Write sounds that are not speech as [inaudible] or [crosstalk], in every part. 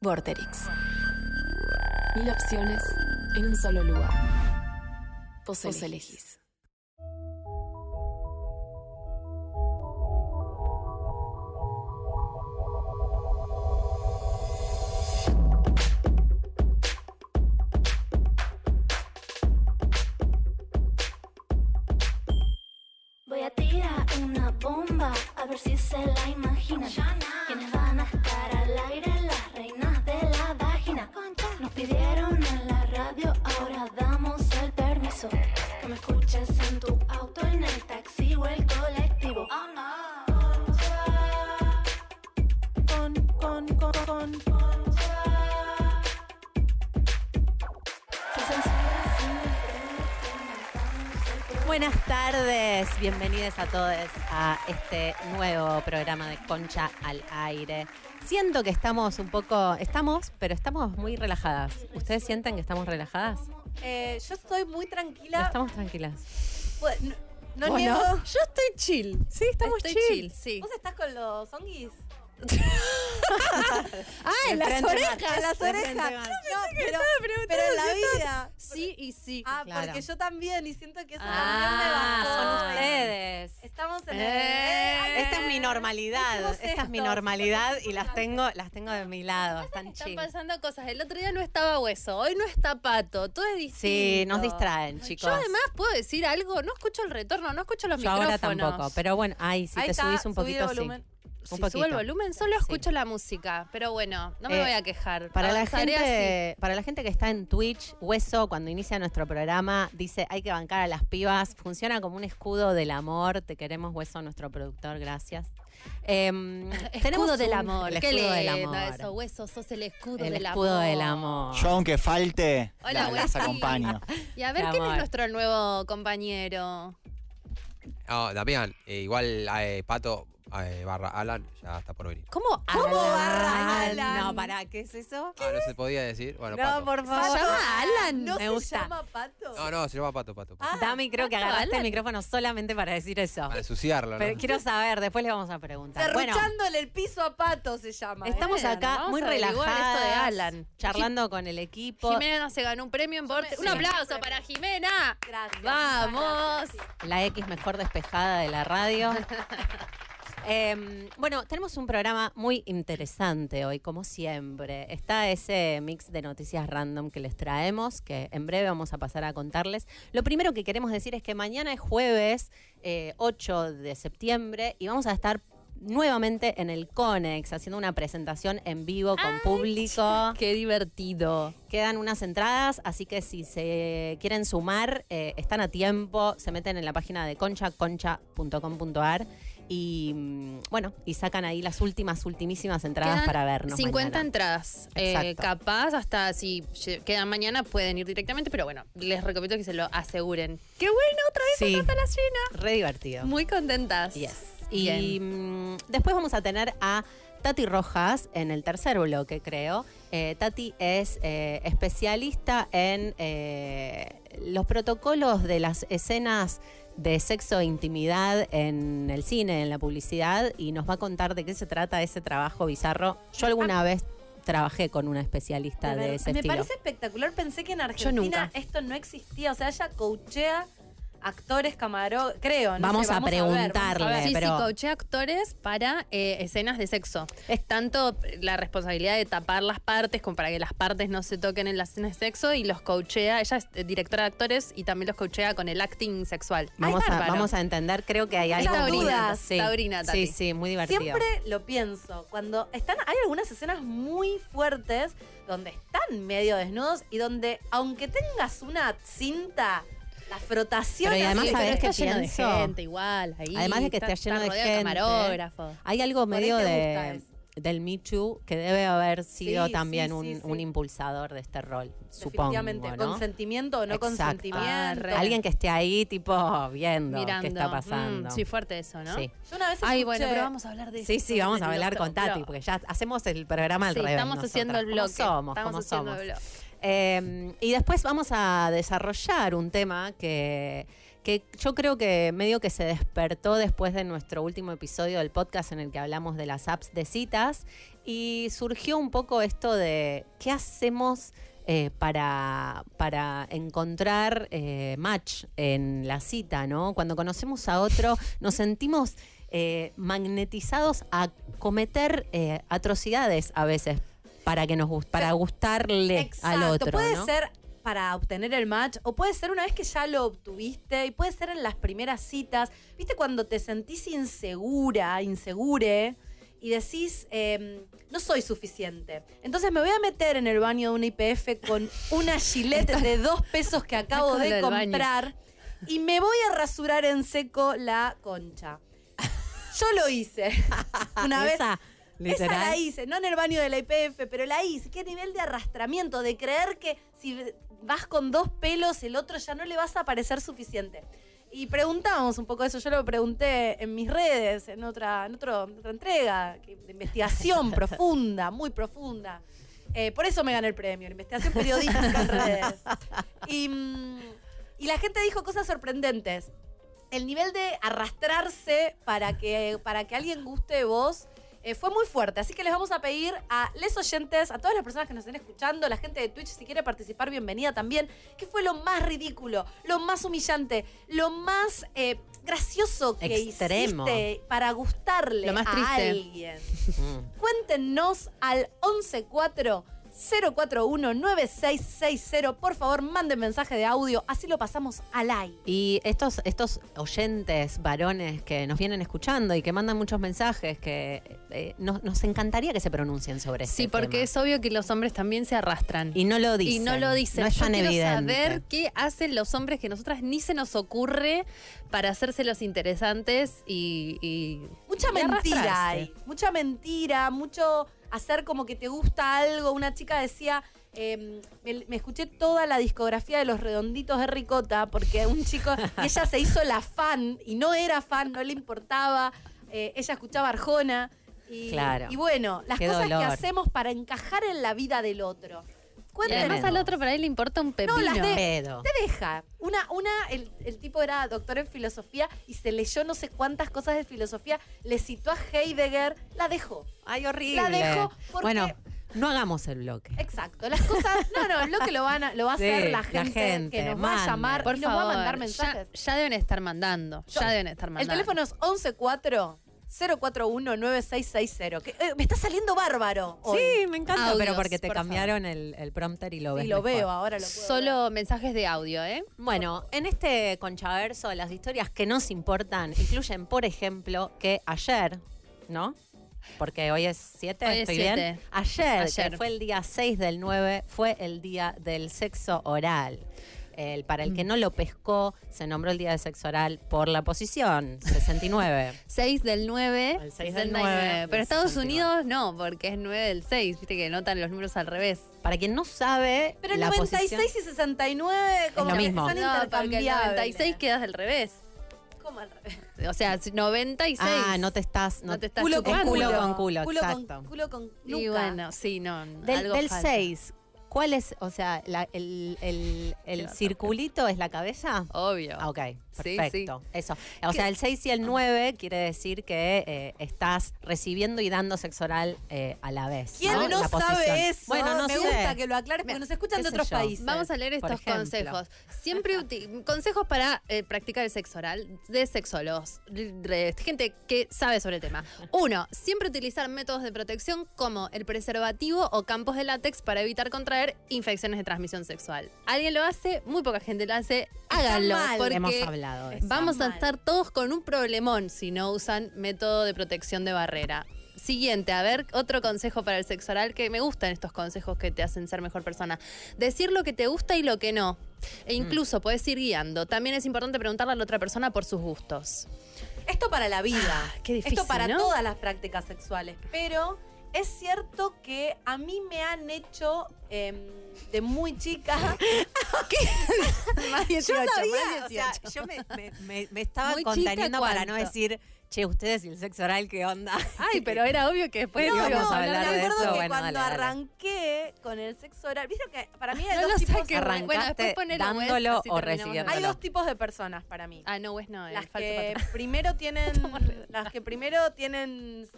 Vorterix. Mil opciones en un solo lugar. Vos elegís. Voy a tirar una bomba, a ver si se la imaginan. Quienes van a estar al aire, las reinas de la vagina. Nos pidieron en la radio, ahora damos el permiso. Que me escuches en tu auto, en el taxi o el colectivo. Oh, Concha. Con, con, con, con, concha. Sin censura, sin filtro, te Buenas tardes, bienvenidos a todos a este nuevo programa de Concha al Aire. Siento que estamos un poco, estamos, pero estamos muy relajadas. ¿Ustedes sienten que estamos relajadas? Eh, yo estoy muy No tranquila. estamos tranquilas. Pu- No, no ¿Vos niego. [laughs] no? Yo estoy chill. Sí, estamos Estoy chill. chill, sí. ¿Vos estás con los zongis? Ah, en las Enfrente orejas, Max, en las enfrente orejas. Max. Yo pensé que estaba Pero en preguntando la si estaba- vida. Sí y sí. Ah, claro. porque yo también y siento que eso Ah, también me bajó. son ustedes. Estamos en el. Eh, Ay, esta es mi normalidad, hicimos esta es mi esto. normalidad y las tengo, las tengo de mi lado, están Están chill. pasando cosas. El otro día no estaba hueso, hoy no está pato, todo es distinto. Sí, nos distraen, Yo chicos. además puedo decir algo, no escucho el retorno, no escucho los Yo ahora micrófonos. tampoco, pero bueno, ay, si Ahí te está, subís un subí de poquito, sí. volumen. Un si subo el poquito. volumen, solo Sí. escucho la música. Pero bueno, no me Eh, voy a quejar. Para la, Avanzaré gente, para la gente que está en Twitch, Hueso, cuando inicia nuestro programa, dice hay que bancar a las pibas. Funciona como un escudo del amor. Te queremos, Hueso, nuestro productor, gracias. Em, así. tenemos Escudo del un- amor. El Qué escudo del lindo amor. eso, hueso, sos el escudo el del escudo amor. del amor. Yo, aunque falte, Hola, la- las Wessi. acompaño. Y a ver, Del ¿quién amor. es nuestro nuevo compañero? No, Damián, eh, igual eh, Pato eh, barra Alan ya está por venir. ¿Cómo, barra Alan? Alan? No, pará, ¿qué es eso? Ah, no se podía decir. Bueno, no, Pato. por ¿Se favor. llama Alan? ¿No me se gusta. llama pato? No, no, se llama Pato, Pato. Ah, Pato. Dami, creo que Pato, agarraste el Alan. micrófono solamente para decir eso. Ah, Para ensuciarlo, ¿no? Ah. Pero quiero saber, después le vamos a preguntar. Bueno, Cerruchándole el piso a pato se llama. ¿eh? Estamos Bueno, acá vamos muy a averiguar esto relajadas, de Alan. charlando con el equipo. Jimena se ganó un premio en Vortex. me- Un sí. aplauso para Jimena. Gracias. Vamos. La X mejor despejada de la [laughs] radio. Em, bueno, tenemos un programa muy interesante hoy, como siempre. Está ese mix de noticias random que les traemos, que en breve vamos a pasar a contarles. Lo primero que queremos decir es que mañana es jueves eh, 8 de septiembre y vamos a estar nuevamente en el Conex haciendo una presentación en vivo con público. [laughs] Qué divertido. Quedan unas entradas, así que si se quieren sumar, eh, están a tiempo, se meten en la página de concha, concha.com.ar y mm, bueno, y sacan ahí las últimas, ultimísimas entradas Quedan para vernos. 50 mañana. entradas. Eh, Exacto. capaz, hasta si lle- quedan mañana, pueden ir directamente, pero bueno, les recomiendo que se lo aseguren. ¡Qué bueno! Otra vez Sí. acá está la llena. Re divertido. Muy contentas. Yes. Bien. Y mm, después vamos a tener a Tati Rojas en el tercer bloque, creo. Eh, Tati es eh, especialista en eh, los protocolos de las escenas de sexo e intimidad en el cine, en la publicidad, y nos va a contar de qué se trata ese trabajo bizarro. Yo alguna vez trabajé con una especialista de, Ah. ver- ese me estilo. parece espectacular. Pensé que en Argentina nunca. esto no existía. O sea, ella coachea actores, camarón, creo. no Vamos sé, a ver, vamos preguntarle. ver. Eh, Sí, pero- sí, coaché actores para eh, escenas de sexo. Es tanto la responsabilidad de tapar las partes como para que las partes no se toquen en las escenas de sexo y los coachea. Ella es eh, directora de actores y también los coachea con el acting sexual. Vamos, Ay, a, bárbaro. vamos a entender, creo que hay algo Esas muy- dudas, sí. Taurina, Tati. Sí, sí, muy divertido. Siempre lo pienso. Cuando están, hay algunas escenas muy fuertes donde están medio desnudos y donde, aunque tengas una cinta, la frotación. Pero y además, Sí, ¿sabés pero qué está lleno de pienso? gente igual ahí. Además de que está lleno de rodeado gente. camarógrafo. Hay algo Por ahí medio te gusta de, eso. del Me Too que debe haber sido Sí, también sí, un, sí, sí. un impulsador de este rol, supongo. definitivamente, ¿no? consentimiento o no Exacto. Ah, consentimiento. re. Alguien que esté ahí, tipo, viendo Mirando. qué está pasando. Mm, sí, fuerte eso, ¿no? Sí. Yo una vez Ay, bueno, escuché- pero vamos a hablar de Sí, eso. sí, vamos a del hablar con doctor. Tati, Pero- porque ya hacemos el programa al Sí, revés. estamos haciendo el blog. blog somos? Estamos ¿Cómo haciendo somos? el bloque. Eh, y después vamos a desarrollar un tema que, que yo creo que medio que se despertó después de nuestro último episodio del podcast en el que hablamos de las apps de citas y surgió un poco esto de qué hacemos eh, para, para encontrar eh, match en la cita, ¿no? Cuando conocemos a otro, nos sentimos eh, magnetizados a cometer eh, atrocidades a veces para que nos gust- para gustarle al otro. puede ¿no? ser para obtener el match o puede ser una vez que ya lo obtuviste y puede ser en las primeras citas. ¿Viste cuando te sentís insegura, insegure y decís, eh, no soy suficiente? Entonces me voy a meter en el baño de un IPF con [laughs] una gilete de dos pesos que acabo Con lo de del baño. comprar y me voy a rasurar en seco la [laughs] concha. Yo lo hice. una vez Esa, literal. esa la hice, no en el baño de la IPF, pero la hice. Qué nivel de arrastramiento, de creer que si vas con dos pelos, el otro ya no le vas a parecer suficiente. Y preguntábamos un poco eso, yo lo pregunté en mis redes, en otra, en otro- en otra entrega, que- de investigación profunda, muy profunda. Eh, por eso me gané el premio, la investigación periodística en redes. Y, mm, y la gente dijo cosas sorprendentes. El nivel de arrastrarse para que, para que alguien guste de vos eh, fue muy fuerte. Así que les vamos a pedir a les oyentes, a todas las personas que nos estén escuchando, la gente de Twitch, si quiere participar, bienvenida también. ¿Qué fue lo más ridículo, lo más humillante, lo más eh, gracioso que Extremo. hiciste para gustarle Lo más a triste. alguien? Mm. Cuéntenos al 114 041 9660. Por favor, manden mensaje de audio, así lo pasamos al aire. Y estos, estos oyentes varones que nos vienen escuchando y que mandan muchos mensajes, que eh, nos, nos encantaría que se pronuncien sobre Sí, este porque tema. es obvio que los hombres también se arrastran. Y no lo dicen. Y no lo dicen. No es Yo tan quiero evidente. saber qué hacen los hombres que nosotras ni se nos ocurre para hacerse los interesantes y. y- Mucha y mentira arrastrarse. hay. Mucha mentira, mucho hacer como que te gusta algo. Una chica decía, eh, me, me escuché toda la discografía de Los Redonditos de Ricota porque un chico, y ella se hizo la fan y no era fan, no le importaba. eh, ella escuchaba Arjona. Y, Claro. y bueno, las Qué cosas que dolor. hacemos para encajar en la vida del otro. Y además Cuéntenos. al otro por ahí le importa un pepino. No, las de- Pedo. Te deja. Una, una, el, el tipo era doctor en filosofía y se leyó no sé cuántas cosas de filosofía, le citó a Heidegger, la dejó. Ay, horrible. La dejo porque- Eh, Bueno, no hagamos el bloque. Exacto. Las cosas. No, no, lo que lo van a, lo va a Sí, hacer la la gente, gente, que nos va a manden. llamar Por y nos favor, va a mandar ya- mensajes. Ya, deben estar mandando. Ya deben estar el mandando. teléfono es 114 041 9660. Que, eh, me está saliendo bárbaro. hoy. Sí, me encanta, Audios, Ah, pero porque te por cambiaron el, el prompter y lo ves. Sí, lo mejor. veo ahora lo puedo ver. Solo mensajes de audio, ¿eh? Bueno, en este conchaverso, las historias que nos importan incluyen, por ejemplo, que ayer, ¿no? Porque hoy es 7, Hoy es ¿estoy siete. bien? Ayer, Ayer. que fue el día 6 del 9, fue el día del sexo oral. El- para el que no lo pescó, se nombró el día del sexo oral por la posición 69. 6 del 9. El seis del nueve, Pero el Estados 69. Unidos no, porque es 9 del 6. Viste que notan los números al revés. Para quien no sabe, Pero el la 96 posición- y 69 como lo que mismo. son No, porque el intercambiables. 96 quedas al revés. Como al revés. O sea, si 96. Ah, no te estás. No, No te estás culo con chupando. culo, con culo, con- exacto. culo con nuca. Y bueno, sí, no. Del, algo del falta. 6, ¿cuál es, o sea, la- el, el- el Qué bárbaro. circulito es la cabeza? Obvio. Ah, ok, Sí, perfecto. Eso. O sea, el 6 y el 9 quiere decir que eh, estás recibiendo y dando sexo oral eh, a la vez. ¿Quién no, ¿no? La posición. sabe eso? Bueno, no Me sé. gusta que lo aclare Mira, porque nos escuchan qué de sé otros yo. países. Vamos a leer por estos ejemplo. consejos. Siempre uti- [laughs] consejos para eh, practicar el sexo oral de sexólogos, de- de gente que sabe sobre el tema. Uno, siempre utilizar métodos de protección como el preservativo o campos de látex para evitar contraer infecciones de transmisión sexual. ¿Alguien lo hace? Muy poca gente lo hace. Háganlo mal. Hemos porque hablado de eso. Está vamos a mal. estar todos con un problemón si no usan método de protección de barrera. Siguiente, a ver, otro consejo para el sexo oral que me gustan estos consejos que te hacen ser mejor persona. Decir lo que te gusta y lo que no. E incluso puedes ir guiando. También es importante preguntarle a la otra persona por sus gustos. Esto para la vida. Ah, qué difícil, Esto para ¿no? todas las prácticas sexuales. Pero es cierto que a mí me han hecho em, de muy [laughs] chica. Más 18, Yo sabía, más 18. o sea, yo me, me- me- me estaba Muy chica, conteniendo para ¿cuánto? no decir, che, ustedes y el sexo oral, ¿qué onda? [laughs] Ay, pero era obvio que después No, íbamos no, a no, hablar no, de no, eso. recuerdo que bueno, cuando dale, dale. arranqué siempre con el sexo oral. Viste que para mí hay No dos lo tipos saqué. Arrancaste Bueno, después ponelo, Wes, dándolo así o terminamos. recibiéndolo. Hay dos tipos de personas para mí. Ah, no, Wes no, el las falso que patrón. [laughs] primero tienen las que primero tienen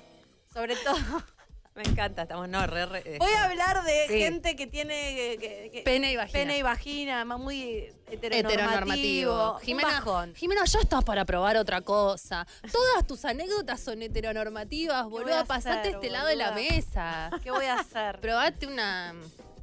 sobre todo Me encanta, estamos no re, eh, re- voy a hablar de Sí. gente que tiene eh, que- que- Pene y vagina. pene y vagina más muy heteronormativo, heteronormativo. Un Jimena, bajón. Jimena, ya estás para probar otra cosa. Todas tus anécdotas son heteronormativas, voy boluda. a Pasate hacer, este lado de la boluda? mesa. ¿qué voy a [laughs] hacer? Probate una.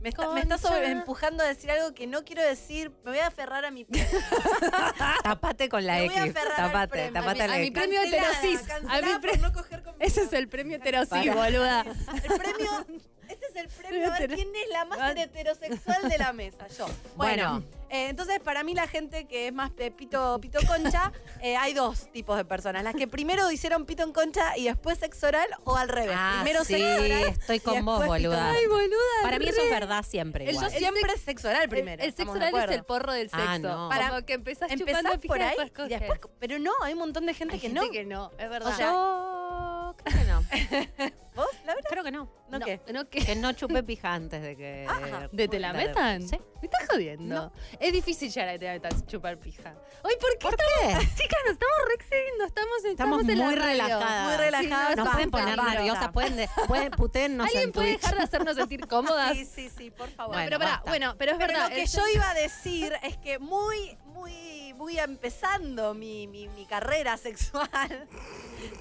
me, está- me estás Concha. sobre- empujando a decir algo que no quiero decir, me voy a aferrar a [laughs] mi [laughs] Tapate con la Me voy a X. aferrar al Tapate, premio. tapate A la mi X. premio Cancelada, heterosis. cancelada A mi pre- por no coger [laughs] conmigo. Ese es el premio heterosis, Para. boluda. El premio, este es el premio. A ver, ¿quién es la más heterosexual de la mesa? Yo. Bueno. Bueno. eh, entonces, para mí, la gente que es más de pito, pito concha, eh, hay dos tipos de personas. Las que primero hicieron pito en concha y después sexo oral o al revés. Ah, primero sí, sexo oral. estoy y con vos, después pito boluda. concha. boluda. Para mí eso es verdad siempre El igual. yo Siempre sexo- es sexo oral primero. El, el sexo estamos de oral es el acuerdo. porro del sexo. Ah, no. Para, Para- Como que empezás chupando Empezás por ahí pija y y después después- Pero no, hay un montón de gente Hay que gente no. que no, es verdad. O sea, Yo creo que [laughs] no. ¿Vos, Laura? Creo que no. ¿No, qué? no que Que no chupé pija antes de que. Ajá. ¿De te la metan? Sí. Me estás jodiendo. No. Es difícil llegar a que te la metan chupar pija. Hoy, ¿por qué? ¿Por estamos- Eh. qué? Chicas, nos Ah, estamos re excediendo. Estamos, estamos, Estamos en la muy radio. relajadas. Muy relajadas, Nos Basta, pueden poner basta. nerviosas, pueden, de- pueden putennos ¿Alguien en puede Twitch. dejar de hacernos sentir cómodas? Ah, [laughs] Sí, sí, sí, por favor. No, pero pará, basta. bueno, pero es Pero verdad. lo que es- yo [laughs] iba a decir es que muy, muy, muy empezando mi, mi- mi carrera sexual. [laughs]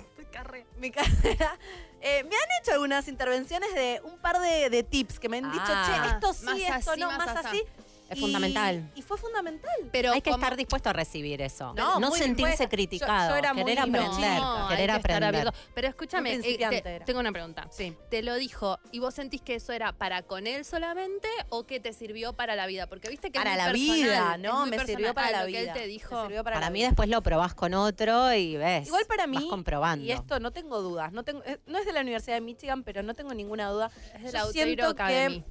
mi carrera. eh, me han hecho algunas intervenciones de un par de, de tips que me han dicho, Ah, che, esto sí, más esto así, no, más más asá". así. Es Y- fundamental. Y fue fundamental. Pero Hay que como- estar dispuesto a recibir eso. No, No, muy sentirse dispuesta. criticado. Yo- yo era muy- querer no, aprender. hay querer que estar aprender. abierto. Pero escúchame, Un eh, principiante te- era. tengo una pregunta. Sí. ¿Te lo dijo y vos sentís que eso era para con él solamente o que te sirvió para la vida? Porque viste que es Para muy la personal, vida, es ¿no? muy Me sirvió personal. para Ah, la lo que vida. él te me dijo. sirvió Para la mí vida. después lo probás con otro y ves. Igual para mí, Vas comprobando. y esto no tengo dudas, no, tengo, eh, no es de la Universidad de Michigan, pero no tengo ninguna duda. Es de Yo la siento Outeiro Academy.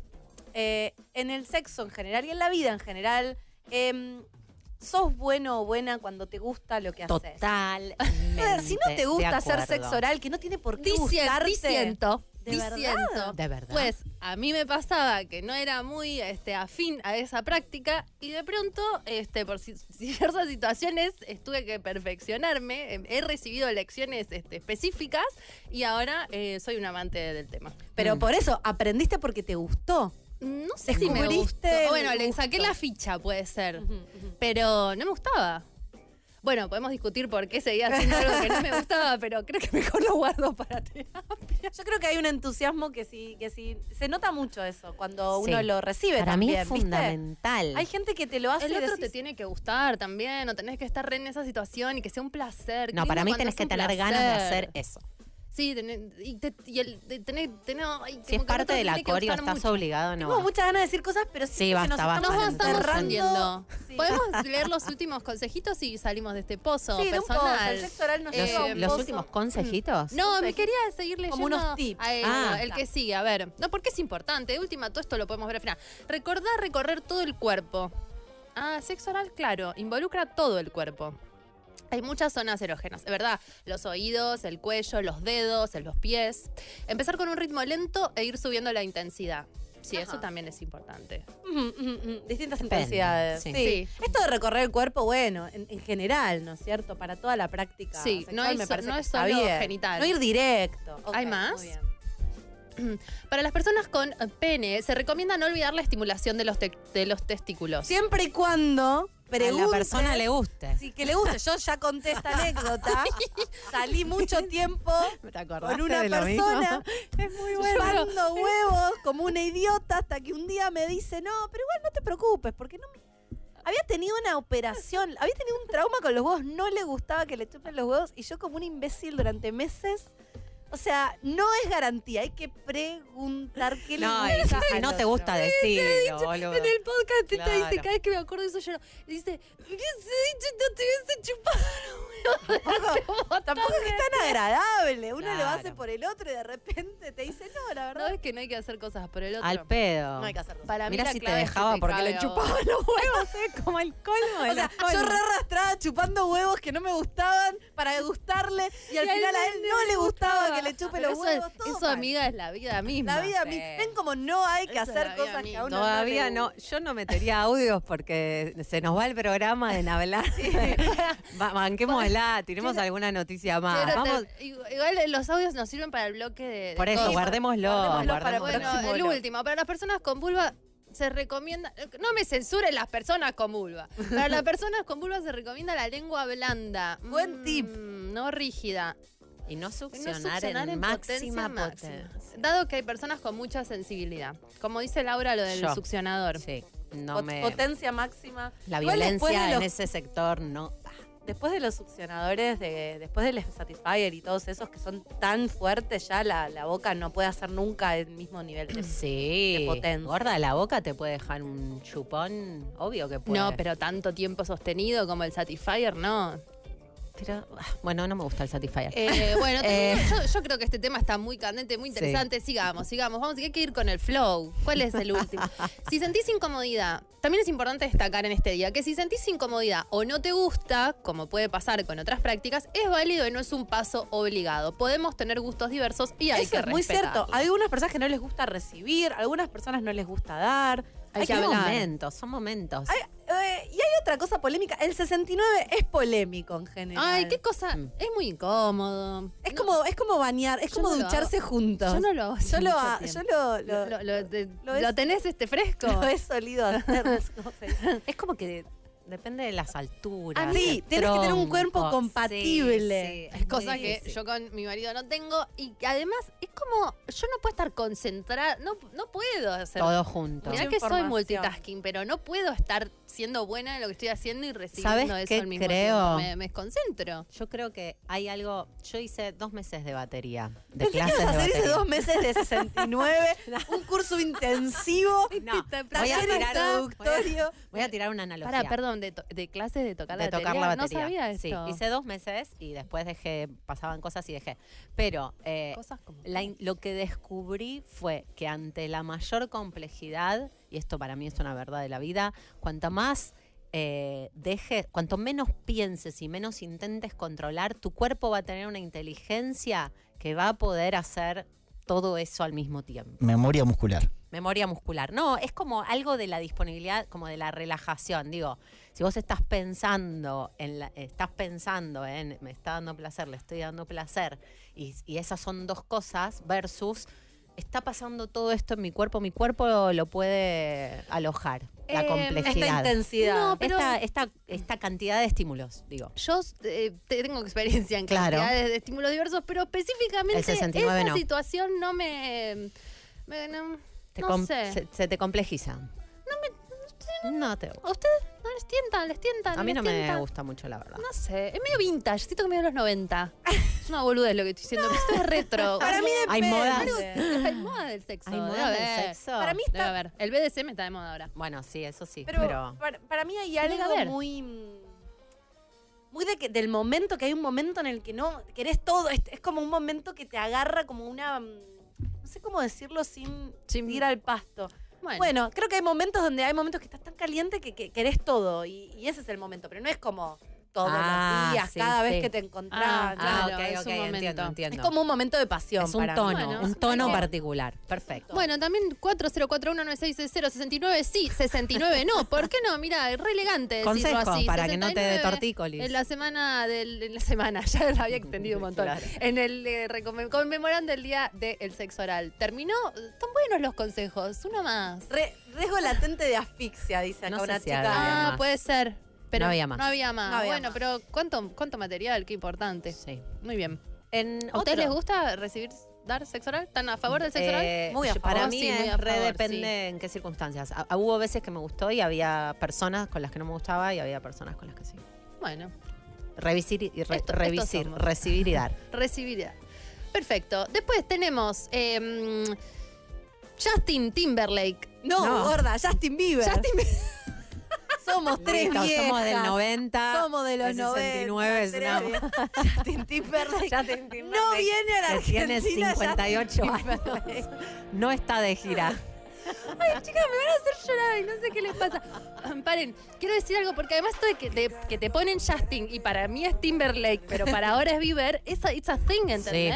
eh, en el sexo en general y en la vida en general, em, sos bueno o buena cuando te gusta lo que haces. [laughs] Total. A ver, si no te gusta hacer sexo oral, que no tiene por qué Diciendo, gustarte. diciendo, ¿De verdad? De verdad. Pues a mí me pasaba que no era muy este, afín a esa práctica y de pronto, este, por ci- [laughs] diversas situaciones, estuve que perfeccionarme. Em, He recibido lecciones este, específicas y ahora eh, soy un amante del tema. Mm. Pero por eso, aprendiste porque te gustó. No sé si me gustó. Descubriste el Bueno, le gusto. saqué la ficha, puede ser. Pero no me gustaba. Bueno, podemos discutir por qué seguía haciendo algo que no me gustaba, pero creo que mejor lo guardo para terapia. Yo creo que hay un entusiasmo que sí, que sí, se nota mucho eso cuando Sí. uno lo recibe Para mí también, es ¿viste? fundamental. Hay gente que te lo hace El y otro decís, te tiene que gustar también, no tenés que estar re en esa situación y que sea un placer. Qué No, para lindo mí cuando tenés es que un tener ganas de placer. hacer eso. Sí, tenés- y, te- y el, de- tenés- tenés- ay, como Si que es el parte otro de la tiene que coreo, gustar estás mucho. obligado, no. Tengo va. muchas ganas de decir cosas, pero sí, Sí, basta, nos basta. Nos estamos estamos enterrando. hundiendo. Sí. [laughs] Podemos leer los últimos consejitos y salimos de este pozo Sí, de un pozo, personal. el sexo oral nos Eh, lleva a Los, un los pozo. últimos consejitos. No, me Consejitos. quería seguir leyendo. Como unos tips. a él, Ah. el que sigue, a ver. No, porque es importante. De última, todo esto lo podemos ver al final. Recordar recorrer todo el cuerpo. Ah, sexo oral, claro. Involucra todo el cuerpo. Hay muchas zonas erógenas, es verdad. Los oídos, el cuello, los dedos, el- los pies. Empezar con un ritmo lento e ir subiendo la intensidad. Sí, eso también es importante. Ujú, ujú, ujú. Distintas Depende, intensidades. Sí. sí. Sí. Esto de recorrer el cuerpo, bueno, en, en general, ¿no es cierto? Para toda la práctica. Sí, sexual no es me so- parece no que es está solo bien. genital. No ir directo. Ok, ¿Hay más? muy bien. Para las personas con eh, pene, se recomienda no olvidar la estimulación de los, tec- de los testículos. Siempre y cuando A pregunte. la persona le guste. Sí, que le guste. Yo ya conté esta [laughs] anécdota. Salí mucho tiempo ¿Te acordaste con una de lo mismo? [laughs] persona bueno. chupando huevos como una idiota hasta que un día me dice, no, pero igual no te preocupes, porque no me... Había tenido una operación, había tenido un trauma con los huevos, no le gustaba que le chupen los huevos y yo como un imbécil durante meses... O sea, no es garantía, hay que preguntar qué le No, gusta. y si, si al no te otro. gusta decirlo, boludo. En el podcast te Claro. dice, cada vez que me acuerdo de eso lloro. Dice, hubiese dicho, no te hubiese chupado. [laughs] [laughs] Tampoco, tampoco es tan agradable. Uno lo Claro. hace por el otro y de repente te dice, no, la No verdad. es que no hay que hacer cosas por el otro. Al pedo. No hay que hacerlo. Para mí Mira la si te clave es que dejaba te porque cabe le a chupaba vos. los huevos, es como el colmo de O sea, las yo colmas. re arrastrada chupando huevos que no me gustaban para gustarle y al Y a él final a él no le gustaba que le chupe Pero los eso, es- huevos. todo eso, mal. amiga, es la vida misma. La vida a mí. Ven como no hay que Eso es la hacer vida cosas que a misma. uno no le Todavía no, yo no metería audios porque se nos va el programa en hablar. [laughs] Va- Banquémosla, tiremos alguna noticia más. Pero te- Vamos, igual igual los audios nos sirven para el bloque de. de por eso, cosas. guardémoslo. guardémoslo guardémoslo. para el Bueno, próximo el bloque. último. Para las personas con vulva se recomienda. No me censuren las personas con vulva. Para las personas con vulva se recomienda la lengua blanda. Buen Mm, tip. No rígida. Y no No succionar, succionar en, máxima máxima. potencia. Dado que hay personas con mucha sensibilidad. Como dice Laura, lo del Yo. succionador. Sí, no Pot- me. Potencia máxima. La Igual después violencia de los- en ese sector no va. Después de los succionadores, de, después del Satisfyer y todos esos que son tan fuertes, ya la, la boca no puede hacer nunca el mismo [clears throat] nivel. de- Sí. de potencia. Gorda la boca te puede dejar un chupón. Obvio que puede. No, pero tanto tiempo sostenido como el Satisfyer, no. Pero, ah, bueno, no me gusta el Satisfyer. Eh, bueno, [laughs] Eh. yo, yo creo que este tema está muy candente, muy interesante. Sigamos, sigamos. Vamos, hay que ir con el flow. ¿Cuál es [laughs] el último? si sentís incomodidad, también es importante destacar en este día que si sentís incomodidad o no te gusta, como puede pasar con otras prácticas, es válido y no es un paso obligado. Podemos tener gustos diversos y hay Eso que es muy respetarlos. cierto. Hay algunas personas que no les gusta recibir, algunas personas no les gusta dar. Hay que Son hablar. momentos, son momentos. Ay, eh, y hay otra cosa polémica. El 69 es polémico en general. Ay, qué cosa. Mm. Es muy incómodo. Es No, como es como bañar, es Yo como no lo ducharse juntos. Yo no lo hago. hace Yo lo, mucho ha- tiempo. yo lo, lo- Lo, lo- te- lo es- lo tenés este [laughs] fresco. lo he solido hacer. no sé cómo se dice. [laughs] Es como que depende de las alturas. Ah, sí, del tenés que tener tronco. un cuerpo Sí, compatible. sí, Es cosa muy que difícil. yo con mi marido no tengo. Y que además es como, yo no puedo estar concentrada, no, no puedo hacer. Todo junto. Mirá Mucha que soy información. multitasking, pero no puedo estar siendo buena en lo que estoy haciendo y recibiendo ¿Sabes eso qué al mismo creo? tiempo. Me, me desconcentro. Yo creo que hay algo. Yo hice dos meses de batería. De Pensé que clases ibas a de hacer ese batería. dos meses de 69, [laughs] un curso intensivo, No, voy a taller tirar un- introductorio. [laughs] Voy a tirar una analogía. Para, perdón, de, to- de clases de tocar, de la, tocar batería. la batería. No sabía Sí, esto. hice dos meses y después dejé, pasaban cosas y dejé. Pero eh, Cosas como. la in- lo que descubrí fue que ante la mayor complejidad, y esto para mí es una verdad de la vida, cuanta más eh, dejes, cuanto menos pienses y menos intentes controlar, tu cuerpo va a tener una inteligencia que va a poder hacer todo eso al mismo tiempo. Memoria muscular. Memoria muscular. No, es como algo de la disponibilidad, como de la relajación. Digo, si vos estás pensando en la- estás pensando en me está dando placer, le estoy dando placer, y, y esas son dos cosas, versus está pasando todo esto en mi cuerpo, mi cuerpo lo puede alojar. La Eh, Esta complejidad. intensidad. No, pero- esta, esta, esta cantidad de estímulos, digo. Yo eh, tengo experiencia en Claro. cantidades de estímulos diversos, pero específicamente El 69 esa no. situación no me... me- no Te no com- sé. se, se te complejiza. No me. No te ¿A ustedes no les tientan? ¿Les tientan? A mí les no me tientan? gusta mucho, la verdad. No sé, es medio vintage, siento que medio de los 90. Es una boluda lo que [laughs] estoy diciendo, pero esto es retro. Para mí Hay depende. modas. Hay moda del sexo. Hay moda debe del haber. sexo. Para mí está... Debe haber. El BDSM está de moda ahora. Bueno, sí, eso sí. Pero, pero... Para, para mí hay Tiene que algo ver. muy. mm, Muy de que, del momento, que hay un momento en el que no querés todo. Es, es como un momento que te agarra como una. mm, No sé cómo decirlo sin, Sin- ir al pasto. Bueno, Bueno. creo que hay momentos donde hay momentos que estás tan caliente que, que querés todo. Y, y ese es el momento. Pero no es como todos Ah, los días, sí, cada sí. vez que te encontrás. Ah, claro. Ah, Claro, ok, es ok, un momento. entiendo, entiendo. Es como un momento de pasión. Es un para mí. tono, Bueno, un está tono bien. particular. Perfecto. bueno, también 4041966069 sí, 69 no. ¿Por qué no? Mira, es re elegante decirlo Consejos así. para que no te dé 69 tortícolis. En la semana del, en la semana, [laughs] ya la había extendido un montón. Claro. En el eh, recome- conmemorando el día del sexo oral. Terminó, están buenos los consejos, uno más. Re- riesgo latente de asfixia, dice acá No sé una si chica. había Ah, más. puede ser. Pero No había más. No había más. No había bueno, más. pero ¿cuánto, cuánto material, qué importante. Sí. Muy bien. En ¿A ustedes otro- les gusta recibir, dar sexo oral? ¿Están a favor del sexo Eh, oral? Muy a yo- favor, Para mí sí, muy es a re favor, depende en qué circunstancias. A- hubo veces que me gustó y había personas con las que no me gustaba y había personas con las que sí. Bueno, Revisir y re- Esto- revisir, estos somos. recibir y dar. recibirá. Perfecto. Después tenemos eh, mm, Justin Timberlake. No, No. gorda, Justin Bieber. Justin [laughs] Somos tres Listo, viejas. somos del 90. Somos de los del 69, 69 es una- [laughs] Justin Timberlake. [laughs] Justin No Timberlake, viene a la que Argentina. tiene 58 años. No está de gira. Chicas, me van a hacer llorar y no sé qué les pasa. Paren, quiero decir algo porque además esto de que, de que te ponen Justin y para mí es Timberlake, pero para ahora es Bieber, it's a, it's a thing, ¿entendés?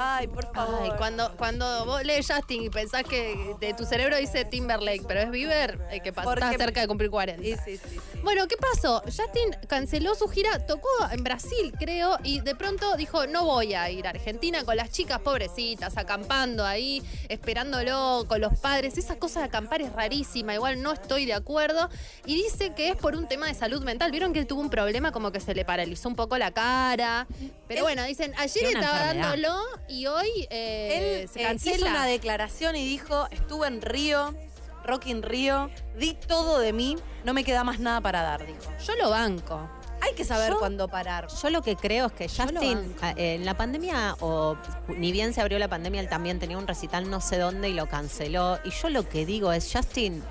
Ay, por favor. Ay, cuando, cuando vos lees Justin y pensás que de tu cerebro dice Timberlake, pero es Bieber, eh, que pasa, está Porque- cerca de cumplir 40. Sí, sí, sí, sí. Bueno, ¿qué pasó? Justin canceló su gira, tocó en Brasil, creo, y de pronto dijo, no voy a ir a Argentina con las chicas pobrecitas, acampando ahí, esperándolo con los padres. Esa cosa de acampar es rarísima, igual no estoy de acuerdo. Y dice que es por un tema de salud mental. Vieron que él tuvo un problema como que se le paralizó un poco la cara. Pero bueno, dicen, ayer Tiene una estaba enfermedad. dándolo y hoy eh, Él se eh, cancela. hizo una declaración y dijo, estuve en Río, Rock in Río, di todo de mí, no me queda más nada para dar, dijo. Yo lo banco. Hay que saber Yo- cuándo parar. Yo lo que creo es que lo Justin banco. a- en la pandemia, o ni bien se abrió la pandemia, él también tenía un recital no sé dónde y lo canceló. Y yo lo que digo es, Justin,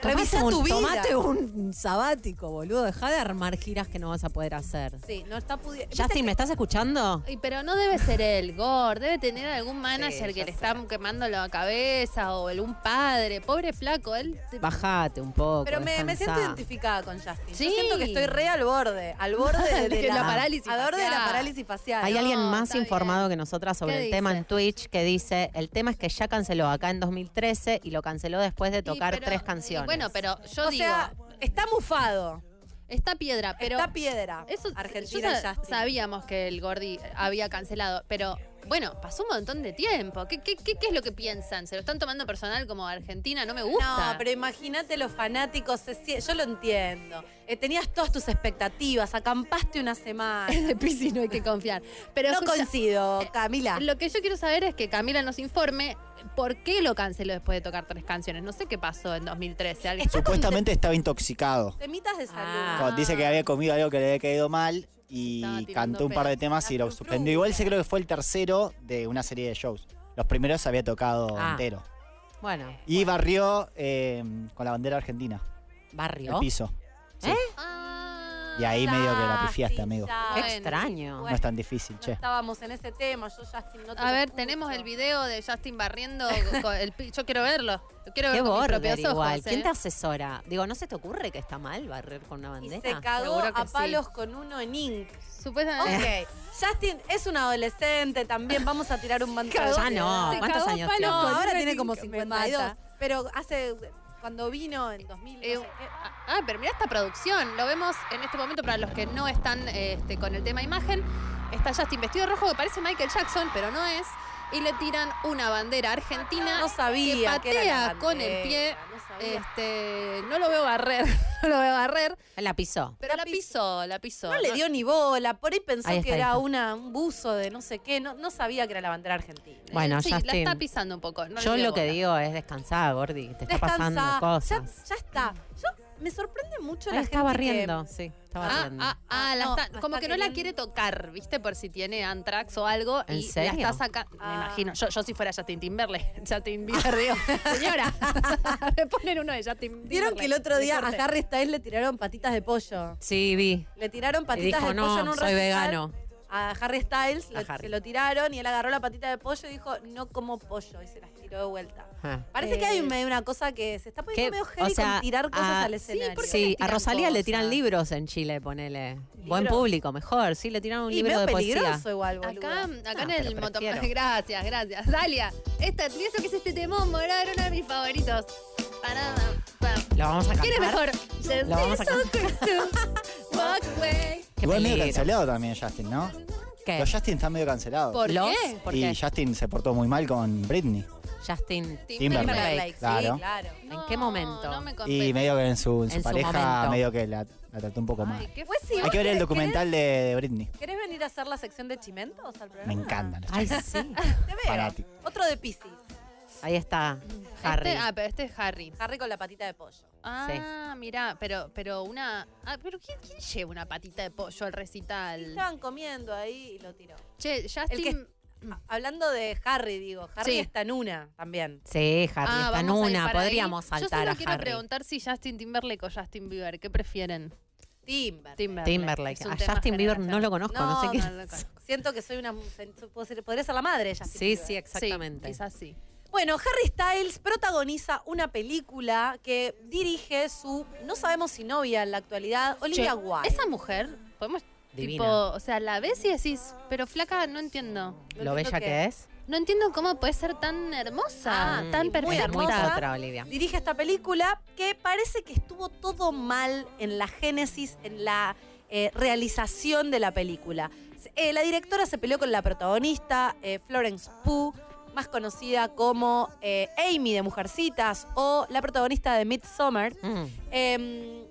tomate Revisa un, tu vida. tomate un sabático, boludo. Deja de armar giras que no vas a poder hacer. Sí, no está pudiendo. Justin, ¿me estás escuchando? Y pero no debe ser él, Gord. Debe tener algún manager Sí, que ya le sé. está quemando la cabeza o algún padre. Pobre flaco, él. Bajate un poco. Pero me, me siento descansá. identificada con Justin. Sí. Yo siento que estoy re al borde, al [laughs] borde de, De la parálisis al borde de la facial. parálisis facial. Hay No, alguien más está informado que bien. nosotras sobre el ¿Qué tema dice? en Twitch que dice, el tema es que ya canceló acá en 2013 y lo canceló después de tocar Sí, pero- tres canciones. Bueno, pero yo o digo, sea, está mufado, esta piedra, pero. está piedra. eso, Argentina yo y sa- Justin. Sabíamos que el Gordi había cancelado, pero. Bueno, pasó un montón de tiempo. ¿Qué, qué, qué, qué es lo que piensan? ¿Se lo están tomando personal como Argentina? No me gusta. No, [laughs] pero imagínate los fanáticos, se sie- yo lo entiendo. Eh, tenías todas tus expectativas, acampaste una [laughs] semana. de Pisi no hay que confiar. Pero Eh, no escucha- coincido, Camila. Ah. Lo que yo quiero saber es que Camila nos informe por qué lo canceló después de tocar tres canciones. No sé qué pasó en 2013. ¿Alguien- Supuestamente estaba intoxicado. Temitas de salud. Ah. Co- Dice que había comido algo que le había caído mal Estaba y tirando cantó un par de pedos. temas y La lo frufru. suspendió. Igual se creo que fue el tercero de una serie de shows. Los primeros había tocado Ah. entero. Bueno, Y barrió eh, con la bandera argentina, el barrio. piso. Ah, Y ahí medio que la Justin, pifiaste, amigo. Justin, Qué extraño. No es tan difícil, no che. estábamos en ese tema, yo Justin no te A lo ver, escucho. tenemos el video de [laughs] Justin barriendo. con el pi- yo quiero verlo. Lo Quiero Qué verlo con mis border propios ojos. igual. ¿eh? ¿Quién te asesora? Digo, ¿no se te ocurre que está mal barrer con una Y bandera? se cagó Seguro que a sí. Ah. palos con uno en Ink. eh. Supuestamente. Ok. Justin es un adolescente también, vamos a [laughs] tirar un bandazo. Ya no, Oh, ¿cuántos años tiene? No, ahora tiene Ink, como me 52. mata. Pero hace. Cuando vino en 2000. no Eh, sé qué. ah, pero mira esta producción. Lo vemos en este momento para los que no están eh, este, con el tema imagen. Está Justin vestido de rojo que parece Michael Jackson, pero no es. Y le tiran una bandera argentina. No sabía. Que que era la patea con el pie. bandera, no sabía. Este, no lo veo barrer, [laughs] no lo veo barrer, La pisó. pero La la, pis- pisó, la pisó. No le dio ni bola, por ahí pensó Ahí está, que ahí era está. una, un buzo de no sé qué, no, no sabía que era la bandera argentina. Eh, Bueno, sí, la Justin. está pisando un poco. no Yo le dio lo que bola. digo es descansar, Gordi. Te está pasando Descansa, ya, cosas. ya está. Yo, me sorprende mucho Ahí la gente está barriendo, que- sí, está Ah, barriendo. ah, ah, la No, está- la como está que no la queriendo. quiere tocar, ¿viste? Por si tiene antrax o algo. ¿En y serio? La está sacando. Me Ah. imagino. Yo, yo si fuera Justin Timberlake. [laughs] Justin [laughs] Bieber, digo. Señora, [laughs] me ponen uno de Justin Timberlake. Vieron que el otro día Me a corté. Harry Styles le tiraron patitas de pollo. Sí, vi. Le tiraron Y patitas dijo, de pollo en no, un soy recital. vegano. A Harry Styles A le- Harry. se lo tiraron y él agarró la patita de pollo y dijo, no como pollo. Y se las tiró de vuelta. Ah. Parece que Eh. hay un- medio una cosa que se está poniendo ¿Qué? medio O heavy sea, con tirar cosas a- al sí, escenario. ¿por qué le Sí, a tiran Rosalía le tiran cosas? libros en Chile, ponele. Buen ¿Libros? público, mejor. Sí, le tiraron un Y libro de medio peligroso poesía. igual, boludo. Acá, acá Ah, en pero el moto. prefiero. [laughs] Gracias, gracias. Dalia, esta, eso que es este temón, boludo, era uno de mis favoritos. Parada. pa. Lo vamos a cantar. ¿Quién es mejor? Just Lo vamos a this old cartoon. Walk away. Qué Igual medio peligro. cancelado también Justin, ¿no? ¿Qué? Los Justin están medio cancelados. ¿Por ¿Los? qué? ¿Por y qué? Justin se portó muy mal con Britney. Justin. Timberlake. Sí, Claro. claro. ¿En qué momento? No me Y convence. medio que en su, en su En su pareja, momento. medio que la, la trató un poco Ay, mal. qué Pues sí, Hay vos que ver el querés- documental de, de Britney. ¿Querés venir a hacer la sección de chimentos al programa? Me encantan los Ay, Justin. [laughs] sí. Te veo. Fanático. Otro de Pisces. Ahí está Este- Harry. ah, pero este es Harry. Harry con la patita de pollo. Ah, mirá, pero, pero una. Ah, pero ¿quién, quién lleva una patita de pollo al recital? Estaban comiendo ahí y lo tiró. Che, El que- Justin. A- Hablando de Harry, digo, Harry Mm. Sí. está en una también. Sí, Harry, Ah, está en vamos a ir una. para ahí. Podríamos saltar Yo a solo quiero Harry. preguntar si Justin Timberlake o Justin Bieber. ¿Qué prefieren? Timber. Timberlake. Timberlake. Es un A tema Justin Bieber no generacional. lo conozco, no, sé quién. lo conozco. Siento que soy una. puedo ser- Podría ser la madre ya. Sí, sí, [laughs] exactamente. Sí, quizás sí. ¿eh? Bueno, Harry Styles protagoniza una película que dirige su. No sabemos si novia en la actualidad, Olivia Che, Wilde. Esa mujer, podemos Divina. Tipo, o sea, la ves y decís, pero flaca, no entiendo. Lo bella que, es. No entiendo cómo puede ser tan hermosa, Mm, Ah, tan perfecta. muy hermosa. otra, Olivia. dirige esta película que parece que estuvo todo mal en la génesis, en la eh, realización de la película. Eh, la directora se peleó con la protagonista, eh, Florence Pugh, más conocida como eh, Amy de Mujercitas o la protagonista de Midsommar. Mm. Eh,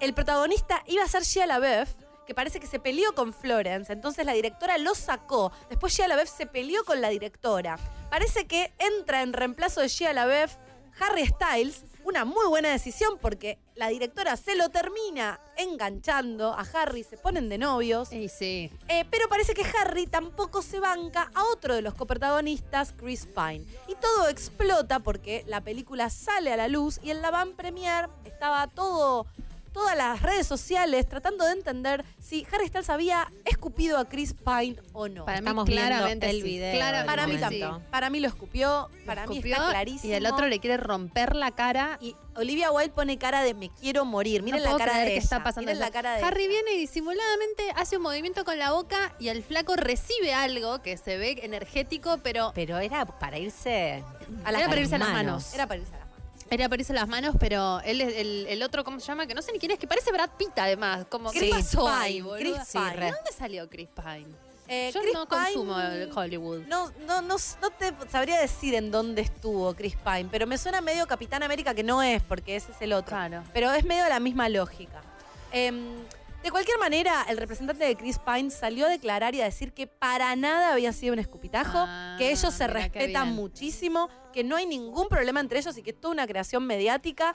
el protagonista iba a ser Shia LaBeouf, que parece que se peleó con Florence, entonces la directora lo sacó. Después Shia LaBeouf se peleó con la directora. Parece que entra en reemplazo de Shia LaBeouf Harry Styles, una muy buena decisión porque la directora se lo termina enganchando a Harry, se ponen de novios. Y sí. Eh, pero parece que Harry tampoco se banca a otro de los coprotagonistas, Chris Pine. Y todo explota porque la película sale a la luz y en la van premier estaba todo todas las redes sociales tratando de entender si Harry Styles había escupido a Chris Pine o no. Para Estamos mí, viendo claramente. el sí. video Claramente Para mí sí. también. Para mí lo escupió, para mí Escupió está clarísimo. Y el otro le quiere romper la cara. Y Olivia Wilde pone cara de me quiero morir. Miren no la puedo cara creer de que está ella. pasando. Miren la eso. cara de Harry ella. viene y disimuladamente hace un movimiento con la boca y el flaco recibe algo que se ve energético, pero Pero era para irse A las era para irse a las manos. manos. Era para irse a la mano. Era para irse las manos, pero él es el, el otro, ¿cómo se llama? Que no sé ni quién es, que parece Brad Pitt además. Como, ¿Qué Chris pasó Pine, ahí, boluda? Chris Sí, Pine. ¿De dónde salió Chris Pine? Eh, Yo Chris no Pine- consumo el Hollywood. No, no, no, no te sabría decir en dónde estuvo Chris Pine, pero me suena medio Capitán América, que no es, porque ese es el otro. Claro. Pero es medio la misma lógica. Em, de cualquier manera, el representante de Chris Pine salió a declarar y a decir que para nada había sido un escupitajo, Ah, que ellos se mira qué respetan bien. muchísimo, que no hay ningún problema entre ellos y que es toda una creación mediática,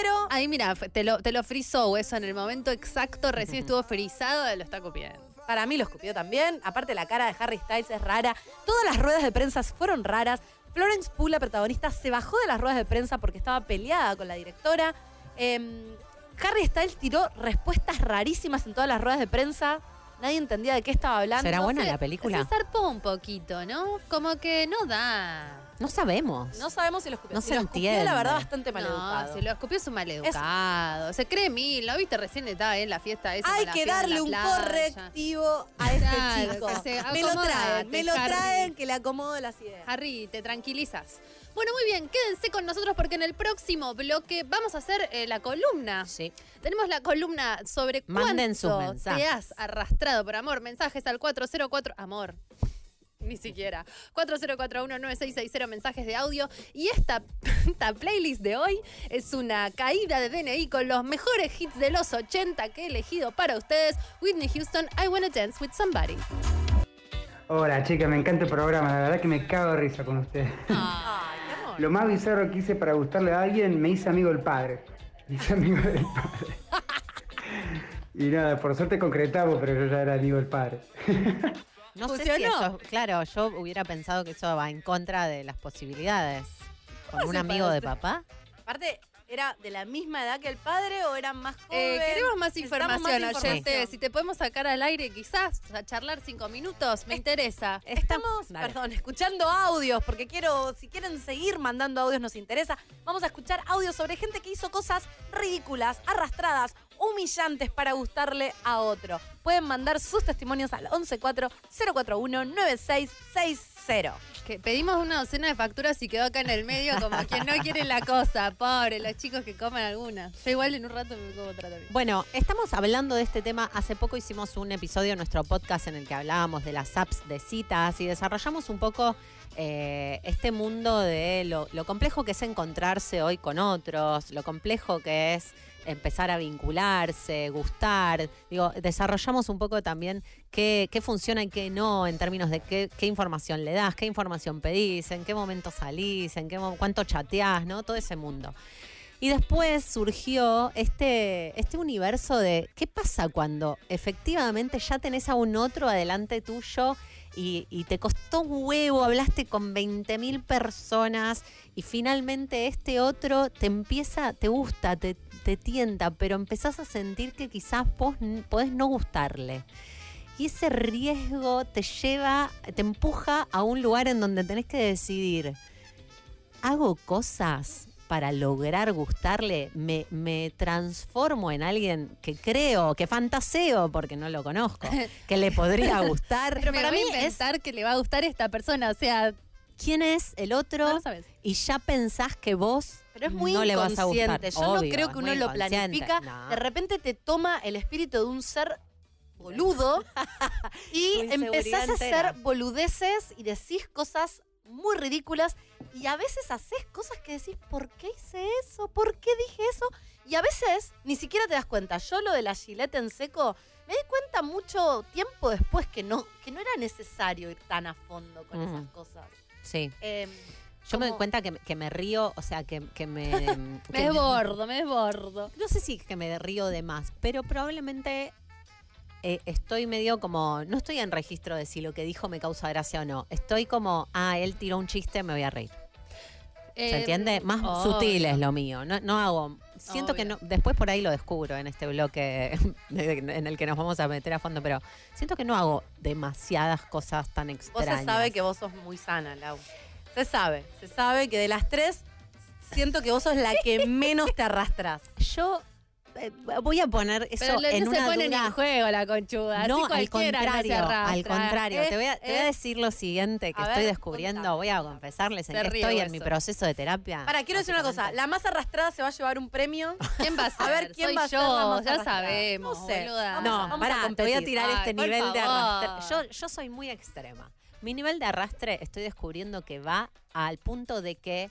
pero... Ahí mira, fue- te lo, te lo frizó eso en el momento exacto, recién estuvo frizado, lo está copiando. Para mí lo escupió también. Aparte, la cara de Harry Styles es rara. Todas las ruedas de prensa fueron raras. Florence Pugh, la protagonista, se bajó de las ruedas de prensa porque estaba peleada con la directora. Eh, Harry Styles tiró respuestas rarísimas en todas las ruedas de prensa. Nadie entendía de qué estaba hablando. ¿Será buena sé, la película? Se zarpó un poquito, ¿no? Como que no da. No sabemos. No sabemos si lo escupió. No si se lo escupió, entiende. la verdad, bastante No, maleducado. si lo escupió es un maleducado. Se cree mil, lo viste recién estaba ahí en la fiesta esa. Hay con la que piba en darle la un playa. correctivo a este Claro, chico. que se- Me lo traen, acomodate, me lo Harry. traen, que le acomodo las ideas. Harry, te tranquilizas. Bueno, muy bien, quédense con nosotros porque en el próximo bloque vamos a hacer eh, la columna. Sí. Tenemos la columna sobre Manden sus cuánto mensajes. te has arrastrado por amor. Mensajes al 404. Amor. Ni siquiera. 40419660 mensajes de audio. Y esta, [laughs] esta playlist de hoy es una caída de DNI con los mejores hits de los 80 que he elegido para ustedes. Whitney Houston, I Wanna Dance With Somebody. Hola chicas, me encanta el programa, la verdad que me cago de risa con ustedes. [laughs] Ay, amor. Lo más bizarro que hice para gustarle a alguien, me hice amigo del padre. Me hice amigo del padre. Y nada, por suerte concretamos, pero yo ya era amigo del padre. No sé si ¿Funcionó? eso, claro, yo hubiera pensado que eso va en contra de las posibilidades. ¿Con un hace amigo para de hacer? papá? Aparte, ¿era de la misma edad que el padre o eran más Eh, jóvenes? queremos más Necesitamos información, más oyente. información. Si te podemos sacar al aire, quizás, a charlar cinco minutos, me interesa. Estamos, Dale. perdón, escuchando audios, porque quiero, si quieren seguir mandando audios nos interesa. Vamos a escuchar audios sobre gente que hizo cosas ridículas, arrastradas, humillantes para gustarle a otro. Pueden mandar sus testimonios al 114-041-9660. Que pedimos una docena de facturas y quedó acá en el medio como quien no quiere la cosa. Pobre, los chicos que coman alguna. Yo igual en un rato me como otra también. Bueno, estamos hablando de este tema. Hace poco hicimos un episodio en nuestro podcast en el que hablábamos de las apps de citas y desarrollamos un poco eh, este mundo de lo, lo complejo que es encontrarse hoy con otros, lo complejo que es empezar a vincularse, gustar. Digo, desarrollamos un poco también qué, qué funciona y qué no en términos de qué, qué información le das, qué información pedís, en qué momento salís, en qué mo- cuánto chateás, ¿no? Todo ese mundo. Y después surgió este, este universo de qué pasa cuando efectivamente ya tenés a un otro adelante tuyo y, y te costó un huevo, hablaste con 20.000 personas y finalmente este otro te empieza, te gusta, te, te tienta, pero empezás a sentir que quizás vos n- podés no gustarle. Y ese riesgo te lleva, te empuja a un lugar en donde tenés que decidir, ¿hago cosas para lograr gustarle, me, me transformo en alguien que creo, que fantaseo, porque no lo [laughs] conozco, que le podría gustar. Pero para mí pensar que le va a gustar esta persona, o sea, quién es el otro No lo sabes. y ya pensás que vos Pero es muy Mm, no le vas a gustar. inconsciente. Yo Obvio, no es creo que muy uno lo inconsciente. planifica. No. De repente te toma el espíritu de un ser [laughs] boludo y Tu inseguridad empezás a entera. hacer boludeces y decís cosas muy ridículas y a veces haces cosas que decís, ¿por qué hice eso? ¿Por qué dije eso? Y a veces ni siquiera te das cuenta. Yo lo de la gileta en seco me di cuenta mucho tiempo después que no, que no era necesario ir tan a fondo con Ujú. esas cosas. Sí. Em, Mm. Yo me doy como- cuenta que, que me río, o sea, que, que [laughs] me... Me que- desbordo, me desbordo. No sé si que me río de más, pero probablemente eh, estoy medio como... No estoy en registro de si lo que dijo me causa gracia o no. Estoy como, ah, él tiró un chiste, me voy a reír. ¿Se Eh, entiende? Más obvio. sutil es lo mío. No, no hago. Siento que no. Obvio. Después por ahí lo descubro en este bloque [laughs] en el que nos vamos a meter a fondo, pero siento que no hago demasiadas cosas tan Vos extrañas. se sabe que vos sos muy sana, Lau. Se sabe, se sabe que de las tres, siento que vos sos la que menos te arrastras. Yo eh, voy a poner eso Pero le- en no se una pone ni duda. en juego la conchuda. No, así al cualquiera no se contrario, al arrastra. contrario. Es- te, voy a, te voy a es- decir lo siguiente que A estoy ver, descubriendo. contame, voy a contame. confesarles en Te que río estoy en mi eso. proceso de terapia. Para, quiero decir una cosa. Ah, básicamente. La más arrastrada se va a llevar un premio. ¿Quién [laughs] va a ser? A ver, ¿quién Soy va a ser la yo? más Ya arrastrada? sabemos, No sé. boluda. Vamos a- No, vamos pará, te voy a competir. tirar Ay, este por nivel de favor. arrastre. Yo, yo soy muy extrema. Mi nivel de arrastre estoy descubriendo que va al punto de que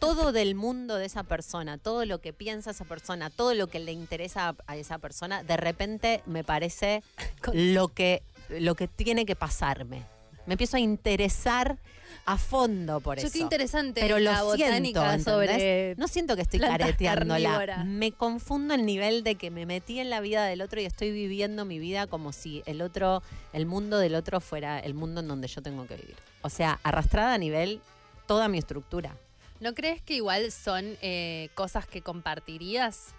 todo del mundo de esa persona, todo lo que piensa esa persona, todo lo que le interesa a- a esa persona, de repente me parece lo que, lo que tiene que pasarme. Me empiezo a interesar a fondo por Yo eso. qué interesante Pero lo la botánica siento, sobre... ¿entendés? No siento que estoy plantas careteándola. carnívoras. Me confundo el nivel de que me metí en la vida del otro y estoy viviendo mi vida como si el otro, el mundo del otro fuera el mundo en donde yo tengo que vivir. O sea, arrastrada a nivel toda mi estructura. ¿No crees que igual son eh, cosas que compartirías?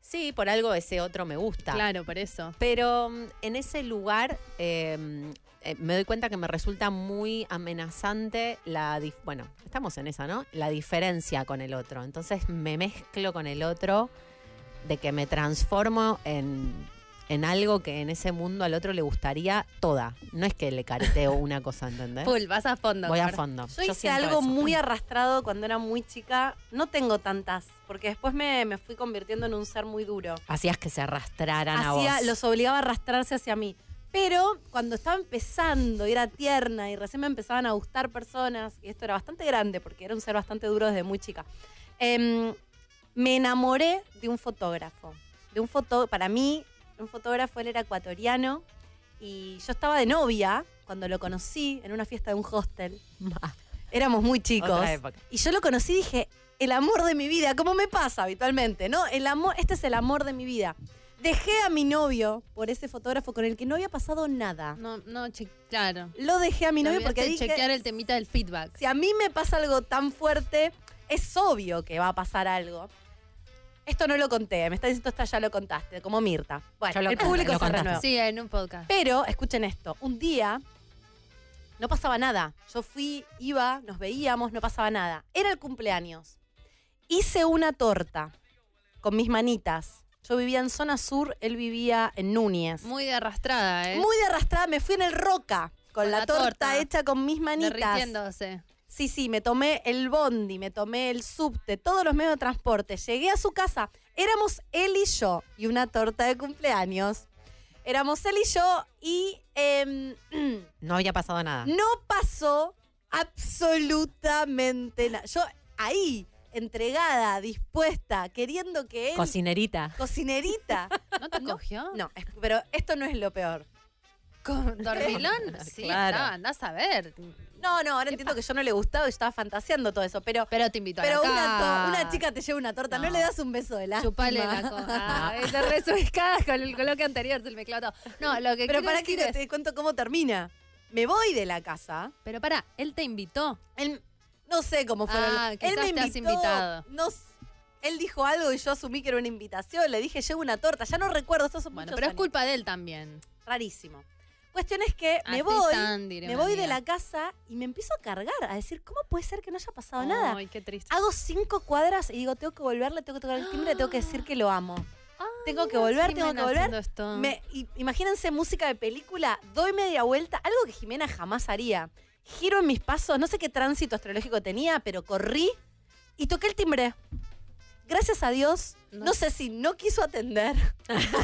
Sí, por algo ese otro me gusta. Claro, por eso. Pero mm, en ese lugar eh, eh, me doy cuenta que me resulta muy amenazante la... dif- Bueno, estamos en esa, ¿no? La diferencia con el otro. Entonces me mezclo con el otro de que me transformo en, en algo que en ese mundo al otro le gustaría toda. No es que le careteo una cosa, ¿Eh? ¿entendés? Full, vas a fondo. Voy a Flor. fondo. Yo hice siento algo eso. muy arrastrado cuando era muy chica. No tengo tantas, porque después me, me fui convirtiendo en un ser muy duro. Hacías que se arrastraran a Hacía- vos. los obligaba a arrastrarse hacia mí. Pero cuando estaba empezando y era tierna y recién me empezaban a gustar personas, y esto era bastante grande porque era un ser bastante duro desde muy chica, em, me enamoré de un fotógrafo. De un foto, para mí, un fotógrafo, él era ecuatoriano y yo estaba de novia cuando lo conocí en una fiesta de un [laughs] hostel. Éramos muy chicos. Otra época. Y yo lo conocí y dije, el amor de mi vida, como me pasa habitualmente, ¿no? El amor, este es el amor de mi vida. Dejé a mi novio por ese fotógrafo con el que no había pasado nada. No, no, che- claro. Lo dejé a mi novio porque Olvidaste dije, de chequear el temita del feedback. si a mí me pasa algo tan fuerte, es obvio que va a pasar algo. Esto no lo conté, me está diciendo esta ya lo contaste, como Mirta. Yo Bueno, lo el conté, público lo se contaste. renueva. Sí, en un podcast. Pero, escuchen esto, un día no pasaba nada. Yo fui, iba, nos veíamos, no pasaba nada. Era el cumpleaños. Hice una torta con mis manitas. Yo vivía en zona sur, él vivía en Núñez. Muy, Muy de arrastrada, ¿eh? de arrastrada, me fui en el roca con, Con la, la torta, torta. hecha con mis manitas. Derritiéndose. Sí, sí, me tomé el bondi, me tomé el subte, todos los medios de transporte. Llegué a su casa, éramos él y yo y una torta de cumpleaños. Éramos él y yo y em, [clears throat] No había pasado nada. no pasó absolutamente nada. Yo ahí, entregada, dispuesta, queriendo que él... Cocinerita. cocinerita. ¿No te cogió? No, es- pero esto no es lo peor. [laughs] ¿Con dormilón? Sí, Claro. está, andás a ver. No, no, ahora entiendo que yo no le gustaba, yo estaba fantaseando todo eso, pero... Pero te invito Pero a la una, to- casa. una chica te lleva una torta, no, No. le das un beso de la. Chupale [laughs] la cosa. Ah, te resubicás con el coloquio anterior, se me clavó todo. No, lo que Pero quiero para que decir no es- te cuento cómo termina. Me voy de la casa. Pero para, él te invitó. Él, no sé cómo fueron. Ah, él quizás me te has invitó. invitado. no s- él dijo algo y yo asumí que era una invitación. Le dije, llevo una torta. Ya no recuerdo, esto son Bueno, muchos pero es años. culpa de él también. Rarísimo. Cuestión es que Así me voy, están, diré me una voy de amiga. la casa y me empiezo a cargar, a decir, ¿cómo puede ser que no haya pasado Ay, nada? qué triste. Hago cinco cuadras y digo, tengo que volver, le tengo que tocar el timbre, le tengo que decir que lo amo. tengo que volver, tengo que Jimena volver. haciendo Ah. esto. Me- i- imagínense música de película, doy media vuelta, algo que Jimena jamás haría. Giro en mis pasos, no sé qué tránsito astrológico tenía, pero corrí y toqué el timbre. Gracias a Dios, no, sé si no quiso [laughs] atender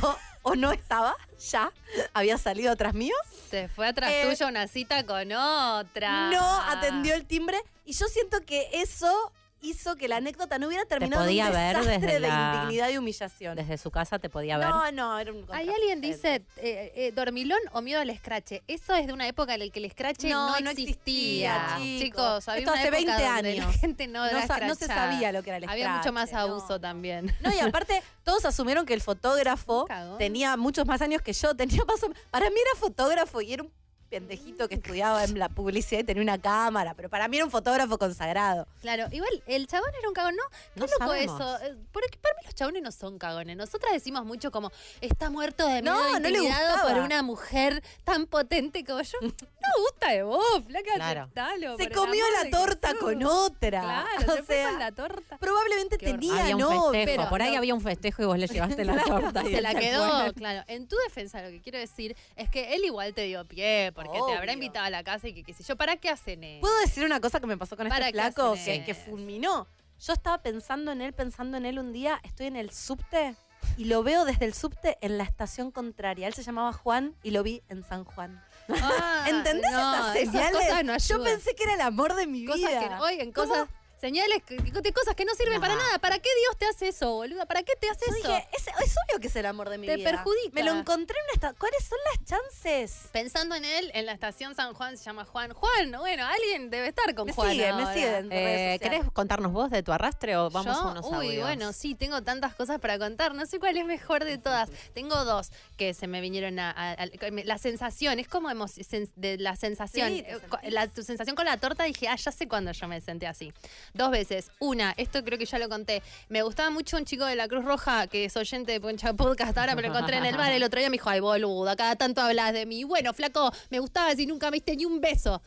o, o no estaba, ya había salido atrás mío. Se fue atrás Eh, tuya una cita con otra. No atendió el timbre y yo siento que eso hizo que la anécdota no hubiera terminado en podía un ver desastre desde de la- indignidad y humillación. Desde su casa te podía ver. No, no, era un Ahí alguien dice, eh, eh, dormilón o miedo al escrache. Eso es de una época en la que el escrache No, no, no existía. existía, chicos. Chicos, había Esto una hace época 20 donde años. La gente no, No era sa- no se escrachada. sabía lo que era el Había mucho escrache, más abuso también. No, y [laughs] aparte, todos asumieron que el fotógrafo Cagón. tenía muchos más años que yo, tenía más o- Para mí era fotógrafo y era un pendejito que estudiaba en la publicidad y tenía una cámara, pero para mí era un fotógrafo consagrado. Claro, igual el chabón era un cagón, ¿no? Qué No loco sabemos. eso. Eh, Porque para mí los chabones no son cagones. Nosotras decimos mucho como, está muerto de miedo, No, no le intimidado gustaba. por una mujer tan potente como [laughs] yo. No gusta de vos, flaca, Claro. aceptalo, Se por el comió amor la de torta Jesús. con otra. Claro, O se fue sea, con la torta. Probablemente Qué horror. tenía había un novio. festejo. pero- Por ahí no. había un festejo y vos le llevaste la torta. y Se la él quedó, fue. claro. En tu defensa, lo que quiero decir es que él igual te dio pie, porque te Obvio. habrá invitado a la casa y que qué sé yo. ¿Para qué hacen eso? ¿Puedo decir una cosa que me pasó con ¿Para este qué flaco hacen que, eso? que fulminó? Yo estaba pensando en él, pensando en él un día, estoy en el subte y lo veo desde el subte en la estación contraria. Él se llamaba Juan y lo vi en San Juan. Ah, [laughs] ¿Entendés no, esas esas señales? cosas no Yo ayudan. pensé que era el amor de mi Cosas vida. que, oigan, cosas, señales, que- que- de cosas que no sirven para nada. ¿Para qué Dios te hace eso, boluda? ¿Para qué te hace Yo eso? dije, es, es obvio que es el amor de mi Te vida. perjudica. Me lo encontré en una estación. ¿Cuáles son las chances? Pensando en él, en la estación San Juan se llama Juan. Juan, bueno, alguien debe estar con Me Juan. sigue, ahora. me sigue [laughs] en Eh, redes sociales. ¿Querés contarnos vos de tu arrastre o vamos ¿Yo? a unos Uy, audios? bueno, sí, tengo tantas cosas para contar. No sé cuál es mejor de todas. Tengo dos que se me vinieron a... a- a- me- la sensación, es como emo- sen- de la sensación. Sí, te Eh, sentís. cu- la- tu sensación con la torta, dije, ah, ya sé cuándo yo me senté así. Dos veces. Una, esto creo que ya lo conté. Me gustaba mucho un chico de la Cruz Roja, que es oyente de Poncha Podcast ahora, me lo encontré en el bar el otro día. Me dijo, ay, boluda, cada tanto hablas de mí. Bueno, flaco, me gustabas y nunca me diste ni un beso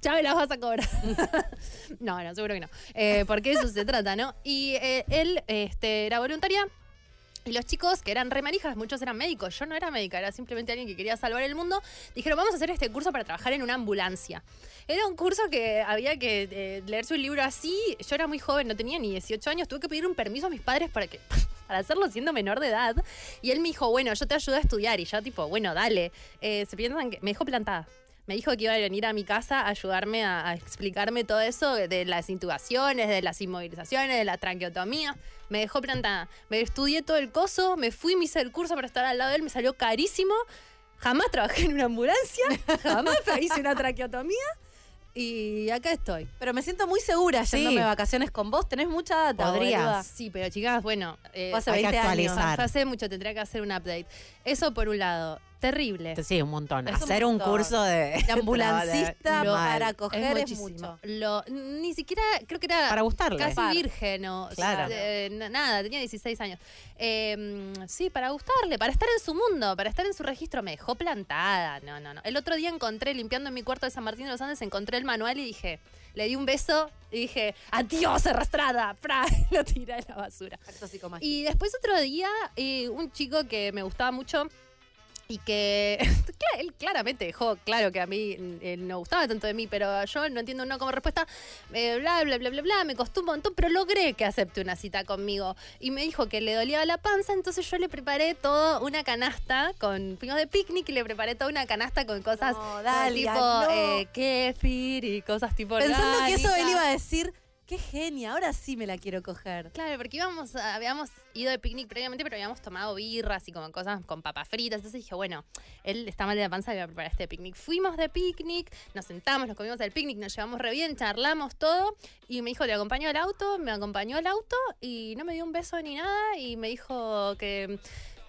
ya me las vas a cobrar. no, no, seguro que no. Eh, porque de eso se trata, ¿no? Y eh, él este, era voluntaria. Y los chicos que eran remanijas, muchos eran médicos. Yo no era médica, era simplemente alguien que quería salvar el mundo. Dijeron, vamos a hacer este curso para trabajar en una ambulancia. Era un curso que había que eh, leerse un libro así. Yo era muy joven, no tenía ni 18 años. Tuve que pedir un permiso a mis padres para que [laughs] para hacerlo siendo menor de edad. Y él me dijo, bueno, yo te ayudo a estudiar. Y yo tipo, bueno, dale. Eh, se piensan que... Me dejó plantada. Me dijo que iba a venir a mi casa a ayudarme a, a explicarme todo eso de las intubaciones, de las inmovilizaciones, de la traqueotomía. Me dejó plantada. Me estudié todo el coso, me fui, me hice el curso para estar al lado de él, me salió carísimo. Jamás trabajé en una ambulancia, [laughs] jamás hice una traqueotomía. Y acá estoy. Pero me siento muy segura Sí. yéndome de vacaciones con vos. Tenés mucha data, Podrías. boluda. Sí, pero chicas, bueno. eh, Vos Ah. hace hay que 20 años. actualizar. hace mucho tendría que hacer un update. Eso por un lado. Terrible. Este, Sí, un montón. Es un Hacer un, montón. curso [laughs] de... De ambulancista Lo- para coger es, muchísimo. mucho. Lo- ni siquiera, creo que era Para gustarle. casi Par. virgen o Claro. eh, na- nada, tenía 16 años. Eh, mm, sí, para gustarle, para estar en su mundo, para estar en su registro. Me dejó plantada. No, no, no. El otro día encontré, limpiando en mi cuarto de San Martín de los Andes, encontré el manual y dije, le di un beso y dije, adiós, arrastrada. Fra, y [laughs] lo tiré a la basura. Acto psicomágico. Y después otro día, eh, un chico que me gustaba mucho y que [laughs] cla- él claramente dejó claro que a mí mm, él no gustaba tanto de mí, pero yo no entiendo un no como respuesta. eh, bla, bla, bla, bla, bla, me costó un montón, pero logré que acepte una cita conmigo. Y me dijo que le dolía la panza, entonces yo le preparé toda una canasta con fuimos de picnic y le preparé toda una canasta con cosas No, eh, Dalia, tipo no. eh, kéfir y cosas tipo Pensando que eso él orgánicas. iba a decir, qué genia, ahora sí me la quiero coger. Claro, porque íbamos, a- habíamos ido de picnic previamente, pero habíamos tomado birras y como cosas con papas fritas. Entonces dije, bueno, él está mal de la panza, le voy a preparar este picnic. Fuimos de picnic, nos sentamos, nos comimos al picnic, nos llevamos re bien, charlamos todo. Y me dijo, te acompaño al auto, me acompañó al auto y no me dio un beso ni nada. Y me dijo que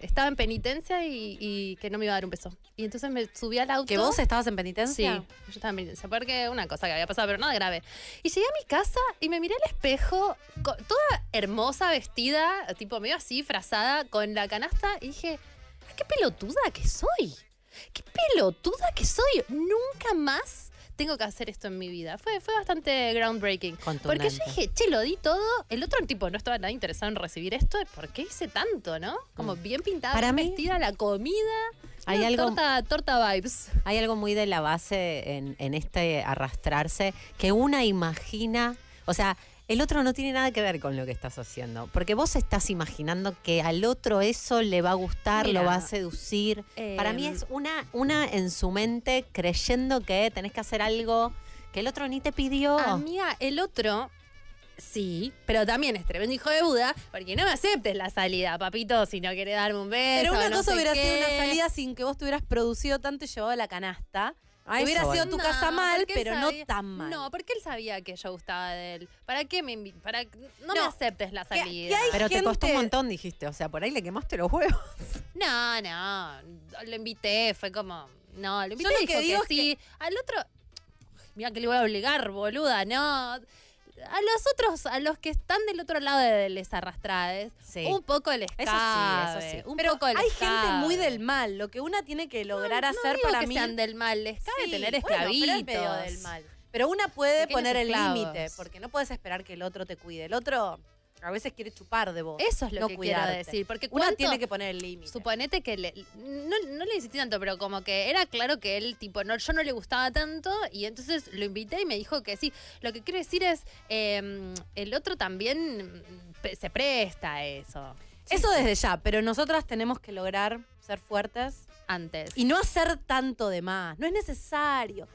estaba en penitencia y, y que no me iba a dar un beso. Y entonces me subí al auto. ¿Que vos estabas en Sí, penitencia? yo estaba en penitencia porque una cosa que había pasado, pero nada grave. Y llegué a mi casa y me miré al espejo, co- toda hermosa, vestida, tipo medio así, frazada, con la canasta, y dije, "Ah, qué pelotuda que soy. qué pelotuda que soy. Nunca más tengo que hacer esto en mi vida. Fue, fue bastante groundbreaking. Porque yo Contundente. dije, che, lo di todo. El otro tipo no estaba nada interesado en recibir esto. ¿Por qué hice tanto, no? Como bien pintada, Mm. Para bien mí- vestida, la comida. Hay Una algo- Torta, torta vibes. Hay algo muy de la base en, en este arrastrarse que una imagina, o sea, el otro no tiene nada que ver con lo que estás haciendo, porque vos estás imaginando que al otro eso le va a gustar, Mira, lo va a seducir. Para mí em, es una, una en su mente creyendo que tenés que hacer algo que el otro ni te Oh. pidió. Amiga, el otro, sí, pero también es tremendo hijo de Buda, porque no me aceptes la salida, papito, si no querés darme un beso. Pero una no cosa sé hubiera qué. sido una salida sin que vos te hubieras producido tanto y llevado a la canasta. A eso eh. hubiera voy. sido tu casa No, mal, porque él pero no sabía- tan mal. No, porque él sabía que yo gustaba de él. ¿Para qué me invi- para No, me No, aceptes la que- salida. que hay- Pero te costó un gente- montón, dijiste. O sea, por ahí le quemaste los huevos. No, no, lo invité, fue como... No, lo invité, lo dijo que que digo es sí. Al otro... Mira que le voy a obligar, boluda, no... A los otros, a los que están del otro lado de les arrastrades, Sí. un poco les sí, eso cabe. sí. [laughs] Un pero poco les hay gente cabe. muy del mal. Lo que una tiene que lograr No hacer digo para que mí. sean del mal, les cabe Sí, tener bueno, pero es esclavitos. medio del mal. Pero una puede Pequeños poner esclavos. el límite, porque no puedes esperar que el otro te cuide. El otro a veces quiere chupar de vos. Eso es lo no que cuidarte. quiero decir. Porque Una cuánto- tiene que poner el límite. Suponete que le- no, no le insistí tanto, pero como que era claro que él, tipo, no, yo no le gustaba tanto y entonces lo invité y me dijo que sí. Lo que quiero decir es, eh, el otro también mm, pe- se presta a eso Eso desde ya, pero nosotras tenemos que lograr ser fuertes antes. y no hacer tanto de más. No es necesario.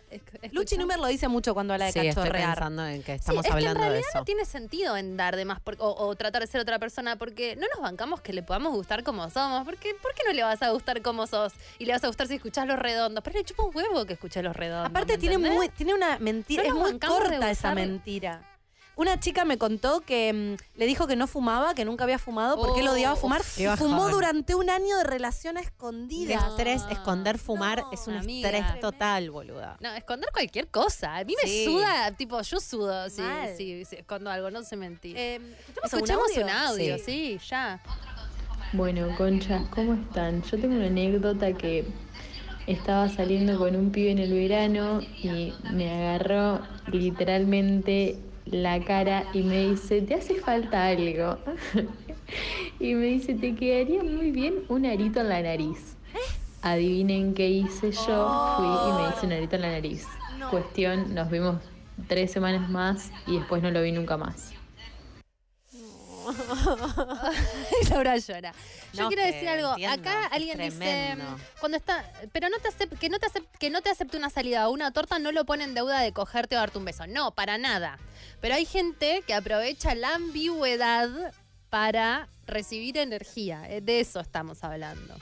Luchi Numer lo dice mucho cuando habla de Sí, estoy cachorrear. pensando en que Sí, estamos es que en hablando de realidad eso. no tiene sentido en dar de más por- o, o tratar de ser otra persona porque no nos bancamos que le podamos gustar como somos. Porque, ¿Por qué no le vas a gustar como sos? Y le vas a gustar si escuchás los redondos. Pero le chupa un huevo que escuché los redondos. Aparte ¿me tiene, entendés? muy- tiene una mentira, No es nos muy bancamos de corta esa usar- mentira. Una chica me contó que mm, le dijo que no fumaba, que nunca había fumado porque él Oh, odiaba fumar. qué Y fumó bajón. durante un año de relación a De escondidas. estrés, esconder, fumar, No, es un amiga. estrés total, boluda. No, esconder cualquier cosa. A mí me Sí. suda, tipo, yo sudo si, Mal. si- si escondo algo, no se mentí. Eh, Escuchamos un audio, Sí. sí, ya. Bueno, conchas, ¿cómo están? Yo tengo una anécdota que estaba saliendo con un pibe en el verano y me agarró literalmente la cara y me dice, ¿te hace falta algo? y me dice, te quedaría muy bien un arito en la nariz. Adivinen qué hice yo, fui y me hice un arito en la nariz. Cuestión, nos vimos tres semanas más y después no lo vi nunca más. [laughs] Laura llora. Yo No, quiero que decir algo. entiendo, Acá es alguien dice, tremendo. mm, cuando está, pero no te acep- que no te acep- que no te acepte una salida o una torta, no lo pone en deuda de cogerte o darte un beso. No, para nada. Pero hay gente que aprovecha la ambigüedad para recibir energía. Eh, De eso estamos hablando.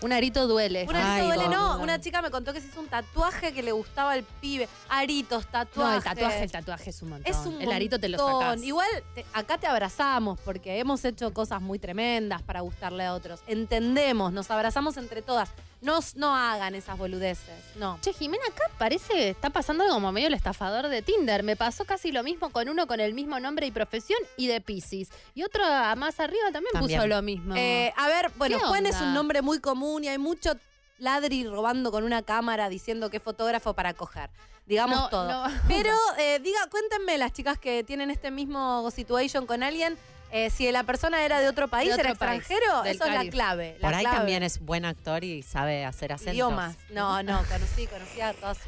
Un arito duele. Un arito Ay, duele, no. boluda. Una chica me contó que se hizo un tatuaje que le gustaba al pibe. Aritos, tatuajes. No, el tatuaje, el tatuaje es un montón. Es un el arito te lo montón. sacas. Igual te- acá te abrazamos porque hemos hecho cosas muy tremendas para gustarle a otros. Entendemos, nos abrazamos entre todas. No, no hagan esas boludeces, no. Che, Jimena, acá parece está pasando algo como medio el estafador de Tinder. Me pasó casi lo mismo con uno con el mismo nombre y profesión y de Pisces. Y otro a- más arriba también, También. puso lo mismo. Eh, a ver, bueno, ¿Qué Juan es onda? un nombre muy común y hay mucho ladri robando con una cámara diciendo que es fotógrafo para coger. Digamos No, todo. [laughs] no. Pero eh, diga, cuéntenme las chicas que tienen este mismo situation con alguien, eh, si la persona era de otro país, otro era país, extranjero, del eso es la Caribe. clave. la Por ahí clave. también es buen actor y sabe hacer acentos. idiomas. No, no, conocí, conocí a toda su.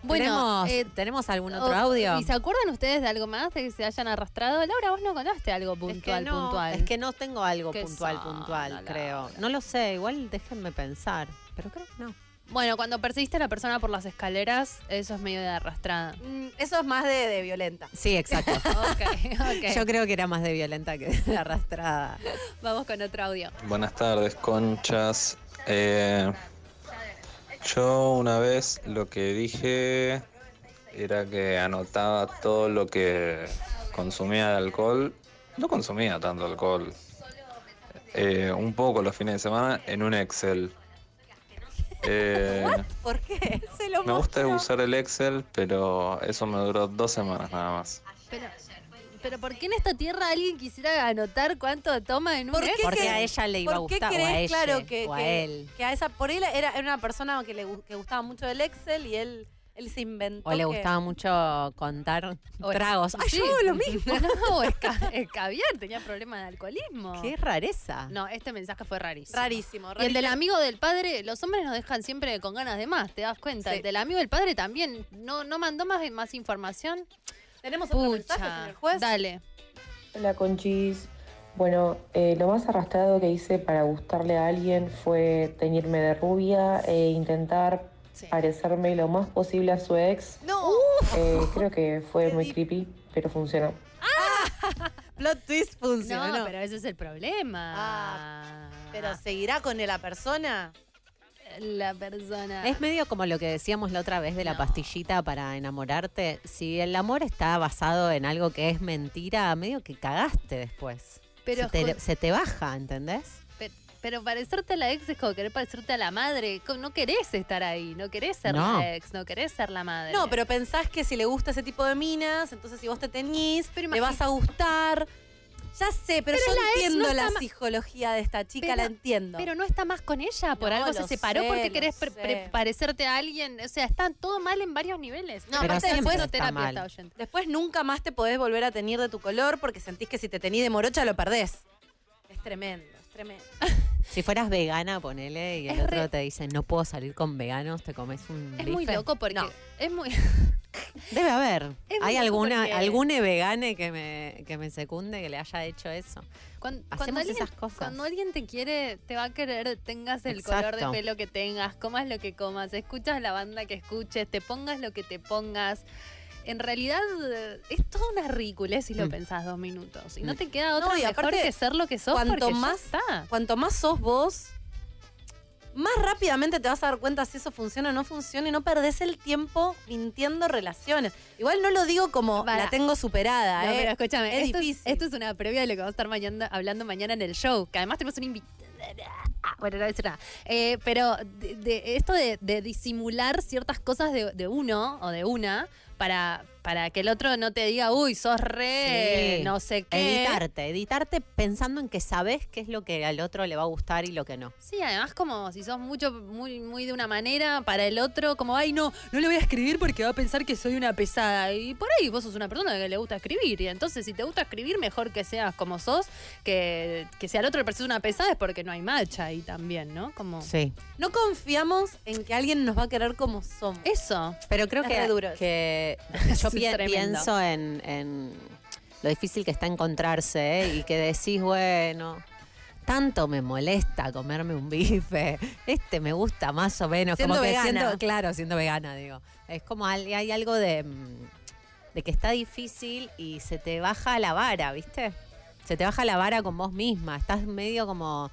bueno, ¿Tenemos, eh, ¿tenemos algún o- otro audio? ¿Y se acuerdan ustedes de algo más de que se hayan arrastrado? Laura, vos no contaste algo puntual, es que no, puntual. Es que no tengo algo Qué puntual, sana, puntual, Laura. creo. No lo sé, igual déjenme pensar. Pero creo que no. Bueno, cuando perseguiste a la persona por las escaleras, eso es medio de arrastrada. Mm, Eso es más de, de violenta. Sí, [laughs] exacto. [laughs] ok, ok. Yo creo que era más de violenta que de arrastrada. Vamos con otro audio. Buenas tardes, conchas. Eh, yo una vez lo que dije era que anotaba todo lo que consumía de alcohol. No consumía tanto alcohol. Eh, un poco los fines de semana en un Excel. Eh, ¿Por qué? [laughs] Se lo me gusta mostró. Ah, usar el Excel, pero eso me duró dos semanas nada más. Pero, Pero ¿por qué en esta tierra alguien quisiera anotar cuánto toma en un ¿Por qué ex? Porque crees- a ella le iba a ¿Por qué gustar, o a crees, ella, claro, que, o a que- él? que a esa, por él era, era una persona que le gu- que gustaba mucho el Excel y él, él se inventó. O le que- gustaba mucho contar O- tragos. ¡Ay, sí. yo hago lo mismo! [laughs] No, o esca- escabiar, tenía problemas de alcoholismo. ¡Qué rareza! No, este mensaje fue rarísimo. Rarísimo, Y el del rarísimo. amigo del padre, los hombres nos dejan siempre con ganas de más, ¿te das cuenta? Sí. El del amigo del padre también, no, no mandó más, más información. Tenemos otro mensaje, señor juez. Dale. Hola Conchis. Bueno, eh, lo más arrastrado que hice para gustarle a alguien fue teñirme de rubia e intentar parecerme lo más posible a su ex. No. Uh. Eh, creo que fue muy creepy, pero funcionó. Ah. [laughs] Plot twist funcionó. No, pero ese es el problema. Ah, pero ¿seguirá con la persona? La persona. Es medio como lo que decíamos la otra vez de la pastillita para enamorarte. Si el amor está basado en algo que es mentira, medio que cagaste después. Pero se, te, escu- se te baja, ¿entendés? Pe- Pero parecerte a la ex es como querer parecerte a la madre. Co- No querés estar ahí, no querés ser No. la ex, no querés ser la madre. No, pero pensás que si le gusta ese tipo de minas, entonces si vos te teñís, le imagi- vas a gustar. Ya sé, pero, Pero yo la ex entiendo no está la ma- psicología de esta chica, la entiendo. Pero no está más con ella, por No, algo se lo separó sé, porque lo querés pre- sé. pre- parecerte a alguien. O sea, está todo mal en varios niveles. No, Pero aparte siempre después, está terapia mal. está oyente. después nunca más te podés volver a teñir de tu color porque sentís que si te tenís de morocha lo perdés. Es tremendo, es tremendo. Si fueras vegana, ponele, y el Es otro re- te dice, no puedo salir con veganos, te comes un Es muy bife". loco porque es muy [laughs] Debe haber. Es muy ¿Hay loco alguna, porque- alguna vegane que me, que me secunde que le haya hecho eso? Cuan- Cuando, Hacemos alguien, esas cosas. Cuando alguien te quiere, te va a querer, tengas el color de Exacto. pelo que tengas, comas lo que comas, escuchas la banda que escuches, te pongas lo que te pongas. En realidad eh, es toda una ridiculez si lo pensás dos minutos. Y no te queda otra Mm. No, y mejor aparte, que ser lo que sos cuanto porque ya más- está. Cuanto más sos vos, más rápidamente te vas a dar cuenta si eso funciona o no funciona y no perdés el tiempo mintiendo relaciones. Igual no lo digo como Para. la tengo superada, No, ¿eh? pero escúchame, es esto es, difícil. esto es una previa de lo que vamos a estar mañana, hablando mañana en el show, que además tenemos un invitado. Ah, Bueno, no voy a decir nada. Eh, pero de, de- esto de, de disimular ciertas cosas de, de uno o de una para, para que el otro no te diga, uy, sos re, Sí. no sé qué. Editarte, editarte pensando en que sabes qué es lo que al otro le va a gustar y lo que no. Sí, además como si sos mucho, muy, muy de una manera, para el otro, como, ay, no, no le voy a escribir porque va a pensar que soy una pesada. Y por ahí vos sos una persona que le gusta escribir. Y entonces, si te gusta escribir, mejor que seas como sos, que, que si al otro le pareces una pesada es porque no hay marcha ahí también, ¿no? Como... Sí. No confiamos en que alguien nos va a querer como somos. Eso. Pero creo Es que, re duro eso. [laughs] que yo Es pi- tremendo. pienso en, en lo difícil que está encontrarse ¿eh? y que decís, bueno, tanto me molesta comerme un bife, este me gusta más o menos, Siendo como que vegana. siendo, claro, siendo vegana, digo. Es como al- hay algo de, mm, de que está difícil y se te baja la vara, ¿viste? Se te baja la vara con vos misma, estás medio como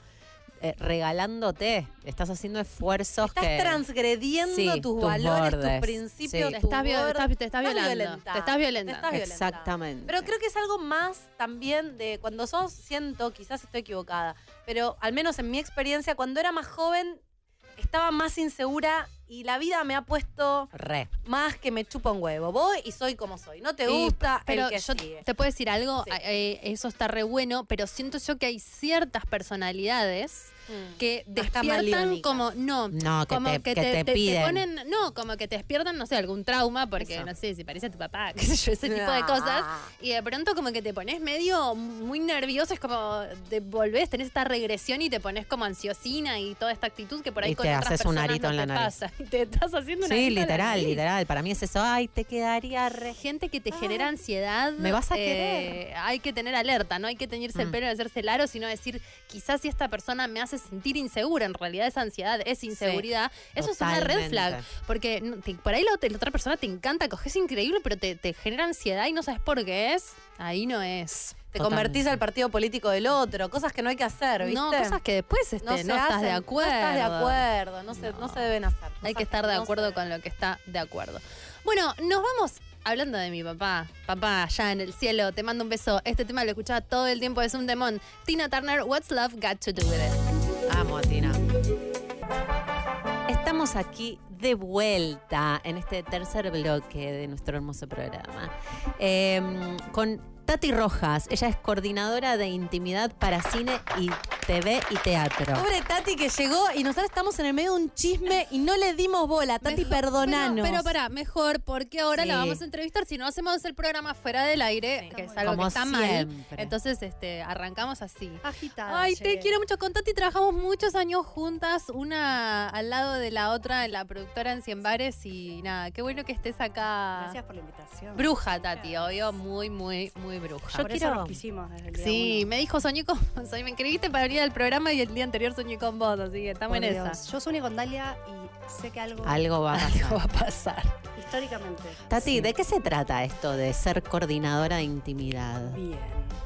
eh, regalándote, estás haciendo esfuerzos Estás que... transgrediendo Sí, tus, tus valores, bordes, tus principios. sí. tus Estás vio- bordes. estás- te estás violando, te estás violentando. violentando. Exactamente. Pero creo que es algo más también de cuando sos, siento, quizás estoy equivocada, pero al menos en mi experiencia, cuando era más joven, estaba más insegura y la vida me ha puesto Re. más que me chupa un huevo. Voy y soy como soy. No te Y- gusta, pero el que yo sigue. te puedo decir algo, eh, eso está re bueno, pero siento yo que hay ciertas personalidades Mm. que despiertan camaleónicas. como no, No, que como te- que te piden. ponen no como que te despiertan no sé algún trauma porque Eso. no sé si parece a tu papá [laughs] qué sé yo ese tipo Ah. de cosas y de pronto como que te pones medio muy nervioso es como te volvés tenés esta regresión y te pones como ansiosina y toda esta actitud que por ahí Y con te otras haces un personas arito no en la te nariz. pasa. [laughs] te estás haciendo un Sí, arito en la literal, nariz. literal. Para mí es eso, ay, te quedaría re... gente que te genera ansiedad. me vas a eh, querer. hay que tener alerta, no hay que teñirse el Mm. pelo y hacerse el aro, sino decir, quizás si esta persona me hace sentir insegura, en realidad es ansiedad, es inseguridad. Eso es una red flag. totalmente. Porque no, te- por ahí la, otra- la otra persona te encanta, coges increíble, pero te, te genera ansiedad y no sabes por qué es. Ahí no es. Te convertís al partido político del otro, cosas que no hay que hacer, ¿viste? No, cosas que después este, no, se estás hacen, de acuerdo. No estás de acuerdo, no se, no. se deben hacer. Hay que estar de acuerdo con lo que está de acuerdo. Bueno, nos vamos hablando de mi papá. Papá, allá en el cielo, te mando un beso. Este tema lo escuchaba todo el tiempo, es un demon. Tina Turner, What's Love Got to Do With It? Amo a Tina. Estamos aquí de vuelta en este tercer bloque de nuestro hermoso programa. Eh, con Tati Rojas, ella es coordinadora de intimidad para cine y TV y teatro. Pobre Tati que llegó y nosotros estamos en el medio de un chisme y no le dimos bola. Tati, perdonanos. Pero, pero pará, mejor, porque ahora Sí. la vamos a entrevistar. Si no hacemos el programa fuera del aire, que es algo Como que está mal. siempre. Entonces, este, arrancamos así. Agitada. Ay, llegué. te quiero mucho. Con Tati trabajamos muchos años juntas, una al lado de la otra, en la productora en Cien Bares. Y nada, qué bueno que estés acá. Gracias por la invitación. Bruja, Tati, obvio, muy, muy, muy bruja. Yo quiero. Eso nos quisimos desde el día Sí, uno. me dijo soñé con [laughs] vos. Me inscribiste para venir al programa y el día anterior soñé con vos, así que estamos Por en Dios. esa. Yo soñé con Dalia y sé que algo. Algo va a pasar. Algo va a pasar. Históricamente. Tati, ¿de qué se trata esto de ser coordinadora de intimidad? Bien.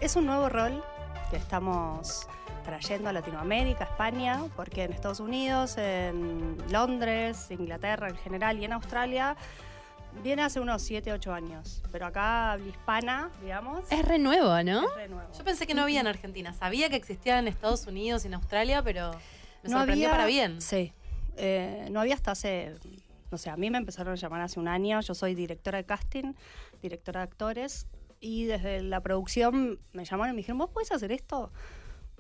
Es un nuevo rol que estamos trayendo a Latinoamérica, España, porque en Estados Unidos, en Londres, Inglaterra en general y en Australia viene hace unos 7, 8 años. Pero acá habla hispana, digamos. Es re nuevo, ¿no? Es re nuevo. Yo pensé que no había en Argentina. Sabía que existía en Estados Unidos y en Australia, pero me no sorprendió había, para bien. Sí. Eh, no había hasta hace, no sé, a mí me empezaron a llamar hace un año. Yo soy directora de casting, directora de actores. Y desde la producción me llamaron y me dijeron, ¿vos podés hacer esto?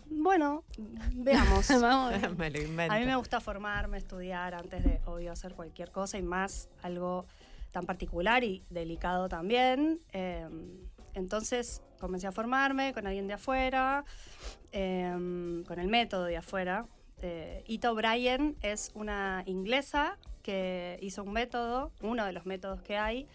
Bueno, veamos. Vamos. me lo invento. A mí me gusta formarme, estudiar antes de, obvio, hacer cualquier cosa y más algo tan particular y delicado también. Eh, entonces comencé a formarme con alguien de afuera, eh, con el método de afuera. Eh, Ita O'Brien es una inglesa que hizo un método, uno de los métodos que hay,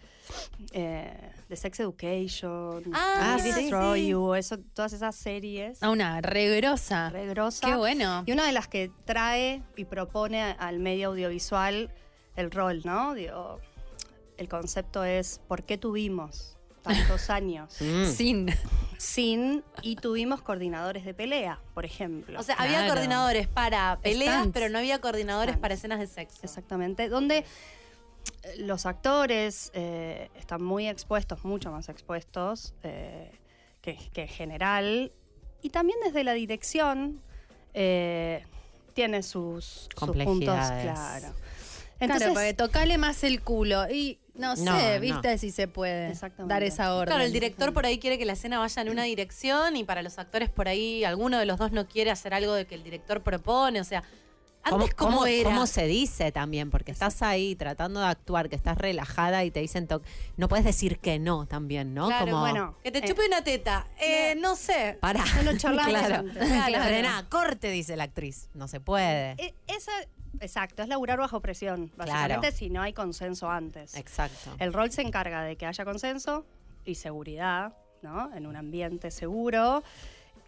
eh, de Sex Education, Ah, I sí, Destroy sí. You, eso, todas esas series. A Ah, una regrosa. Grosa. Qué bueno. Y una de las que trae y propone al medio audiovisual el rol, ¿no? Digo, el concepto es ¿por qué tuvimos tantos años Sin. sin y tuvimos coordinadores de pelea, por ejemplo? O sea, había Claro. coordinadores para peleas, pero no había coordinadores para escenas de sexo. Exactamente, donde eh, los actores eh, están muy expuestos, mucho más expuestos eh, que, que en general. Y también desde la dirección eh, tiene sus, sus puntos Complejidades. claro. claro, porque tocale más el culo. Y no sé, No, no. viste si se puede dar esa orden. Claro, el director por ahí quiere que la escena vaya en una dirección y para los actores por ahí alguno de los dos no quiere hacer algo de que el director propone, o sea, antes cómo, era. cómo se dice también? Porque estás ahí tratando de actuar, que estás relajada y te dicen, to- no puedes decir que no también, ¿no? Claro, Como, bueno. Que te chupe una teta. Eh, no sé. Pará. No lo charlamos [laughs] claro, antes. claro. Claro. Frená, corte, dice la actriz. No se puede. Eh, E- esa, exacto, [clears throat] es laburar bajo presión, básicamente, Claro. si no hay consenso antes. Exacto. El rol se encarga de que haya consenso y seguridad, ¿no? En un ambiente seguro,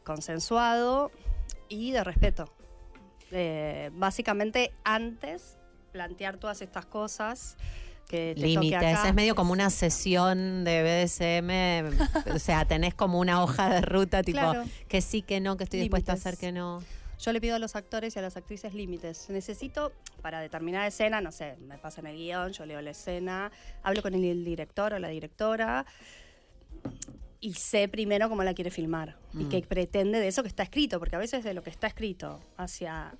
consensuado y de respeto. Eh, básicamente, antes plantear todas estas cosas que te toque Límites, acá. es medio como una sesión de BDSM, o sea, tenés como una hoja de ruta tipo Claro. que sí, que no, que estoy dispuesta a Límites. hacer que no. Yo le pido a los actores y a las actrices límites. Necesito, para determinada escena, no sé, me pasan el guión, yo leo la escena, hablo con el, el director o la directora y sé primero cómo la quiere filmar y Mm. qué pretende de eso que está escrito, porque a veces de lo que está escrito hacia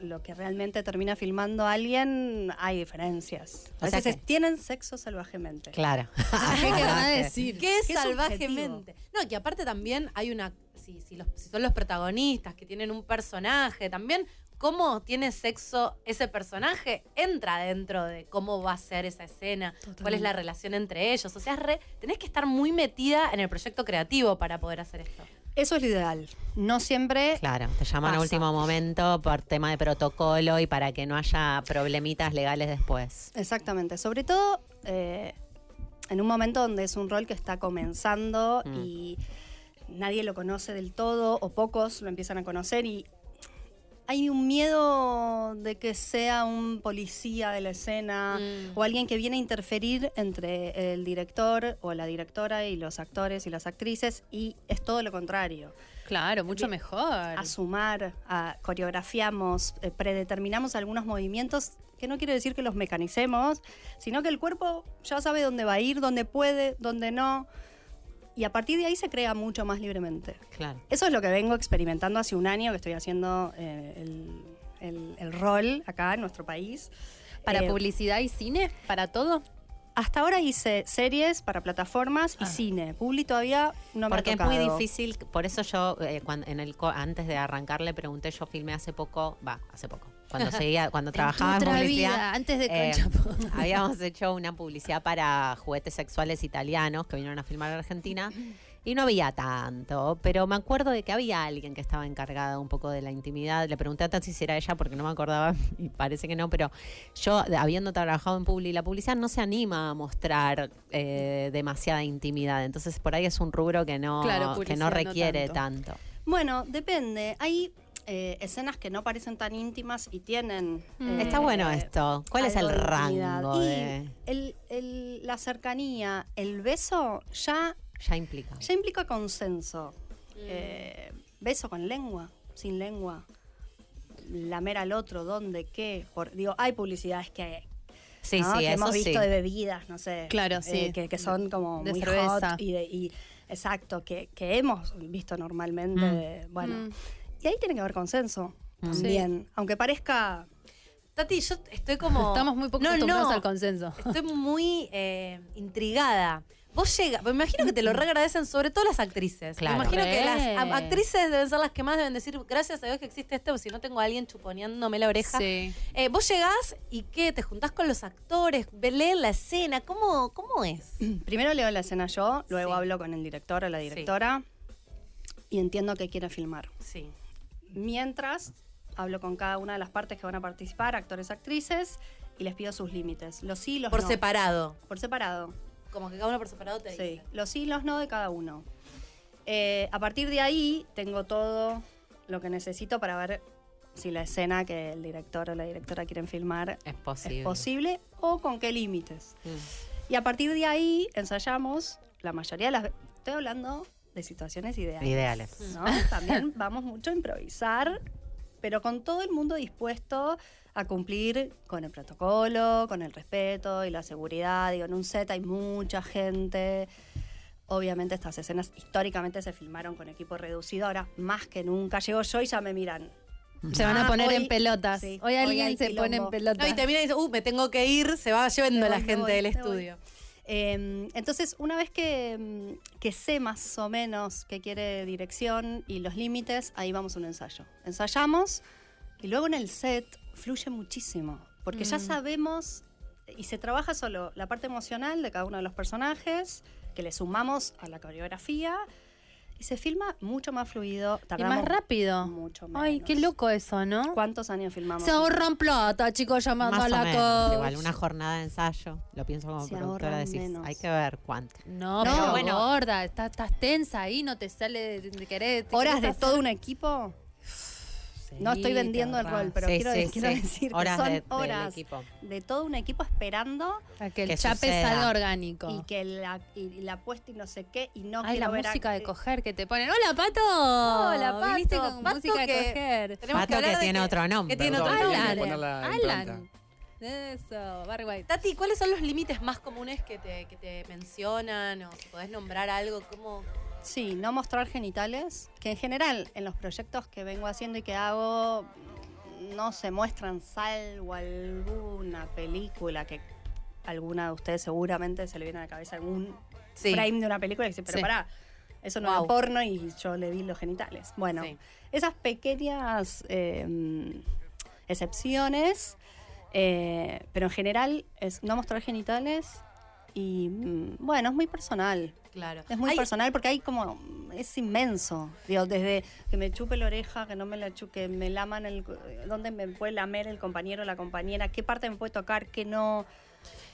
lo que realmente termina filmando alguien hay diferencias. A O sea veces es- tienen sexo salvajemente. Claro. ¿Qué querrá Salvaje. Ah, decir? Qué salvajemente. No, que aparte también hay una. Si, si los, si son los protagonistas que tienen un personaje, también cómo tiene sexo ese personaje entra dentro de cómo va a ser esa escena, cuál es la relación entre ellos. O sea, es re- tenés que estar muy metida en el proyecto creativo para poder hacer esto. Eso es lo ideal. No siempre Claro, te llaman a Pasa. último momento por tema de protocolo y para que no haya problemitas legales después. Exactamente, sobre todo eh, en un momento donde es un rol que está comenzando Mm. y nadie lo conoce del todo o pocos lo empiezan a conocer y hay un miedo de que sea un policía de la escena o alguien que viene a interferir entre el director o la directora y los actores y las actrices y es todo lo contrario. Claro, mucho mejor. A sumar, a- coreografiamos, eh, predeterminamos algunos movimientos que no quiere decir que los mecanicemos, sino que el cuerpo ya sabe dónde va a ir, dónde puede, dónde no. Y a partir de ahí se crea mucho más libremente. Claro. Eso es lo que vengo experimentando hace un año que estoy haciendo eh, el, el- el rol acá en nuestro país. ¿Para Eh, publicidad y cine? ¿Para todo? hasta ahora hice series para plataformas y cine. Publi todavía no me Ah. Porque ha es tocado. muy difícil, por eso yo eh, cuan- en el, co- antes de arrancar le pregunté, yo filmé hace poco, va, hace poco, [laughs] cuando seguía, cuando En trabajaba en tu otra publicidad, vida, antes de eh, Conchapo. [laughs] habíamos hecho una publicidad para juguetes sexuales italianos que vinieron a filmar a Argentina y no había tanto, pero me acuerdo de que había alguien que estaba encargada un poco de la intimidad. Le pregunté a Tati si era ella porque no me acordaba [laughs] y parece que no, pero yo, de- habiendo trabajado en Publi, la publicidad no se anima a mostrar eh, demasiada intimidad. Entonces, por ahí es un rubro que no, Claro, que publicidad no no requiere tanto. tanto. Bueno, depende. Hay eh, escenas que no parecen tan íntimas y tienen. eh, Está bueno esto. ¿Cuál es el algo de intimidad. rango? Y de- el- el- la cercanía, el beso ya, ya implica. ya implica consenso. Eh, beso con lengua, sin lengua. Lamer al otro, dónde, qué. Por, digo, hay publicidades que, Sí, ¿no? sí, que eso hemos visto sí. de bebidas, no sé. Claro, eh, sí. que, que son como De muy cerveza. hot y, de- y- exacto, que, que hemos visto normalmente. Mm. de- bueno, Mm. y ahí tiene que haber consenso Mm. también, aunque parezca. Tati, yo estoy como. Estamos muy poco No, acostumbrados no. al consenso. Estoy muy eh, intrigada. Vos llegas, me imagino que te lo reagradecen sobre todo las actrices. Claro. Me imagino que Re. las a- actrices deben ser las que más deben decir, gracias a Dios que existe esto, porque si no tengo a alguien chuponeándome la oreja. Sí. Eh, vos llegás y qué, te juntás con los actores, ve- leen la escena, ¿cómo, cómo es? Primero leo la escena yo, luego hablo con el director o la directora y entiendo qué quiere filmar. Sí. Mientras, hablo con cada una de las partes que van a participar, actores, actrices, y les pido sus límites. Los sí, los Por no. separado. Por separado. Como que cada uno por separado te Sí, los sí, los no de cada uno. Eh, a partir de ahí, tengo todo lo que necesito para ver si la escena que el director o la directora quieren filmar Es posible. Mm. es posible o con qué límites. Y a partir de ahí ensayamos la mayoría de las ve- Estoy hablando de situaciones ideales. Ideales. ¿no? [laughs] También vamos mucho a improvisar, pero con todo el mundo dispuesto a cumplir con el protocolo, con el respeto y la seguridad. Digo, en un set hay mucha gente. Obviamente estas escenas históricamente se filmaron con equipo reducido, ahora más que nunca. Llego yo y ya me miran. Se van a Ah, poner hoy- en pelotas. sí, hoy alguien hay se pone en quilombo. pelotas. No, y termina y dice, uh, me tengo que ir, se va llevando Me la voy, me gente voy, del me voy. estudio. Eh, entonces, una vez que, mm, que sé más o menos qué quiere dirección y los límites, ahí vamos a un ensayo. Ensayamos y luego en el set fluye muchísimo, porque ya Mm. sabemos y se trabaja solo la parte emocional de cada uno de los personajes, que le sumamos a la coreografía. Y se filma mucho más fluido, Y tardamos más rápido. Mucho Ay, qué loco eso, ¿no? ¿Cuántos años filmamos? Se ahorran plata, chicos, llamando Más a o la menos, coach. igual una jornada de ensayo, lo pienso como Se productora, ahorran decís, menos. hay que ver cuánto. No, No, pero bueno. gorda, estás, estás tensa ahí, no te sale de, de querer. te horas de querés todo un equipo. no estoy te vendiendo el ahorras. rol, pero Sí, quiero, sí, quiero sí. decir Horas que son de- del horas equipo. de todo un equipo esperando A que el Que chape suceda. salga orgánico. y que la, y la puesta y no sé qué y no Ay, quiero la ver a- música de coger que te ponen. ¡Hola, Pato! Hola, Pato. Viniste con Pato música de que- coger. Tenemos Pato que hablar que de tiene que- otro nombre. que tiene otro Alan. nombre. Alan. Eso, Barry White. Tati, ¿cuáles son los límites más comunes que te, que te mencionan o si podés nombrar algo? ¿Cómo, Sí, no mostrar genitales, que en general en los proyectos que vengo haciendo y que hago no se muestran salvo alguna película que alguna de ustedes seguramente se le viene a la cabeza algún Sí. frame de una película y dice, pero Sí. pará, eso no Guau. era porno y yo le vi los genitales. Bueno, Sí. esas pequeñas eh, excepciones, eh, pero en general es no mostrar genitales y mm, bueno, es muy personal. Claro. Es muy Hay- personal porque hay como. Es inmenso. Digo, desde que me chupe la oreja, que no me la chupe, que me laman el. eh, ¿Dónde me puede lamer el compañero o la compañera? ¿Qué parte me puede tocar? ¿Qué no?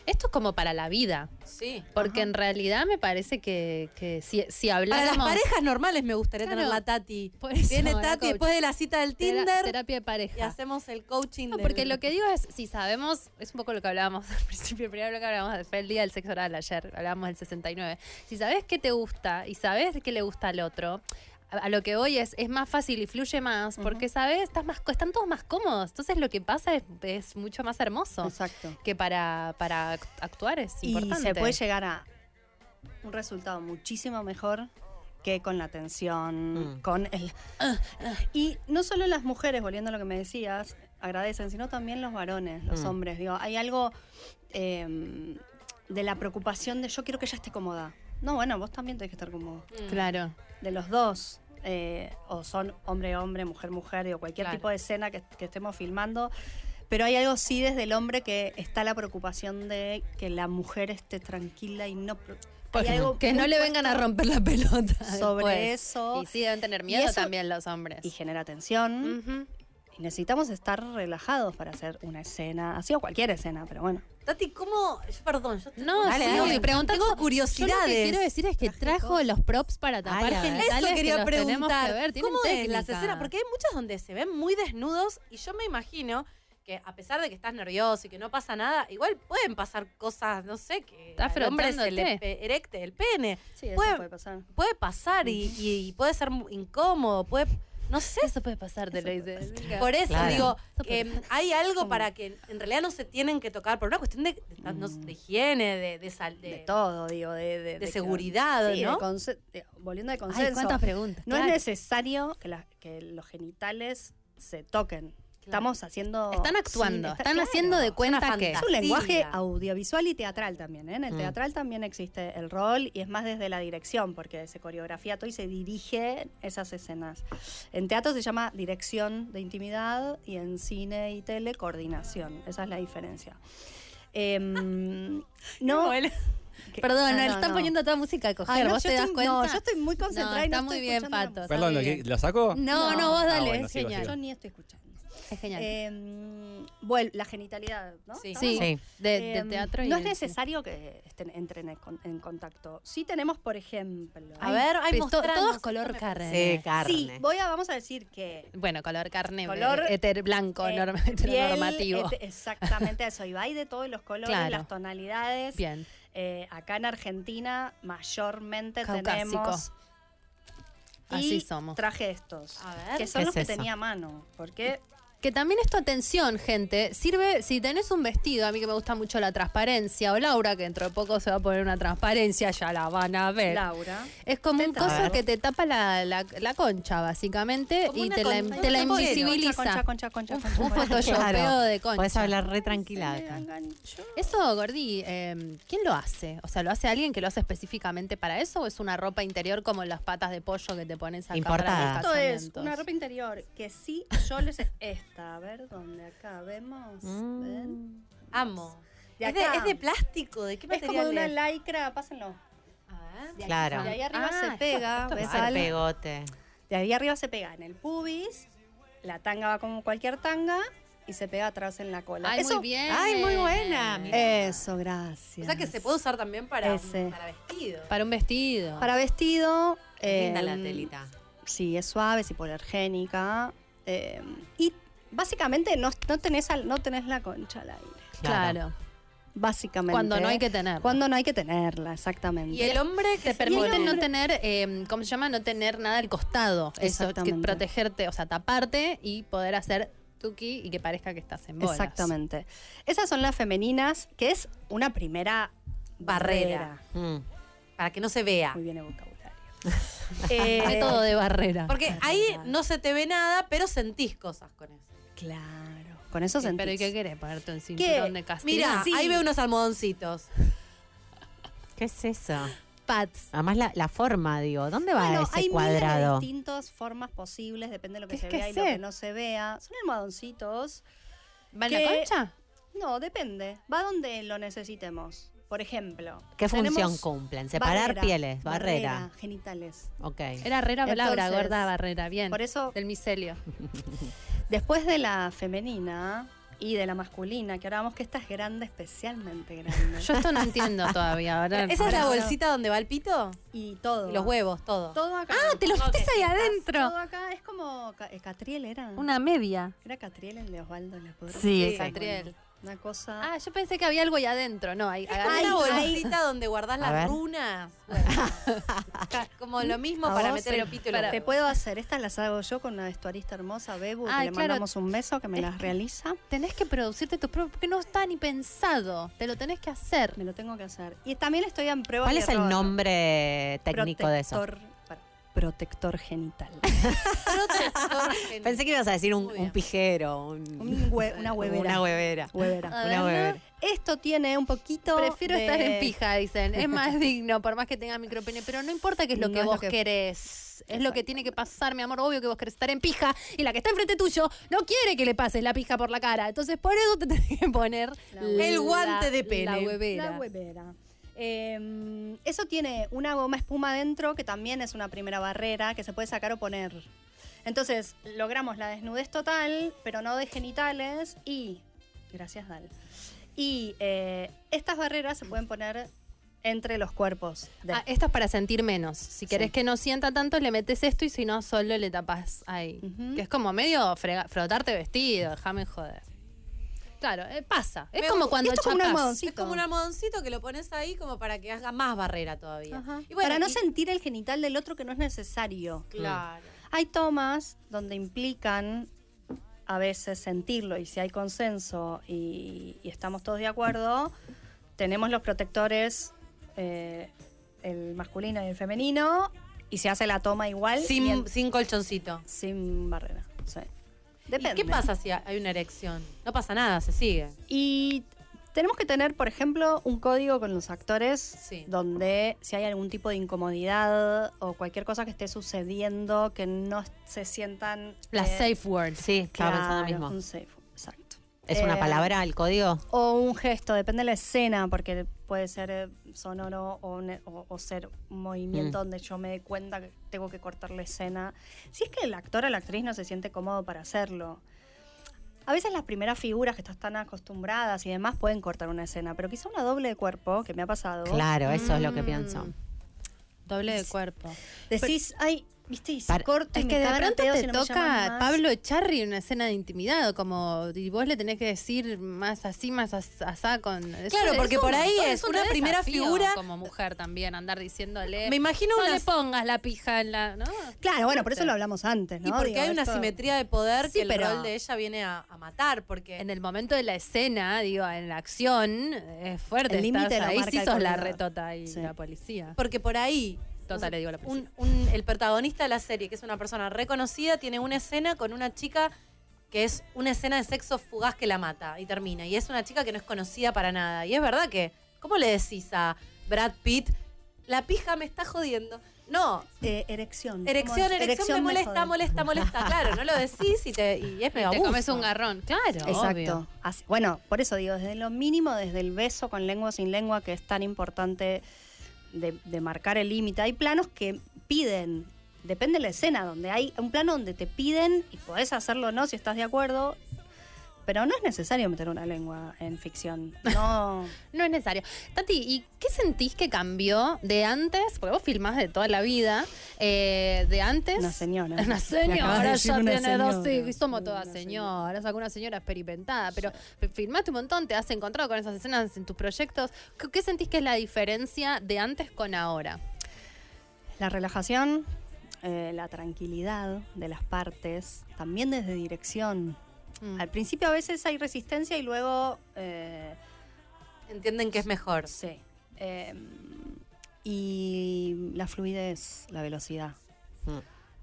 Esto es como para la vida. Sí. Porque en realidad me parece que, que si, si Para habláramos... las parejas normales me gustaría Claro. tener la Tati. Por eso, Viene la Tati coach. después de la cita del Tera- Tinder. terapia de pareja. Y hacemos el coaching. No, porque lo que digo es, si sabemos, es un poco lo que hablábamos [laughs] al principio, primero lo que hablábamos, fue el día del sexo oral ayer, hablábamos del 69. Si sabes qué te gusta y sabes qué le gusta al otro, a, a lo que voy es, es más fácil y fluye más, porque sabes, estás más, co- están todos más cómodos. Entonces lo que pasa es, es mucho más hermoso. Exacto. Que para, para act- actuar es importante. Y se puede llegar a un resultado muchísimo mejor que con la tensión, con el... "Ah, ah". Y no solo las mujeres, volviendo a lo que me decías, agradecen, sino también los varones, los Mm. hombres. Digo, hay algo... eh, em, de la preocupación de yo quiero que ella esté cómoda. No, bueno, vos también tenés que estar cómodo. Mm. Claro. De los dos. eh, o son hombre-hombre, mujer-mujer, o cualquier Claro. tipo de escena que, que estemos filmando. Pero hay algo sí desde el hombre que está la preocupación de que la mujer esté tranquila y no... pro- Pues hay no. algo que no muy le vengan a romper la pelota. [laughs] sobre Ah, después. eso. Y sí, deben tener Y miedo eso- también los hombres. y genera tensión. Y necesitamos estar relajados para hacer una escena, así o cualquier escena, pero bueno. Tati, ¿cómo? yo- Perdón, yo No, Dale, sí, dale. pregunta- Tengo yo- Yo lo que curiosidades. quiero decir es que trajo los props para tapar Ay, a ver. genitales Eso quería que este, los tenemos preguntar. que ver. Tienen ¿Cómo es técnica. las escenas? Porque hay muchas donde se ven muy desnudos y yo me imagino que a pesar de que estás nervioso y que no pasa nada, igual pueden pasar cosas, no sé, que Estás al hombre se le frotándote. pe- erecte el pene. Sí, eso puede, puede pasar. puede pasar y, y- y puede ser mu- incómodo, puede... No sé. Eso puede pasar, te lo dice. Por eso Claro. digo, Eso puede eh, hay algo para que en realidad no se tienen que tocar, por una cuestión de, de- no sé, de higiene, de, de, sal- de- De todo, digo, de... de seguridad, sí, ¿no? de conse- de- volviendo de consenso. cuántas preguntas, No claro. es necesario que, la- que los genitales se toquen. Estamos haciendo... Están actuando, Sí, están haciendo de cuenta que. Es un lenguaje audiovisual y teatral también. ¿eh? En el Mm. teatral también existe el rol y es más desde la dirección, porque se coreografía todo y se dirige esas escenas. En teatro se llama dirección de intimidad y en cine y tele coordinación. Esa es la diferencia. Em, no. ¿Qué? Perdón, No, le no, están no. poniendo toda música de coger. Ay, no, ¿Vos yo te das estoy- cuenta? no, yo estoy muy concentrada y está no muy estoy bien, escuchando Pato. Perdón, ¿lo, está muy qui- ¿lo saco? bien. No, no, vos Ah, dale, bueno, es sigo, genial. sigo. Yo ni estoy escuchando. Es genial. Em, bueno, la genitalidad, ¿no? Sí. ¿Está Sí, bueno? de- de Em, teatro y No de- es necesario que estén, entren en, con- en contacto. Sí tenemos, por ejemplo... A ver, ay, pero to- mostranos, Todos esto color me carne. parece. Sí, carne. Sí, voy a, vamos a decir que... Bueno, color carne, Color, eh, heter- blanco, eh, norm- piel, normativo. et- exactamente eso. Y va ahí de todos los colores, Claro. las tonalidades. Bien. Eh, acá en Argentina mayormente Caucásico. tenemos... y Así somos. traje estos, ver. que son ¿Qué los es que eso? tenía a mano, porque Que también esto, atención, gente, sirve si tenés un vestido, a mí que me gusta mucho la transparencia, o Laura, que dentro de poco se va a poner una transparencia, ya la van a ver. Laura. Es como un Teta. A coso ver. que te tapa la, la- la concha, básicamente, y te la, te la invisibiliza. Concha, concha, concha, concha, Un concha. photoshopeo de concha. Podés hablar re tranquila acá. Eso, Gordi, eh, ¿quién lo hace? O sea, ¿lo hace alguien que lo hace específicamente para eso o es una ropa interior como las patas de pollo que te pones acá Importada. para los Esto es casamientos? una ropa interior que sí, yo les... Esta, a ver, ¿dónde acá vemos? ¿Ven? Amo. De es, de, acá. es de plástico, ¿de qué Es como material de una es? lycra, pásenlo. De ahí- Claro. De ahí arriba Ah, se pega, Esto ¿ves? va al Al- pegote. De ahí arriba se pega en el pubis, la tanga va como cualquier tanga y se pega atrás en la cola. Ay, Eso- muy Eh, bien. Ay, muy buena. Ah, Eso, gracias. O sea que se puede usar también para, Ese. para vestido. Para un vestido. Para vestido. Qué linda eh, la telita. Sí, es suave, es hipoalergénica. eh, y básicamente no, no, tenés al- no tenés la concha al aire. Claro. Básicamente. Cuando no hay que tenerla. Cuando no hay que tenerla, exactamente. Y el hombre que Te se permite pone- no tener, eh, ¿cómo se llama? No tener nada al costado. Eso, que Exactamente. protegerte, o sea, taparte y poder hacer tuki y que parezca que estás en bolas. Exactamente. Esas son las femeninas, que es una primera barrera. Barrera. Mm, para que no se vea. Muy bien el vocabulario. Eh, Método de barrera. Porque ahí no se te ve nada, pero sentís cosas con eso. Claro. Con eso Sí, Eh, Pero ¿y sentís. qué querés? Ponerte un cinturón de castillo. Mira, ahí veo unos almodoncitos. ¿Qué es eso? pads. Además, la, la forma, digo, ¿dónde va Bueno, hay ese miles cuadrado? de distintas formas posibles, depende de lo que ¿Qué se es que vea y sé? lo que no se vea. Son almohadoncitos. ¿Va en la que- concha? No, depende. Va donde lo necesitemos. Por ejemplo. ¿Qué función tenemos cumplen? Separar barrera, pieles, barrera. Genitales. Ok. Era Herrera Palabra, Entonces, gorda barrera, bien. Por eso, Del micelio. después de la femenina y de la masculina, que ahora vamos que esta es grande, especialmente grande. Yo esto no entiendo todavía. Ahora, ¿Esa es ahora- la bolsita donde va el pito? y todo. Y los huevos, todo. Todo acá. Ah, te lo Ok. metes ahí Estás- adentro. Todo acá es como. ca- eh, Catriel era. Una media. Era Catriel el de Osvaldo Leopoldo. Sí, Sí, Catriel. Una cosa. Ah, yo pensé que había algo ahí adentro. No, hay Hay Ay, una ay. bolsita donde guardás A ver. las runas. Bueno. Como lo mismo A para vos, meter el pito y los Te huevos. puedo hacer, estas las hago yo con una vestuarista hermosa, Bebu, Ay, que le claro. mandamos un beso que me Es las que- realiza. Tenés que producirte tus propios, porque no está ni pensado. Te lo tenés que hacer. Me lo tengo que hacer. Y también estoy en prueba. ¿Cuál y es el error. nombre técnico de eso? Protector- pará. protector genital. [laughs] Pensé que ibas a decir un, un pijero, un- Un hue- una huevera. Una huevera. Huevera. Una huevera. Esto tiene un poquito. Prefiero de- estar en pija, dicen. [laughs] Es más digno, por más que tenga micropene. Pero no importa qué es lo No que es lo vos que- querés. Es lo que tiene que pasar, mi amor. Obvio que vos querés estar en pija. Y la que está enfrente tuyo no quiere que le pases la pija por la cara. Entonces, por eso te [laughs] tenés que poner el la- guante de pene. La huevera. La huevera. Eh, eso tiene una goma espuma adentro que también es una primera barrera que se puede sacar o poner. Entonces, logramos la desnudez total, pero no de genitales y. Gracias, Dal. Y eh, estas barreras se pueden poner entre los cuerpos. de- Ah, esto es para sentir menos. Si querés que no sienta tanto, le metes esto y si no, solo le tapás ahí. Que es como medio frega- frotarte vestido, déjame joder. Claro, eh, pasa. Es Me como gusta. cuando Esto es como un chapás. Es como un almohadoncito que lo pones ahí como para que haga más barrera todavía. Y bueno, para no y- sentir el genital del otro que no es necesario. Claro. Hay tomas donde implican a veces sentirlo y si hay consenso y, y estamos todos de acuerdo, tenemos los protectores, eh, el masculino y el femenino, y se hace la toma igual. Sin- colchoncito. Sin barrera, sí. ¿Y qué pasa si hay una erección? No pasa nada, se sigue. Y tenemos que tener, por ejemplo, un código con los actores donde si hay algún tipo de incomodidad o cualquier cosa que esté sucediendo que no se sientan... La eh, safe word, sí, estaba pensando lo claro, mismo. un safe word, exacto. ¿Es una Eh, palabra el código? O un gesto, depende de la escena, porque puede ser eh, sonoro o, un- o- o ser un movimiento Mm. donde yo me dé cuenta que tengo que cortar la escena. Si es que el actor o la actriz no se siente cómodo para hacerlo. A veces las primeras figuras que estás tan acostumbradas y demás pueden cortar una escena, pero quizá una doble de cuerpo, que me ha pasado. Claro, eso es lo Mm. que pienso. Doble de cuerpo. Decís, ay, viste, y si Para- corto y es me que de cagan pronto pedos te y no me llaman toca más. Pablo Echarri en una escena de intimidado, como y vos le tenés que decir más así, más as- asá con. es- Claro, es porque un por ahí montón, es un una re primera desafío figura. como mujer también andar diciéndole. Me imagino no una- le pongas la pija en la, ¿no? Claro, bueno, por eso lo hablamos antes, ¿no? Y porque Digo, hay una esto- simetría de poder Sí, que el pero- rol de ella viene a, a matar, porque En el momento de la escena, digo, en la acción, es fuerte. El límite estás lo ahí marca sí el sos la coordinador. retota y la policía. porque por ahí Total, le digo la un- un- el protagonista de la serie, que es una persona reconocida, tiene una escena con una chica que es una escena de sexo fugaz que la mata y termina. Y es una chica que no es conocida para nada. Y es verdad que, ¿cómo le decís a Brad Pitt? La pija me está jodiendo. No. eh, erección. Erección, ¿Cómo es? erección, Erección me me molesta, jode. molesta, molesta. Claro, no lo decís y, te, [laughs] y es mega te comes buzo. un garrón, claro. Exacto. obvio. Así- bueno, por eso digo, desde lo mínimo, desde el beso con lengua o sin lengua, que es tan importante de, de marcar el límite. Hay planos que piden, depende de la escena, donde hay un plano donde te piden y podés hacerlo o no si estás de acuerdo. Pero no es necesario meter una lengua en ficción. No. No es necesario. Tati, ¿y qué sentís que cambió de antes? Porque vos filmás de toda la vida. eh, de antes. Una señora. [laughs] Una Me acabas de señora. Ahora decir ya una tiene dos señora. hijos y somos todas señoras. Algunas señoras experimentadas. Pero pe- filmaste un montón, te has encontrado con esas escenas en tus proyectos. ¿Qué, qué sentís que es la diferencia de antes con ahora? La relajación, eh, la tranquilidad de las partes, también desde dirección. Al principio a veces hay resistencia y luego... eh, Entienden que es mejor. Sí. Eh, Em, y la fluidez, la velocidad. Hmm.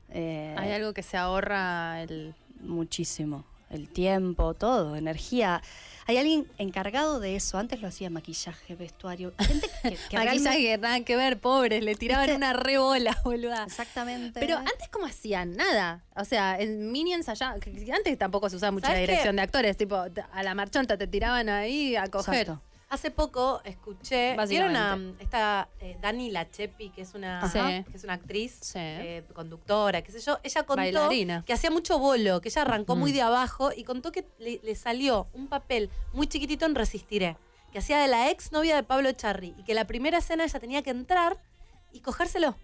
Eh, Hay algo que se ahorra el. Muchísimo. El tiempo, todo, energía. Hay alguien encargado de eso. Antes lo hacía maquillaje, vestuario. Gente que, [laughs] que realmente- Maquillaje, nada que ver, pobres, le tiraban ¿Viste? una rebola, [laughs] boluda. Exactamente. Pero antes, ¿cómo hacían? Nada. O sea, en Minions allá, que- que antes tampoco se usaba mucho la ¿Sabes qué? dirección de actores, tipo, t- a la marchonta te tiraban ahí a coger. Exacto. Hace poco escuché, vieron a um, Básicamente. esta eh, Dani Lachepi, que es una, Ajá. que es una actriz, eh, conductora, qué sé yo, ella contó Bailarina. Mm. que hacía mucho bolo, que ella arrancó muy de abajo y contó que le, le salió un papel muy chiquitito en Resistiré, que hacía de la ex novia de Pablo Charri y que la primera escena ella tenía que entrar y cogérselo.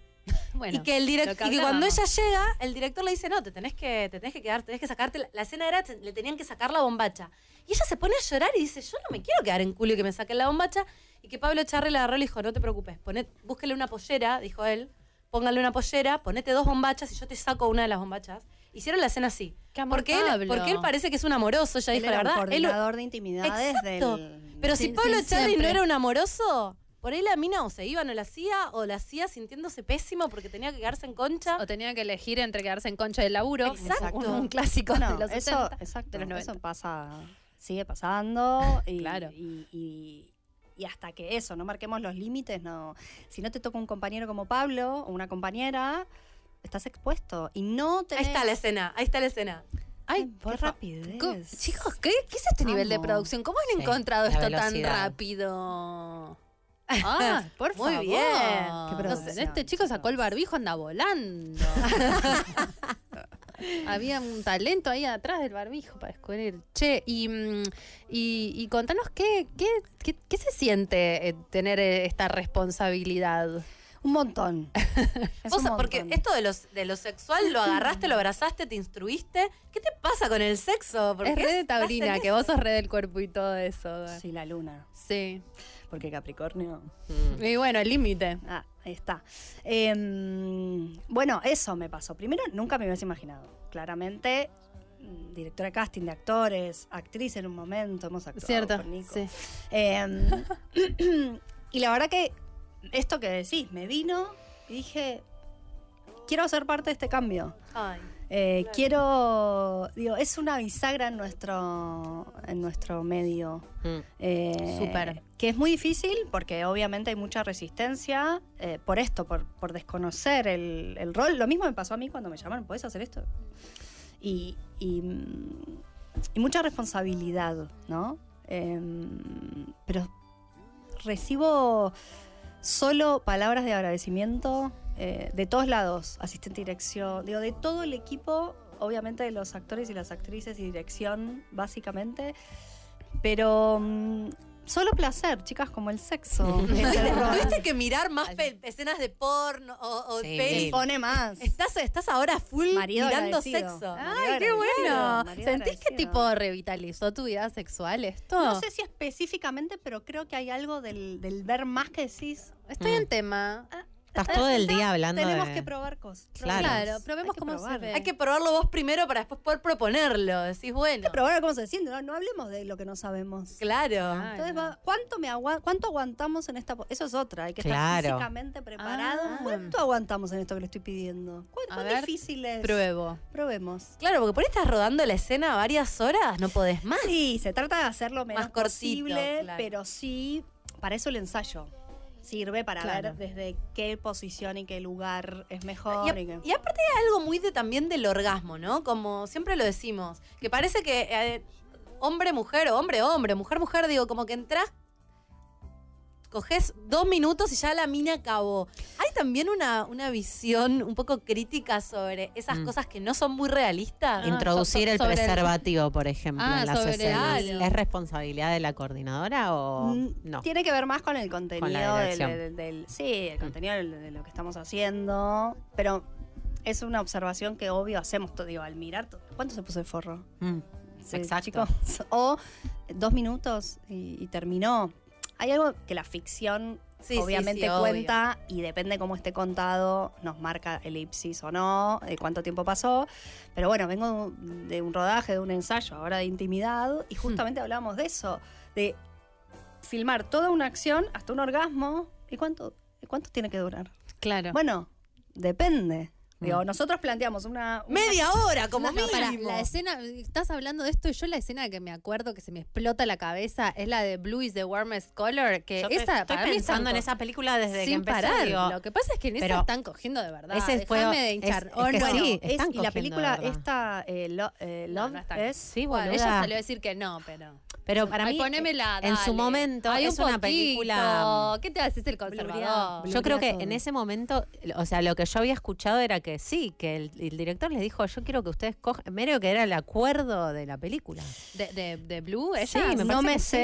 Bueno, y que el direct- lo que y que cuando hablábamos. ella llega, el director le dice, no, te tenés que, te tenés que quedar, tenés que sacarte. La, la escena era, te- le tenían que sacar la bombacha. Y ella se pone a llorar y dice, yo no me quiero quedar en culo y que me saquen la bombacha. Y que Pablo Charri la agarró y le dijo, no te preocupes, poné, búsquele una pollera, dijo él, póngale una pollera, ponete dos bombachas y yo te saco una de las bombachas. Hicieron la escena así. amor, porque, él, Pablo. porque él parece que es un amoroso, ya Él dijo era la un verdad. él- coordinador de intimidades Exacto. del- Pero si Sí, Pablo sí, Charri no siempre. era un amoroso, Por ahí la mina o se iba, no la hacía, o la hacía sintiéndose pésimo porque tenía que quedarse en concha. O tenía que elegir entre quedarse en concha del laburo. Exacto. Un, un clásico No, de los eso, 70, exacto, de los 90. Eso pasa, sigue pasando. Y, Claro. Y, y- y hasta que eso, no marquemos los límites, no. Si no te toca un compañero como Pablo o una compañera, estás expuesto. Y no te. Ahí está la escena, ahí está la escena. Ay, Qué rapidez. Co- Chicos, ¿qué, qué es este nivel de Amo. producción? ¿Cómo han Sí, encontrado la esto velocidad. tan rápido? [laughs] Ah, por Muy favor. bien. Qué No sé, producción, este chico sacó el barbijo, anda volando. Había un talento ahí atrás del barbijo para descubrir. Che, y, mm, y, y contanos qué, qué, qué- qué se siente eh, tener eh, esta responsabilidad. Un montón. Vos, porque esto de, los, de lo sexual lo agarraste, lo abrazaste, te instruiste. ¿Qué te pasa con el sexo? ¿Por Es qué re de estás en Taurina, que eso? vos sos re del cuerpo y todo eso. Sí, la luna. Sí. Porque Capricornio. Y bueno, el límite. Ah, ahí está. Em, bueno, eso me pasó. Primero, nunca me hubiese imaginado. Claramente, mm, directora de casting de actores, actriz en un momento, hemos actuado Cierto, con Nico. sí. Em, [clears throat] y la verdad que esto que decís me vino y dije, quiero ser parte de este cambio. [laughs] Ay. Eh, Quiero, digo, es una bisagra en nuestro, en nuestro medio. Mm. Eh, Súper. Que es muy difícil porque obviamente hay mucha resistencia eh, por esto, por, por desconocer el, el rol. Lo mismo me pasó a mí cuando me llamaron, ¿puedes hacer [laughs] esto? Y, y, mm, y mucha responsabilidad, ¿no? Em, pero recibo solo palabras de agradecimiento eh, de todos lados, asistente de dirección, digo, de todo el equipo, obviamente de los actores y las actrices y dirección, básicamente, pero mm, solo placer, chicas, como el sexo. es el rol. Tuviste que mirar más pe- escenas de porno o, o Sí. pelis. Me pone más. Estás, estás ahora full Marido mirando agradecido. sexo. Ay, qué bueno. ¿Sentís que tipo revitalizó tu vida sexual esto? No sé si específicamente, pero creo que hay algo del, del ver más que decís. Estoy en tema. Estás Mm. todo el día hablando Tenemos de- que probar cosas. Claro. Claro, probemos cómo se Hay que probarlo vos primero para después poder proponerlo. Decís, bueno. Pero ahora, ¿cómo se siente? No, no hablemos de lo que no sabemos. Claro. Entonces, va- ¿cuánto, me agua- ¿cuánto aguantamos en esta.? po- Eso es otra, hay que Claro. estar físicamente preparado. Ah. ¿Cuánto aguantamos en esto que le estoy pidiendo? ¿Cuán, A cuán ver, difícil es? pruebo. Probemos. Claro, porque por ahí estás rodando la escena varias horas, no podés más. Sí, se trata de hacerlo menos Más cortito, posible, claro. pero sí, para eso el ensayo sirve para Claro. ver desde qué posición y qué lugar es mejor. Y, a- y qué- y aparte hay algo muy de, también del orgasmo, ¿no? Como siempre lo decimos, que parece que eh, hombre, mujer, o hombre, hombre, mujer, mujer, digo, como que entras, coges dos minutos y ya la mina acabó. Hay también una, una visión un poco crítica sobre esas Mm. cosas que no son muy Ah, realistas. Introducir el preservativo, por ejemplo, Ah, en las sobre escenas. algo. ¿Es responsabilidad de la coordinadora o Mm, no? Tiene que ver más con el contenido del, dirección. Mm. del- del- Sí, el contenido del- de lo que estamos haciendo. Pero es una observación que obvio hacemos todo, digo, al mirar todo. ¿Cuánto se puso el forro? Mm, Sí, Exacto. chicos. O dos minutos y, y terminó. Hay algo que la ficción Sí, sí, obviamente sí, obvio. cuenta y depende cómo esté contado, nos marca elipsis o no, eh, cuánto tiempo pasó. Pero bueno, vengo de un- de un rodaje, de un ensayo, ahora de intimidad, y justamente hablábamos de eso, de filmar toda una acción hasta un orgasmo. ¿Y cuánto, y cuánto tiene que durar? Claro. Bueno, depende. Digo, nosotros planteamos una, una- Media hora, como No, pará, mínimo. la escena, estás hablando de esto y yo la escena que me acuerdo que se me explota la cabeza es la de Blue is the warmest color, que Yo te- esa estoy para mí es pensando tanto- en esa película desde que sin empezó, parar. digo, Lo que pasa es que en pero esa están cogiendo de verdad. ese fue- Déjame de hinchar. es- es ¿O que no? sí, Es- están y la cogiendo, película de verdad. esta, eh, Lo- eh, Love, es... Sí, Bueno, ella boluda. salió a decir que no, pero. Pero para Ay, mí, ponémela, en su dale. momento, Hay un es una poquito. película... ¿Qué te haces el conservador? Yo creo que en ese momento, o sea, lo que yo había escuchado era que sí, que el, el director les dijo, yo quiero que ustedes cojan, medio que era el acuerdo de la película. ¿De, de, de Blue? Ella Sí, me no parece me que sé,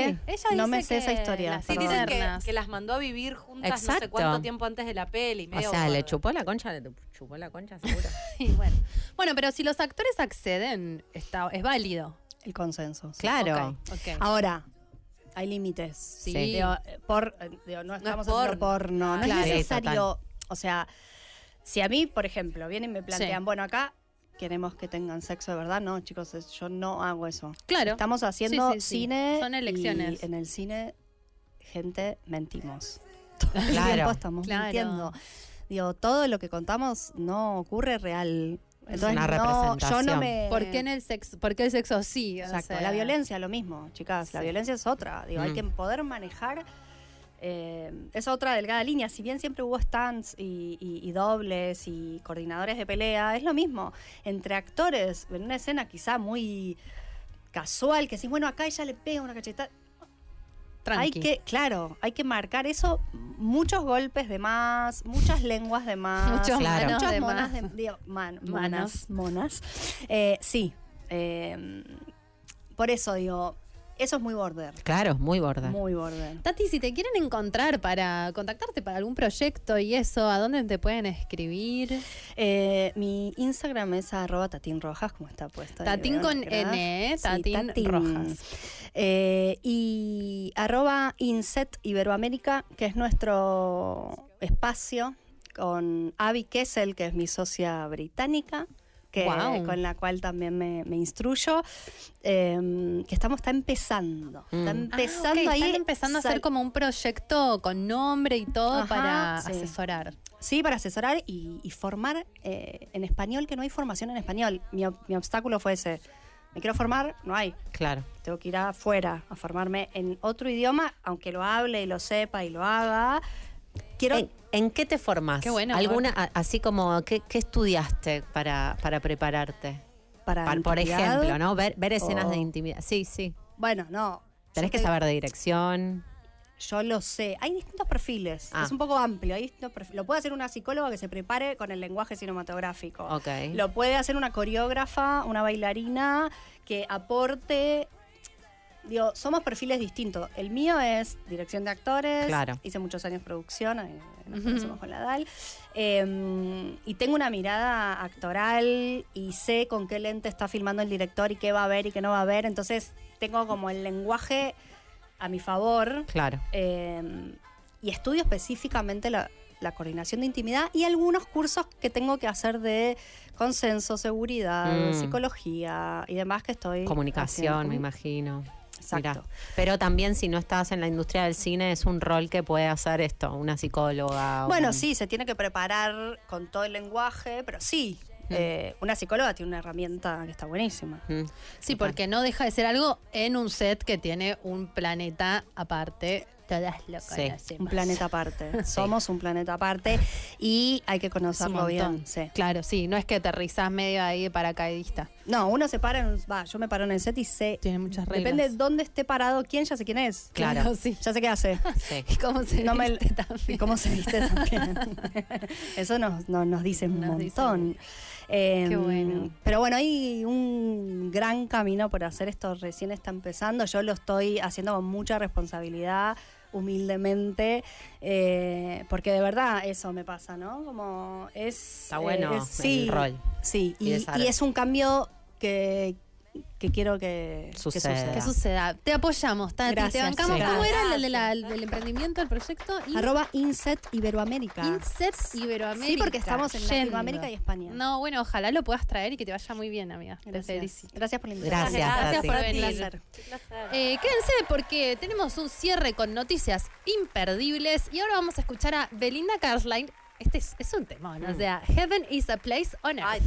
sí. Ella no dice me sé esa que historia. las Sí, perdón. dicen que, que las mandó a vivir juntas no sé Exacto. cuánto tiempo antes de la peli. O medio sea, le gordo. chupó la concha, le chupó la concha [laughs] seguro. Y bueno. bueno, pero si los actores acceden, está, es válido. El consenso. sí. Claro. Ok, ok. Ahora, hay límites. Sí. Digo, eh, por, eh, digo, no estamos haciendo porno. No Claro. es Sí, [laughs] necesario. o sea, si a mí, por ejemplo, vienen y me plantean, Sí. bueno, acá queremos que tengan sexo de verdad. No, chicos, es- yo no hago eso. Claro. Estamos haciendo Sí, sí, sí. cine. Son elecciones. Y en el cine, gente, mentimos. todo el Claro, tiempo estamos claro. mintiendo. Digo, todo lo que contamos no ocurre real. Entonces, una no, yo no representación. me. ¿Por qué en el sexo? ¿Por qué el sexo sí? O Exacto. sea, La violencia, lo mismo, chicas. La Sí. violencia es otra. Digo, hay Mm. que poder manejar. eh, es otra delgada línea. Si bien siempre hubo stands y, y- y dobles y coordinadores de pelea, es lo mismo. Entre actores, en una escena quizá muy casual, que decís, bueno, acá ella le pega una cachetada. Hay Tranqui. que, claro, hay que marcar eso, muchos golpes de más, muchas lenguas de más, Muchos Claro. manos muchas de monas más. de digo, man- Manos. monas, monas. Eh, sí, eh, por eso digo, eso es muy border, Claro, es muy borda. muy border. Tati, si te quieren encontrar para contactarte para algún proyecto y eso, ¿a dónde te pueden escribir? Eh, mi Instagram es arroba Tatín Rojas, como está puesto. ahí, Tatín ¿verdad? con N, ¿eh? Sí, Tatín Rojas. Eh, y arroba Inset Iberoamérica, que es nuestro espacio, con Abby Kessel, que es mi socia británica. Que, Guau. con la cual también me, me instruyo, eh, que estamos, está empezando, está empezando Ah, ok, ahí. Están empezando a hacer sal- como un proyecto con nombre y todo Ajá, para sí. asesorar. Sí, para asesorar y, y formar eh, en español, que no hay formación en español. Mi, ob- mi obstáculo fue ese. Me quiero formar, no hay. Claro. Tengo que ir afuera a formarme en otro idioma, aunque lo hable y lo sepa y lo haga. Quiero ¿En, en qué te formás? Qué bueno, ¿Alguna, a- así como, ¿qué, qué estudiaste para, para prepararte? para Pa- por intimidad. ejemplo, ¿no? Ver, ver escenas o- de intimidad. Sí, sí. Bueno, no. Tenés yo que te- saber de dirección. Yo lo sé. Hay distintos perfiles. Ah. Es un poco amplio. Hay distintos perfi- Lo puede hacer una psicóloga que se prepare con el lenguaje cinematográfico. Ok. Lo puede hacer una coreógrafa, una bailarina que aporte. Digo, somos perfiles distintos. El mío es dirección de actores. Claro. Hice muchos años producción, eh, nos conocemos con la DAL. Eh, y tengo una mirada actoral y sé con qué lente está filmando el director y qué va a ver y qué no va a ver. Entonces tengo como el lenguaje a mi favor. Claro. Eh, y estudio específicamente la, la coordinación de intimidad y algunos cursos que tengo que hacer de consenso, seguridad, Mm. psicología y demás que estoy. Comunicación, haciendo. me imagino. Exacto. Mirá. Pero también si no estás en la industria del cine es un rol que puede hacer esto, una psicóloga. o Bueno, un- sí, se tiene que preparar con todo el lenguaje, pero sí. Mm. eh, una psicóloga tiene una herramienta que está buenísima. Sí, porque no deja de ser algo en un set que tiene un planeta aparte. Todas lo Sí, conocemos. un planeta [laughs] aparte. Somos un planeta aparte y hay que Es un conocerlo montón. bien. sí. Claro, sí, no es que aterrizás medio ahí de paracaidista. No, uno se para, en un- va, yo me paro en el set y sé. Tiene muchas reglas. Depende de dónde esté parado, quién ya sé quién es. Claro. [laughs] Claro, sí. Ya sé qué hace. [laughs] Sí. Y [laughs] cómo se No me- viste también. Y cómo se viste también. Eso nos, no- nos dice un montón. Eh, Qué bueno. Pero bueno, hay un gran camino por hacer. Esto recién está empezando. Yo lo estoy haciendo con mucha responsabilidad, humildemente, eh, porque de verdad eso me pasa, ¿no? Como es. Está bueno eh, es- sí, el rol. Sí, Y y, desarme. y es un cambio que, que quiero que que Suceda. suceda. Que suceda. Te apoyamos, Tati. te Gracias, bancamos. chicas. ¿Cómo era el de la- del emprendimiento, el proyecto? Y- Arroba Inset Iberoamérica. Inset Iberoamérica. Sí, porque estamos en Yendo. Latinoamérica y España. No, bueno, ojalá lo puedas traer y que te vaya muy bien, amiga. Te Gracias. felicito. Gracias por la Gracias, invitación. Gracias, Tati. por venir. Un placer. Eh, quédense porque tenemos un cierre con noticias imperdibles y ahora vamos a escuchar a Belinda Carlisle. Este es, es un temón, Mm. o sea, Heaven is a place on earth. Ay,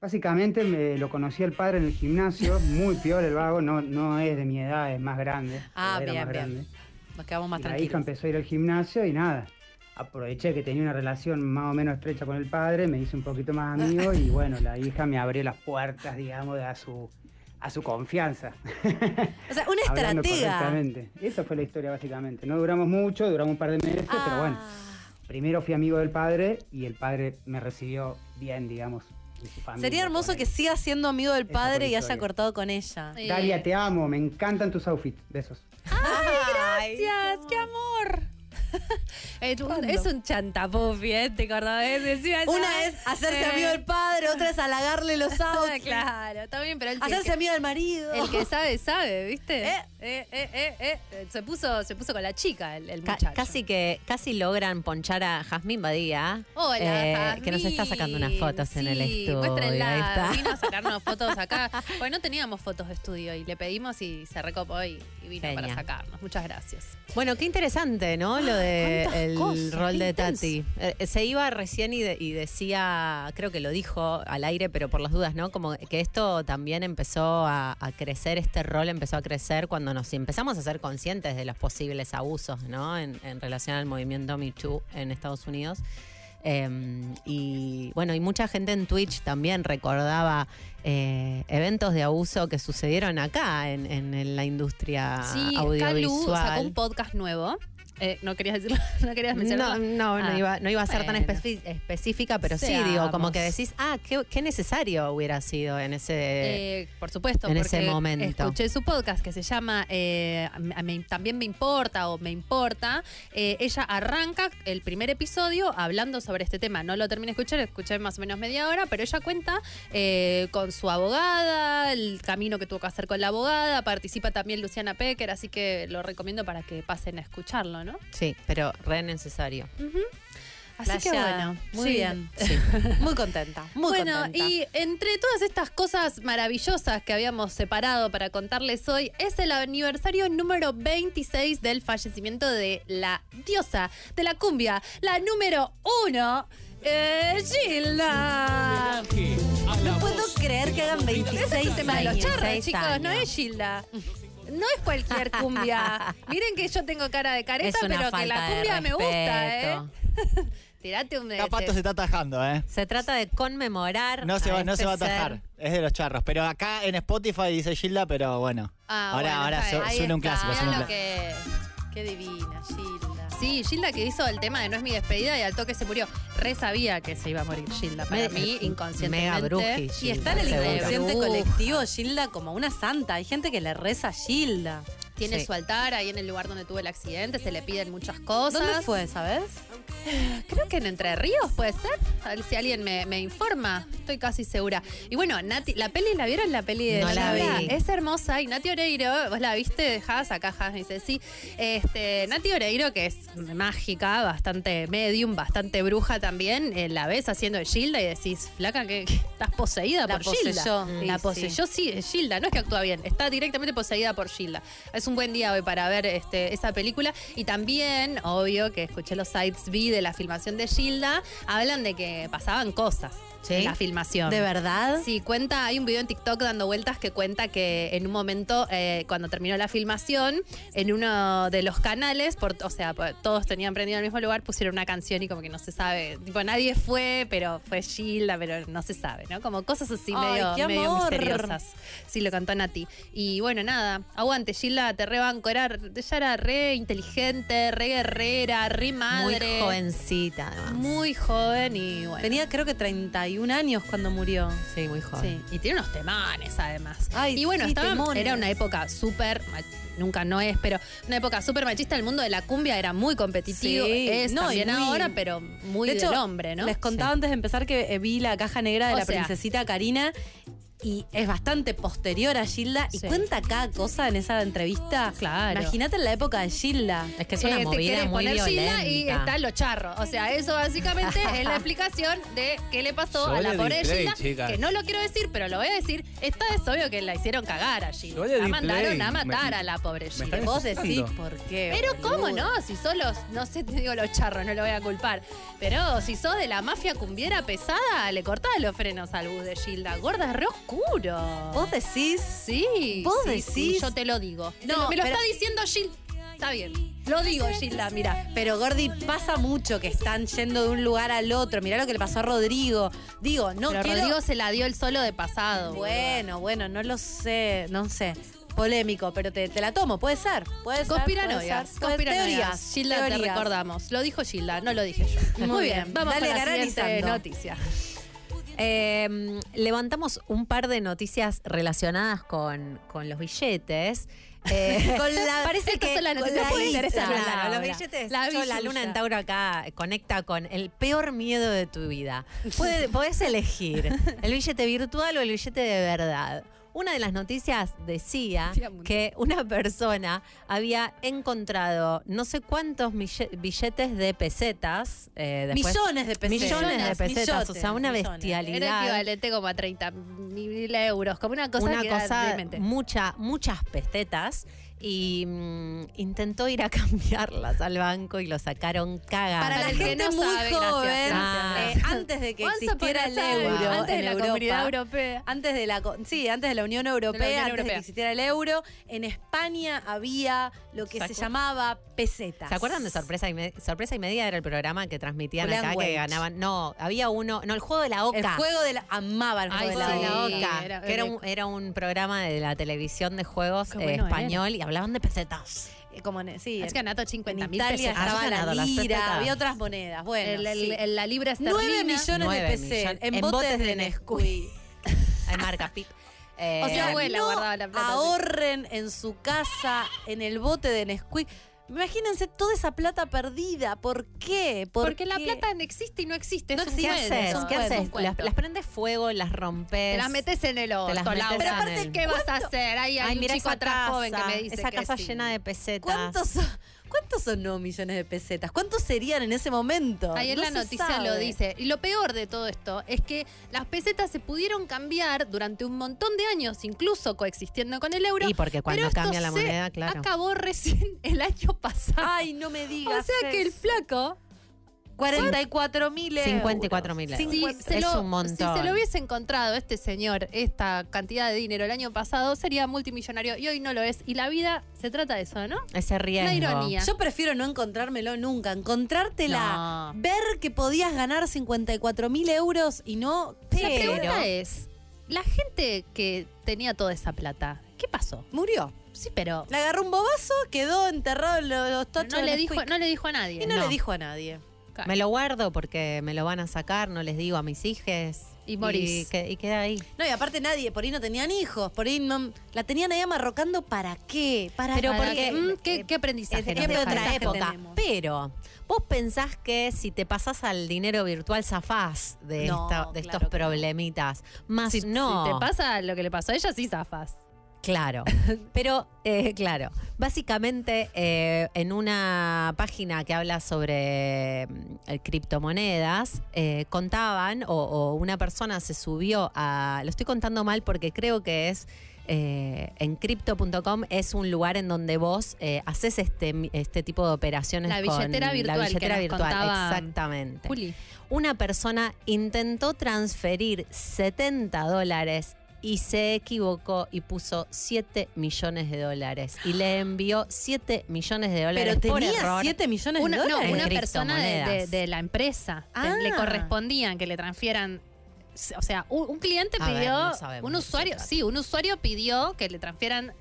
Básicamente me lo conocí al padre en el gimnasio, muy peor el vago, no, no es de mi edad, es más grande. Ah, o era bien, más bien. grande. Nos quedamos más Y La hija tranquilos. empezó a ir al gimnasio y nada. Aproveché que tenía una relación más o menos estrecha con el padre, me hice un poquito más [laughs] amigo y bueno, la hija me abrió las puertas, digamos, a su, a su confianza. O sea, una Hablando estratega. correctamente. Esa fue la historia básicamente. No duramos mucho, duramos un par de meses, pero bueno. Ah. Primero fui amigo del padre y el padre me recibió bien, digamos, en su Ah, familia. Sería hermoso que siga siendo amigo del fue padre la y haya historia. cortado con ella. Dalia, te amo, me encantan tus outfits, besos. Ay, gracias, qué amor. [laughs] es, un, es un chantapufi este cordobés. Encima esa Una es hacerse eh, ah, amigo [laughs] del padre, otra es halagarle los outfits. claro, está bien, pero el que- Hacerse amigo del marido. El [laughs] que sabe, sabe, ¿viste? Eh, eh, eh, eh. Eh, Se, puso, se puso con la chica el, el Ca- muchacho. casi que casi logran ponchar a Jazmín Badía. Hola, Eh, Que nos está sacando unas fotos en el Sí, estudio. Ahí muéstrenla. está. Vino [laughs] a sacarnos fotos acá. Pues no teníamos fotos de estudio y le pedimos y se recopó y, y vino Genia. para sacarnos. Muchas gracias. Bueno, qué interesante, ¿no? Lo de Ah, cuántas el cosas, rol qué de Tati. Eh, eh, se iba recién y, de- y decía, creo que lo dijo al aire, pero por las dudas, ¿no? Como que esto también empezó a, a crecer, este rol empezó a crecer cuando nos empezamos a ser conscientes de los posibles abusos, ¿no? En, en relación al movimiento Me Too en Estados Unidos. Em, y bueno, y mucha gente en Twitch también recordaba eh, eventos de abuso que sucedieron acá en, en- en la industria Sí, Calu audiovisual. sacó un podcast nuevo. Eh, no querías decirlo, [laughs] no querías No, eh, mencionarlo. no, no, Ah, iba, no iba a ser tan bueno. espefi- específica, pero sí, Seamos. digo, como que decís, ah, qué, qué necesario hubiera sido en ese... Eh, por supuesto, en porque ese momento. escuché su podcast que se llama eh, a mí También me importa o Me importa. Eh, ella arranca el primer episodio hablando sobre este tema. No lo terminé de escuchar, escuché más o menos media hora, pero ella cuenta eh, con su abogada, el camino que tuvo que hacer con la abogada. Participa también Luciana Pecker, así que lo recomiendo para que pasen a escucharlo, ¿no? Sí, pero re necesario. Así que Playa, bueno, muy sí. bien. [laughs] Muy contenta. Muy bueno, contenta. y entre todas estas cosas maravillosas que habíamos separado para contarles hoy, es el aniversario número 26 del fallecimiento de la diosa de la cumbia, la número uno, eh, Gilda. No puedo creer que hagan 26 Ese es el tema de los años. charros, 26 chicos, no años. es Gilda. No es cualquier [laughs] cumbia. Miren que yo tengo cara de careta, Es una pero que la falta de cumbia me gusta, ¿eh? respeto. Tirate un Capaz ese. tú Pato se está atajando, ¿eh? Se trata de conmemorar... No se va, no este se va a ser. atajar. Es de los charros. Pero acá en Spotify dice Gilda, pero bueno. Ah, ahora bueno, ahora está su- bien. Ahí suena un está. clásico. Mirá suena un lo clásico. que- Qué divina, Gilda. Sí, Gilda que hizo el tema de No es mi despedida y al toque se murió. Re sabía que se iba a morir Gilda. Para Me- mí, inconscientemente. mega bruji, Y Gilda, está en el seguro. inconsciente Gente colectivo. colectivo, Gilda como una santa. Hay gente que le reza a Gilda. Tiene Sí. su altar ahí en el lugar donde tuvo el accidente, se le piden muchas cosas. ¿Dónde fue, sabes? [sighs] Creo que en Entre Ríos puede ser. A ver si alguien me, me informa. Estoy casi segura. Y bueno, Nati, ¿la peli la vieron? La peli de No la Gilda? vi. Es hermosa. Y Nati Oreiro, vos la viste, dejás acá, Jazz me dice, sí. Este, Nati Oreiro, que es mágica, bastante medium, bastante bruja también, eh, la ves haciendo de Gilda y decís, flaca, que que estás poseída La por Gilda. poseyó. Mm, La sí, poseyó, sí, es Gilda. No es que actúa bien, está directamente poseída por Gilda. Es un buen día hoy para ver este, esa película. Y también, obvio, que escuché los sites B de la filmación de Gilda, hablan de que pasaban cosas. Sí. En la filmación. ¿De verdad? Sí, cuenta, hay un video en TikTok dando vueltas que cuenta que en un momento, eh, cuando terminó la filmación, en uno de los canales, por, o sea, por- todos tenían prendido en el mismo lugar, pusieron una canción y como que no se sabe, tipo, nadie fue, pero fue Gilda, pero no se sabe, ¿no? Como cosas así Ay, qué medio, medio amor. misteriosas. Sí, lo cantó Nati. Y bueno, nada, aguante, Gilda, te rebanco, era, ella era re inteligente, re guerrera, re Muy madre. jovencita, además. Muy joven y bueno. Tenía creo que 31 años cuando murió. Sí, muy joven. Sí, y tiene unos temanes además. Ay, y bueno, sí, estaba- temones. era una época súper, mach- nunca no es, pero una época súper machista. El mundo de la cumbia era muy competitivo. Sí. Es No, y también muy- ahora, pero muy de hecho, del hombre, ¿no? Les contaba antes de empezar que eh, vi la caja negra de O la sea. princesita Karina y es bastante posterior a Gilda y cuenta cada cosa en esa entrevista. Claro. Imagínate en la época de Gilda. Es que es una Eh, te movida querés muy poner Gilda violenta. y están los charros. O sea, eso básicamente [laughs] es la explicación de qué le pasó Yo a la le pobre di play, Gilda. chicas. Que no lo quiero decir, pero lo voy a decir. Está es obvio que la hicieron cagar a Gilda. Yo le La di mandaron play. a matar Me- a la pobre me Gilda. están Vos decís insultando. por qué. Pero cómo no, si sos los, no sé, te digo los charros, no lo voy a culpar. Pero si sos de la mafia cumbiera pesada, le cortás los frenos al bus de Gilda. Gorda, es re oscuro. ¿Vos decís? Sí. ¿Vos sí, decís? sí, yo te lo digo. Te No, lo- me lo pero- está diciendo Gilda. Está bien. Lo digo, Gilda, mira. Pero Gordi, pasa mucho que están yendo de un lugar al otro. Mirá lo que le pasó a Rodrigo. Digo, no Pero quiero. Rodrigo se la dio el solo de pasado. Bueno, bueno, no lo sé, no sé. Polémico, pero te, te la tomo, puede ser. Puede ser, Conspiranoias, puede ser. conspiranoias. Teorías, Gilda, te teorías. recordamos. Lo dijo Gilda, no lo dije yo. Muy, bien, vamos Dale, con la Garanizando. siguiente noticia. Eh, levantamos un par de noticias relacionadas con, con los billetes. Eh, [laughs] Con la- [laughs] parece estas que son las con noticias la que le isla, interesan a la claro, hora. los billetes. La yo, la billulla. luna en Tauro acá eh, conecta con el peor miedo de tu [laughs] vida. Puede- podés elegir el billete virtual o el billete de verdad. Una de las noticias [laughs] decía Día mundial. que una persona había encontrado no sé cuántos mille- billetes de pesetas. eh, después- pues. Millones de pesetas. Millones de pesetas, Millotes, o sea, una millones. bestialidad. Era equivalente como a 30 mil euros, como una cosa una que era cosa, demente. mucha, muchas pestetas y mm, intentó ir a [laughs] cambiarlas al banco y lo sacaron cagada. Para la gente muy joven, eh, antes de que Once upon existiera a el time, euro, antes de en la Europa, Comunidad Europea. antes de la co- sí, antes de la Unión Europea, Unión antes de que Europea. existiera el euro, en España había lo que ¿Se se acuer- llamaba pesetas. ¿Se acuerdan de Sorpresa y, Me- Sorpresa y Media? Era el programa que transmitían Julián acá Weich. que ganaban. No, había uno. No, el juego de la oca. El juego de la amaba el Ay, juego sí, de la oca. Era, que era, un, era un programa de la televisión de juegos Qué eh, bueno español y hablaban de pesetas. Eh, como en, sí, Has en- ganado 50 en mil Italia pesetas. estaba Has ganado la las pesetas. lira, había otras monedas. Bueno, El- el- sí. el- la libra esterlina. 9 millones Nueve de pesetas millones. en, En botes, botes de de Nesquik. Hay marca Pic. Eh, o sea, abuela no guardaba la plata, sí. ahorren en su casa, en el bote de Nesquik. Imagínense toda esa plata perdida. ¿Por qué? ¿Por Porque la qué? plata no existe y no existe. No es un ¿Qué existe, cuento, haces? es un ¿Qué cuento, haces? un Las, cuento. las prendes fuego, las rompes. Te las metes en el orto, las Laura. metes Pero en aparte, el- ¿qué vas a hacer? Ahí hay Ay, un mira chico esa atrás casa, joven que me dice Esa que casa sí. llena de pesetas. ¿Cuántos son, ¿Cuántos son no millones de pesetas? ¿Cuántos serían en ese momento? Ayer No la se noticia sabe. lo dice. Y lo peor de todo esto es que las pesetas se pudieron cambiar durante un montón de años, incluso coexistiendo con el euro. Y porque cuando pero esto cambia la se moneda, claro. Acabó recién [laughs] el año pasado. Ay, no me digas. [laughs] o sea que el eso. flaco 44 mil eh. 54 mil euros. si se es lo- un montón. Si se lo hubiese encontrado este señor esta cantidad de dinero el año pasado, sería multimillonario y hoy no lo es. Y la vida se trata de eso, ¿no? Ese riesgo. ironía. Yo prefiero no encontrármelo nunca. Encontrártela. No. Ver que podías ganar 54 mil euros y no. La Pero- pregunta es, la gente que tenía toda esa plata, ¿qué pasó? Murió. Sí, pero Le agarró un bobazo, quedó enterrado en lo- los tochos. no de le, Nesquik. dijo, no le dijo a nadie. Y no, No. le dijo a nadie. Me lo guardo porque me lo van a sacar, no les digo a mis hijes. Y morís. que- y queda ahí. No, y aparte nadie, por ahí no tenían hijos, por ahí no, la tenían ahí amarrocando para qué, para Pero qué. Para porque- que, mm, ¿qué, qué aprendizaje? Es de nos tiempo de deja otra esto? época. tenemos. Pero, ¿vos pensás que si te pasás al dinero virtual zafás de, No, esta- de claro estos que no. problemitas? Más Si, no. si te pasa lo que le pasó a ella, sí zafas. [laughs] Claro, pero eh, claro, básicamente eh, en una página que habla sobre mm, eh, criptomonedas, eh, contaban, o, o una persona se subió a, lo estoy contando mal porque creo que es, eh, en crypto.com es un lugar en donde vos eh, haces este, mi- este tipo de operaciones. La con billetera virtual La que billetera nos virtual, contaba exactamente [laughs] Juli. una persona intentó transferir 70 dólares y se equivocó y puso 7 millones de dólares. Y le envió 7 millones de dólares Pero por tenía error. 7 millones de Una, no, dólares. una En persona de- de, criptomonedas. de la empresa. Ah. Le correspondían que le transfieran. O sea, un, un cliente A ver, pidió. no sabemos un de qué se usuario, trata. sí, un usuario pidió que le transfieran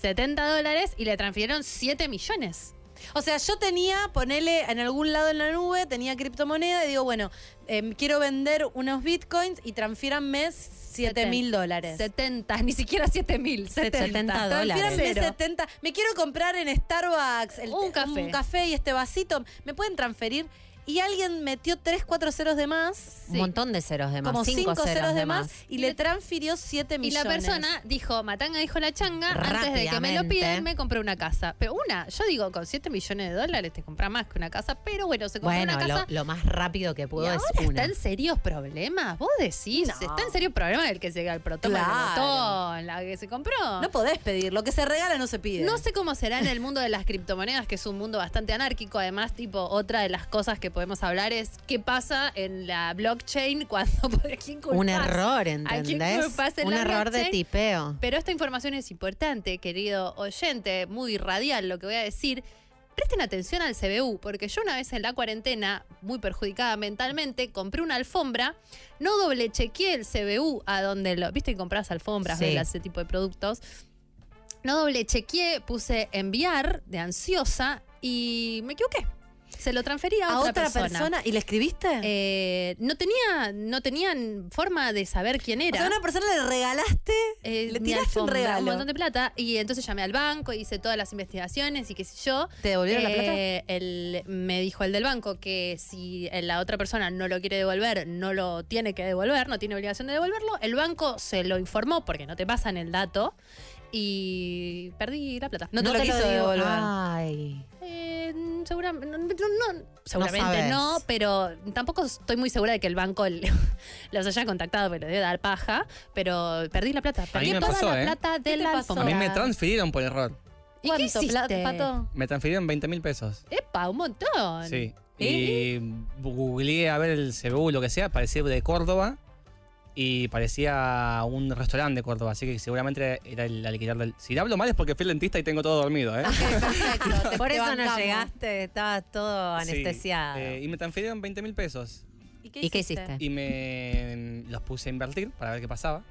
70 dólares y le transfirieron 7 millones. O sea, yo tenía, ponele en algún lado en la nube, tenía criptomoneda y digo, bueno, em, quiero vender unos bitcoins y transfíranme 7 mil dólares. 70, ni siquiera 7 mil. 70. 70 dólares. Transfíranme Cero. 70. Me quiero comprar en Starbucks el- Un café. y este vasito. ¿Me pueden transferir? Y alguien metió 3, 4 ceros de más. Un montón de ceros de más. como 5 ceros, de más, y Y le le- transfirió 7 Y millones. la persona dijo, Matanga dijo la changa, antes de que me lo Rápidamente. pidan me compré una casa. Pero una, yo digo, con 7 millones de dólares te compra más que una casa, pero bueno, se compró Bueno, una lo, casa. lo más rápido que y pudo es una. ahora está en serios problemas, vos decís, está en serios problemas el que se el protoma Claro. botón, la que se compró. No podés pedir, lo que se regala no se pide. No sé cómo será en el mundo de las criptomonedas, que es un mundo bastante anárquico. Además, tipo, otra de las cosas que podemos hablar es qué pasa en la blockchain [laughs] cuando quién culpás? Un error, ¿A quién ¿entendés? culpás en Un la error de blockchain? tipeo. Pero esta información es importante, querido oyente, muy radial lo que voy a decir. Presten atención al CBU, porque yo una vez en la cuarentena, muy perjudicada mentalmente, compré una alfombra, no doble chequeé el CBU a donde lo. ¿Viste que compras alfombras, Sí. velas, ese tipo de productos? No doble chequeé, puse enviar de ansiosa y me equivoqué. Se lo transfería a, ¿A otra, otra persona? ¿Y le escribiste? no tenía, no tenían forma de saber quién era. sea, a una persona le regalaste, le tiraste un regalo. Eh, un montón de plata y entonces llamé al banco, hice todas las investigaciones y qué sé yo. ¿Te devolvieron la Eh, plata? el- me dijo el del banco que si la otra persona no lo quiere devolver, no lo tiene que devolver, no tiene obligación de devolverlo. El banco se lo informó porque no te pasan el dato y perdí la plata. No te lo quiso digo. Ah, devolver. Ay. Eh, segura- no, no, no, seguramente sabes. no, pero tampoco estoy muy segura de que el [laughs] banco le- los haya contactado, pero debe dar paja. Pero perdí la plata. Perdí mí me toda pasó, la ¿eh? plata de te la pasó? A mí me alfombra. transfirieron por error. ¿Y qué hiciste? Me transfirieron 20 mil pesos. Epa, un montón. Sí. Y googleé a ver el CBU, lo que sea, parecía de Córdoba y parecía un restaurante de Córdoba, así que seguramente era el alquiler del... Si hablo mal es porque fui al dentista y tengo todo dormido, ¿eh? Por te eso no bancamos. llegaste, estabas todo Sí, anestesiado. eh, y me transfirieron 20 mil pesos. ¿Y qué hiciste? Y me mm, los puse a invertir para ver qué pasaba.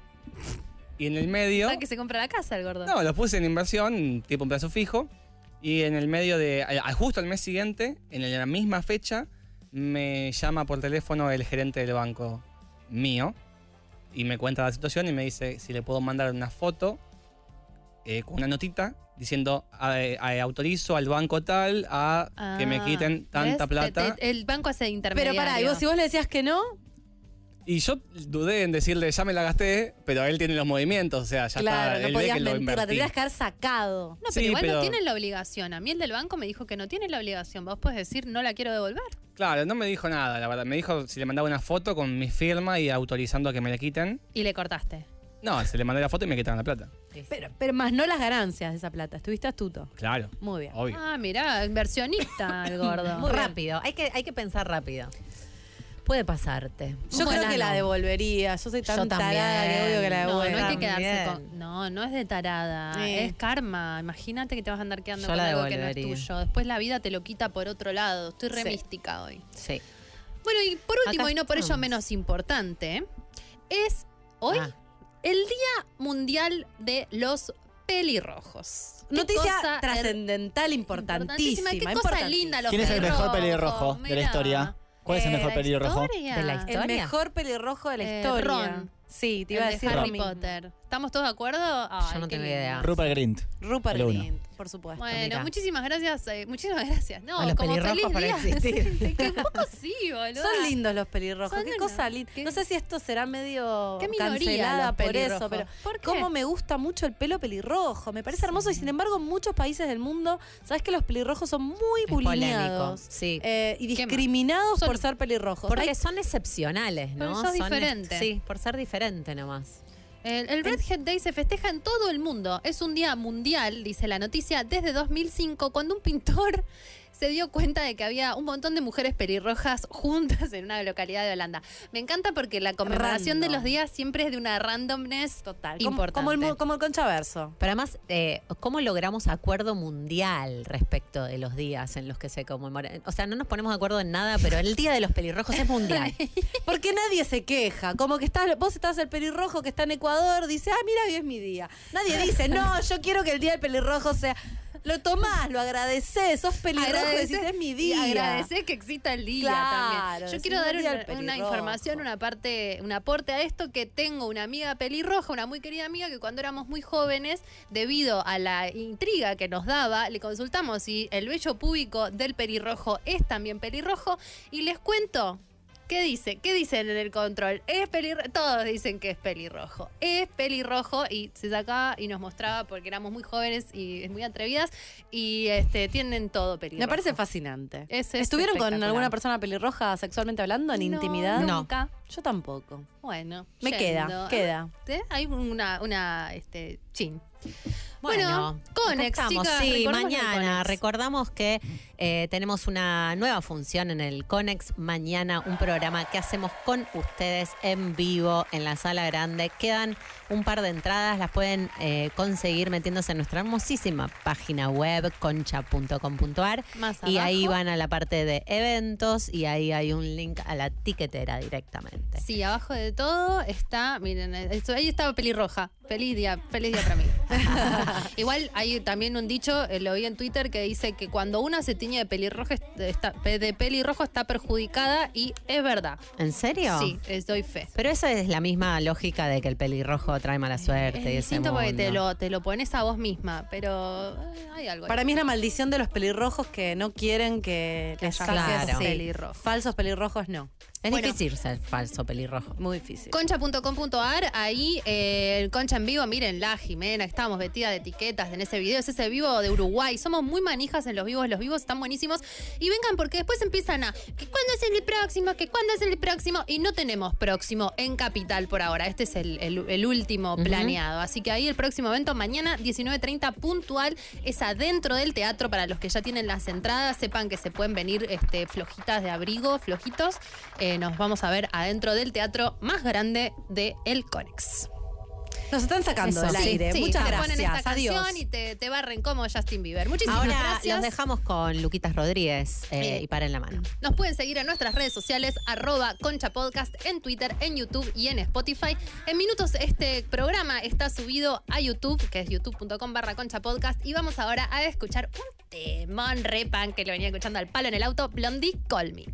Y en el medio... Ah, que se compra la casa el gordo. No, los puse en inversión, tipo un plazo fijo. Y en el medio de. al- al- Justo al mes siguiente, en la misma fecha, me llama por teléfono el gerente del banco mío. Y me cuenta la situación y me dice si le puedo mandar una foto eh, con una notita diciendo "A- eh, autorizo al banco tal a que me Ah, quiten tanta ¿ves? plata. Te- te- el banco hace intermediario. Pero pará, y vos, si vos le decías que no, Y yo dudé en decirle ya me la gasté, pero él tiene los movimientos, o sea, ya claro, está. no él ve podías que lo mentirla, invertí. tendrías que haber sacado. No, pero Sí, igual no pero- tienen la obligación. A mí el del banco me dijo que no tiene la obligación. Vos podés decir, no la quiero devolver. Claro, no me dijo nada, la verdad. Me dijo si le mandaba una foto con mi firma y autorizando a que me la quiten. Y le cortaste. No, se le mandé la foto y me quitaron la plata. Pero, pero más no las ganancias de esa plata. Estuviste astuto. Claro. Muy bien. Obvio. Ah, mirá, inversionista el [laughs] gordo. Muy rápido, hay que, hay que pensar rápido. Puede pasarte. Yo creo que la devolvería. Yo soy tan Yo también. tarada que obvio que la No, devuelvo. no hay que quedarse También. con. No, no es de tarada. Sí. Es karma. Imagínate que te vas a andar quedando Yo con la algo que no es devolvería. tuyo. Después la vida te lo quita por otro lado. Estoy re Sí. mística hoy. Sí. Bueno, y por último, Acá y no por ello estamos. Ah. menos importante, es hoy el Día Mundial de los Pelirrojos. Qué cosa Noticia her- trascendental importantísima. importantísima. Qué cosa linda los ¿Quién es el mejor pelirrojos. pelirrojo de la Mirá. historia? ¿Cuál es el mejor pelirrojo? El mejor pelirrojo de la Eh, historia. Ron. Sí, te El iba a de decir Harry lo mismo. Potter. ¿Estamos todos de acuerdo? Ay, qué lindo. Rupert Grint. Rupert El uno. Grint, por supuesto. Bueno, Mirá. muchísimas gracias. eh, muchísimas gracias. No, A los como pelirrojos feliz para día. existir. Sí, qué poco sí, boludo. Son lindos los pelirrojos. Son qué una- cosa linda. No sé si esto será medio Qué minoría cancelada los por pelirrojos. eso, pero ¿Por qué? cómo me gusta mucho el pelo pelirrojo. Me parece hermoso y sin embargo en muchos países del mundo, sabes que los pelirrojos son muy bulineados sí. eh, y discriminados por ser pelirrojos. Porque Hay- son excepcionales, ¿no? Porque sos Son diferente. est- Sí, por ser diferente nomás. El, el Red Hat Day se festeja en todo el mundo. Es un día mundial, dice la noticia, desde 2005, cuando un pintor [laughs] se dio cuenta de que había un montón de mujeres pelirrojas [laughs] juntas en una localidad de Holanda. Me encanta porque la conmemoración de Random. los días siempre es de una randomness total. como- Importante. como el mu- como el conchaverso. Pero además, eh, ¿cómo logramos acuerdo mundial respecto de los días en los que se conmemoran? O sea, no nos ponemos de acuerdo en nada, pero el Día de los Pelirrojos es mundial. Porque nadie se queja. Como que estás, vos estás el pelirrojo que está en Ecuador, dice, ah, mira, hoy es mi día. Nadie dice, no, yo quiero que el día del pelirrojo sea. Lo tomás, lo agradeces, sos pelirrojo y decís, es mi día. Agradecer que exista el día Claro, también. Yo decís, quiero "Buen dar día una, al una pelirrojo". información, una parte, un aporte a esto que tengo una amiga pelirroja, una muy querida amiga que cuando éramos muy jóvenes, debido a la intriga que nos daba, le consultamos si el vello púbico del pelirrojo es también pelirrojo y les cuento ¿Qué dice? ¿Qué dicen en el control? Es pelirrojo. Todos dicen que es pelirrojo. Es pelirrojo y se sacaba y nos mostraba porque éramos muy jóvenes y muy atrevidas y este tienen todo pelirrojo. Me parece fascinante. Es- es ¿Estuvieron con espectacular. alguna persona pelirroja sexualmente hablando en No, intimidad? nunca. Yo tampoco. Bueno, Me queda, queda. ¿Eh? Hay una, una este, chin. Bueno, Bueno, Conex, estamos, chicas, sí, recordemos mañana. el Conex. Recordamos que eh, tenemos una nueva función en el Conex. Mañana un programa que hacemos con ustedes en vivo en la sala grande. Quedan un par de entradas, las pueden eh, conseguir metiéndose en nuestra hermosísima página web concha.com.ar Más y ahí abajo. van a la parte de eventos y ahí hay un link a la tiquetera directamente. Sí, [laughs] abajo de todo está, miren, esto- ahí estaba pelirroja. Feliz día, feliz día para mí. Igual hay también un dicho, eh, lo vi en Twitter, que dice que cuando una se tiñe de pelirrojo es- está, de pelirrojo está perjudicada y es verdad. ¿En serio? Sí, es, doy fe. Pero esa es la misma lógica de que el pelirrojo trae mala suerte. Eh, Es y ese distinto porque te mundo. lo, te lo pones a vos misma, pero eh, hay algo. ahí. Para mí es la maldición de los pelirrojos que no quieren que les haya saquen falsos sí. pelirrojos. Falsos pelirrojos no. Es difícil ser falso pelirrojo. Muy difícil. Concha.com.ar, ahí eh, el Concha en vivo, miren la Jimena, que estábamos vestidas de etiquetas en ese video, es ese vivo de Uruguay, somos muy manijas en los vivos, los vivos están buenísimos y vengan porque después empiezan a, que cuándo es el próximo, que cuándo es el próximo y no tenemos próximo en Capital por ahora, este es el, el- el último Ujú. planeado, así que ahí el próximo evento mañana 19.30 puntual es adentro del teatro para los que ya tienen las entradas, sepan que se pueden venir este, flojitas de abrigo, flojitos, Eh, nos vamos a ver adentro del teatro más grande de El Conex. Nos están sacando del aire. Muchas te gracias. ah, ponen esta Adiós. canción y te, te barren como Justin Bieber. Muchísimas Ahora gracias. los dejamos con Luquitas Rodríguez eh, Eh, y para en la mano. Nos pueden seguir en nuestras redes sociales, arroba Concha Podcast, en Twitter, en YouTube y en Spotify. En minutos este programa está subido a YouTube, que es youtube.com barra Concha Podcast. Y vamos ahora a escuchar un temón repan que lo venía escuchando al palo en el auto, Blondie Call Me.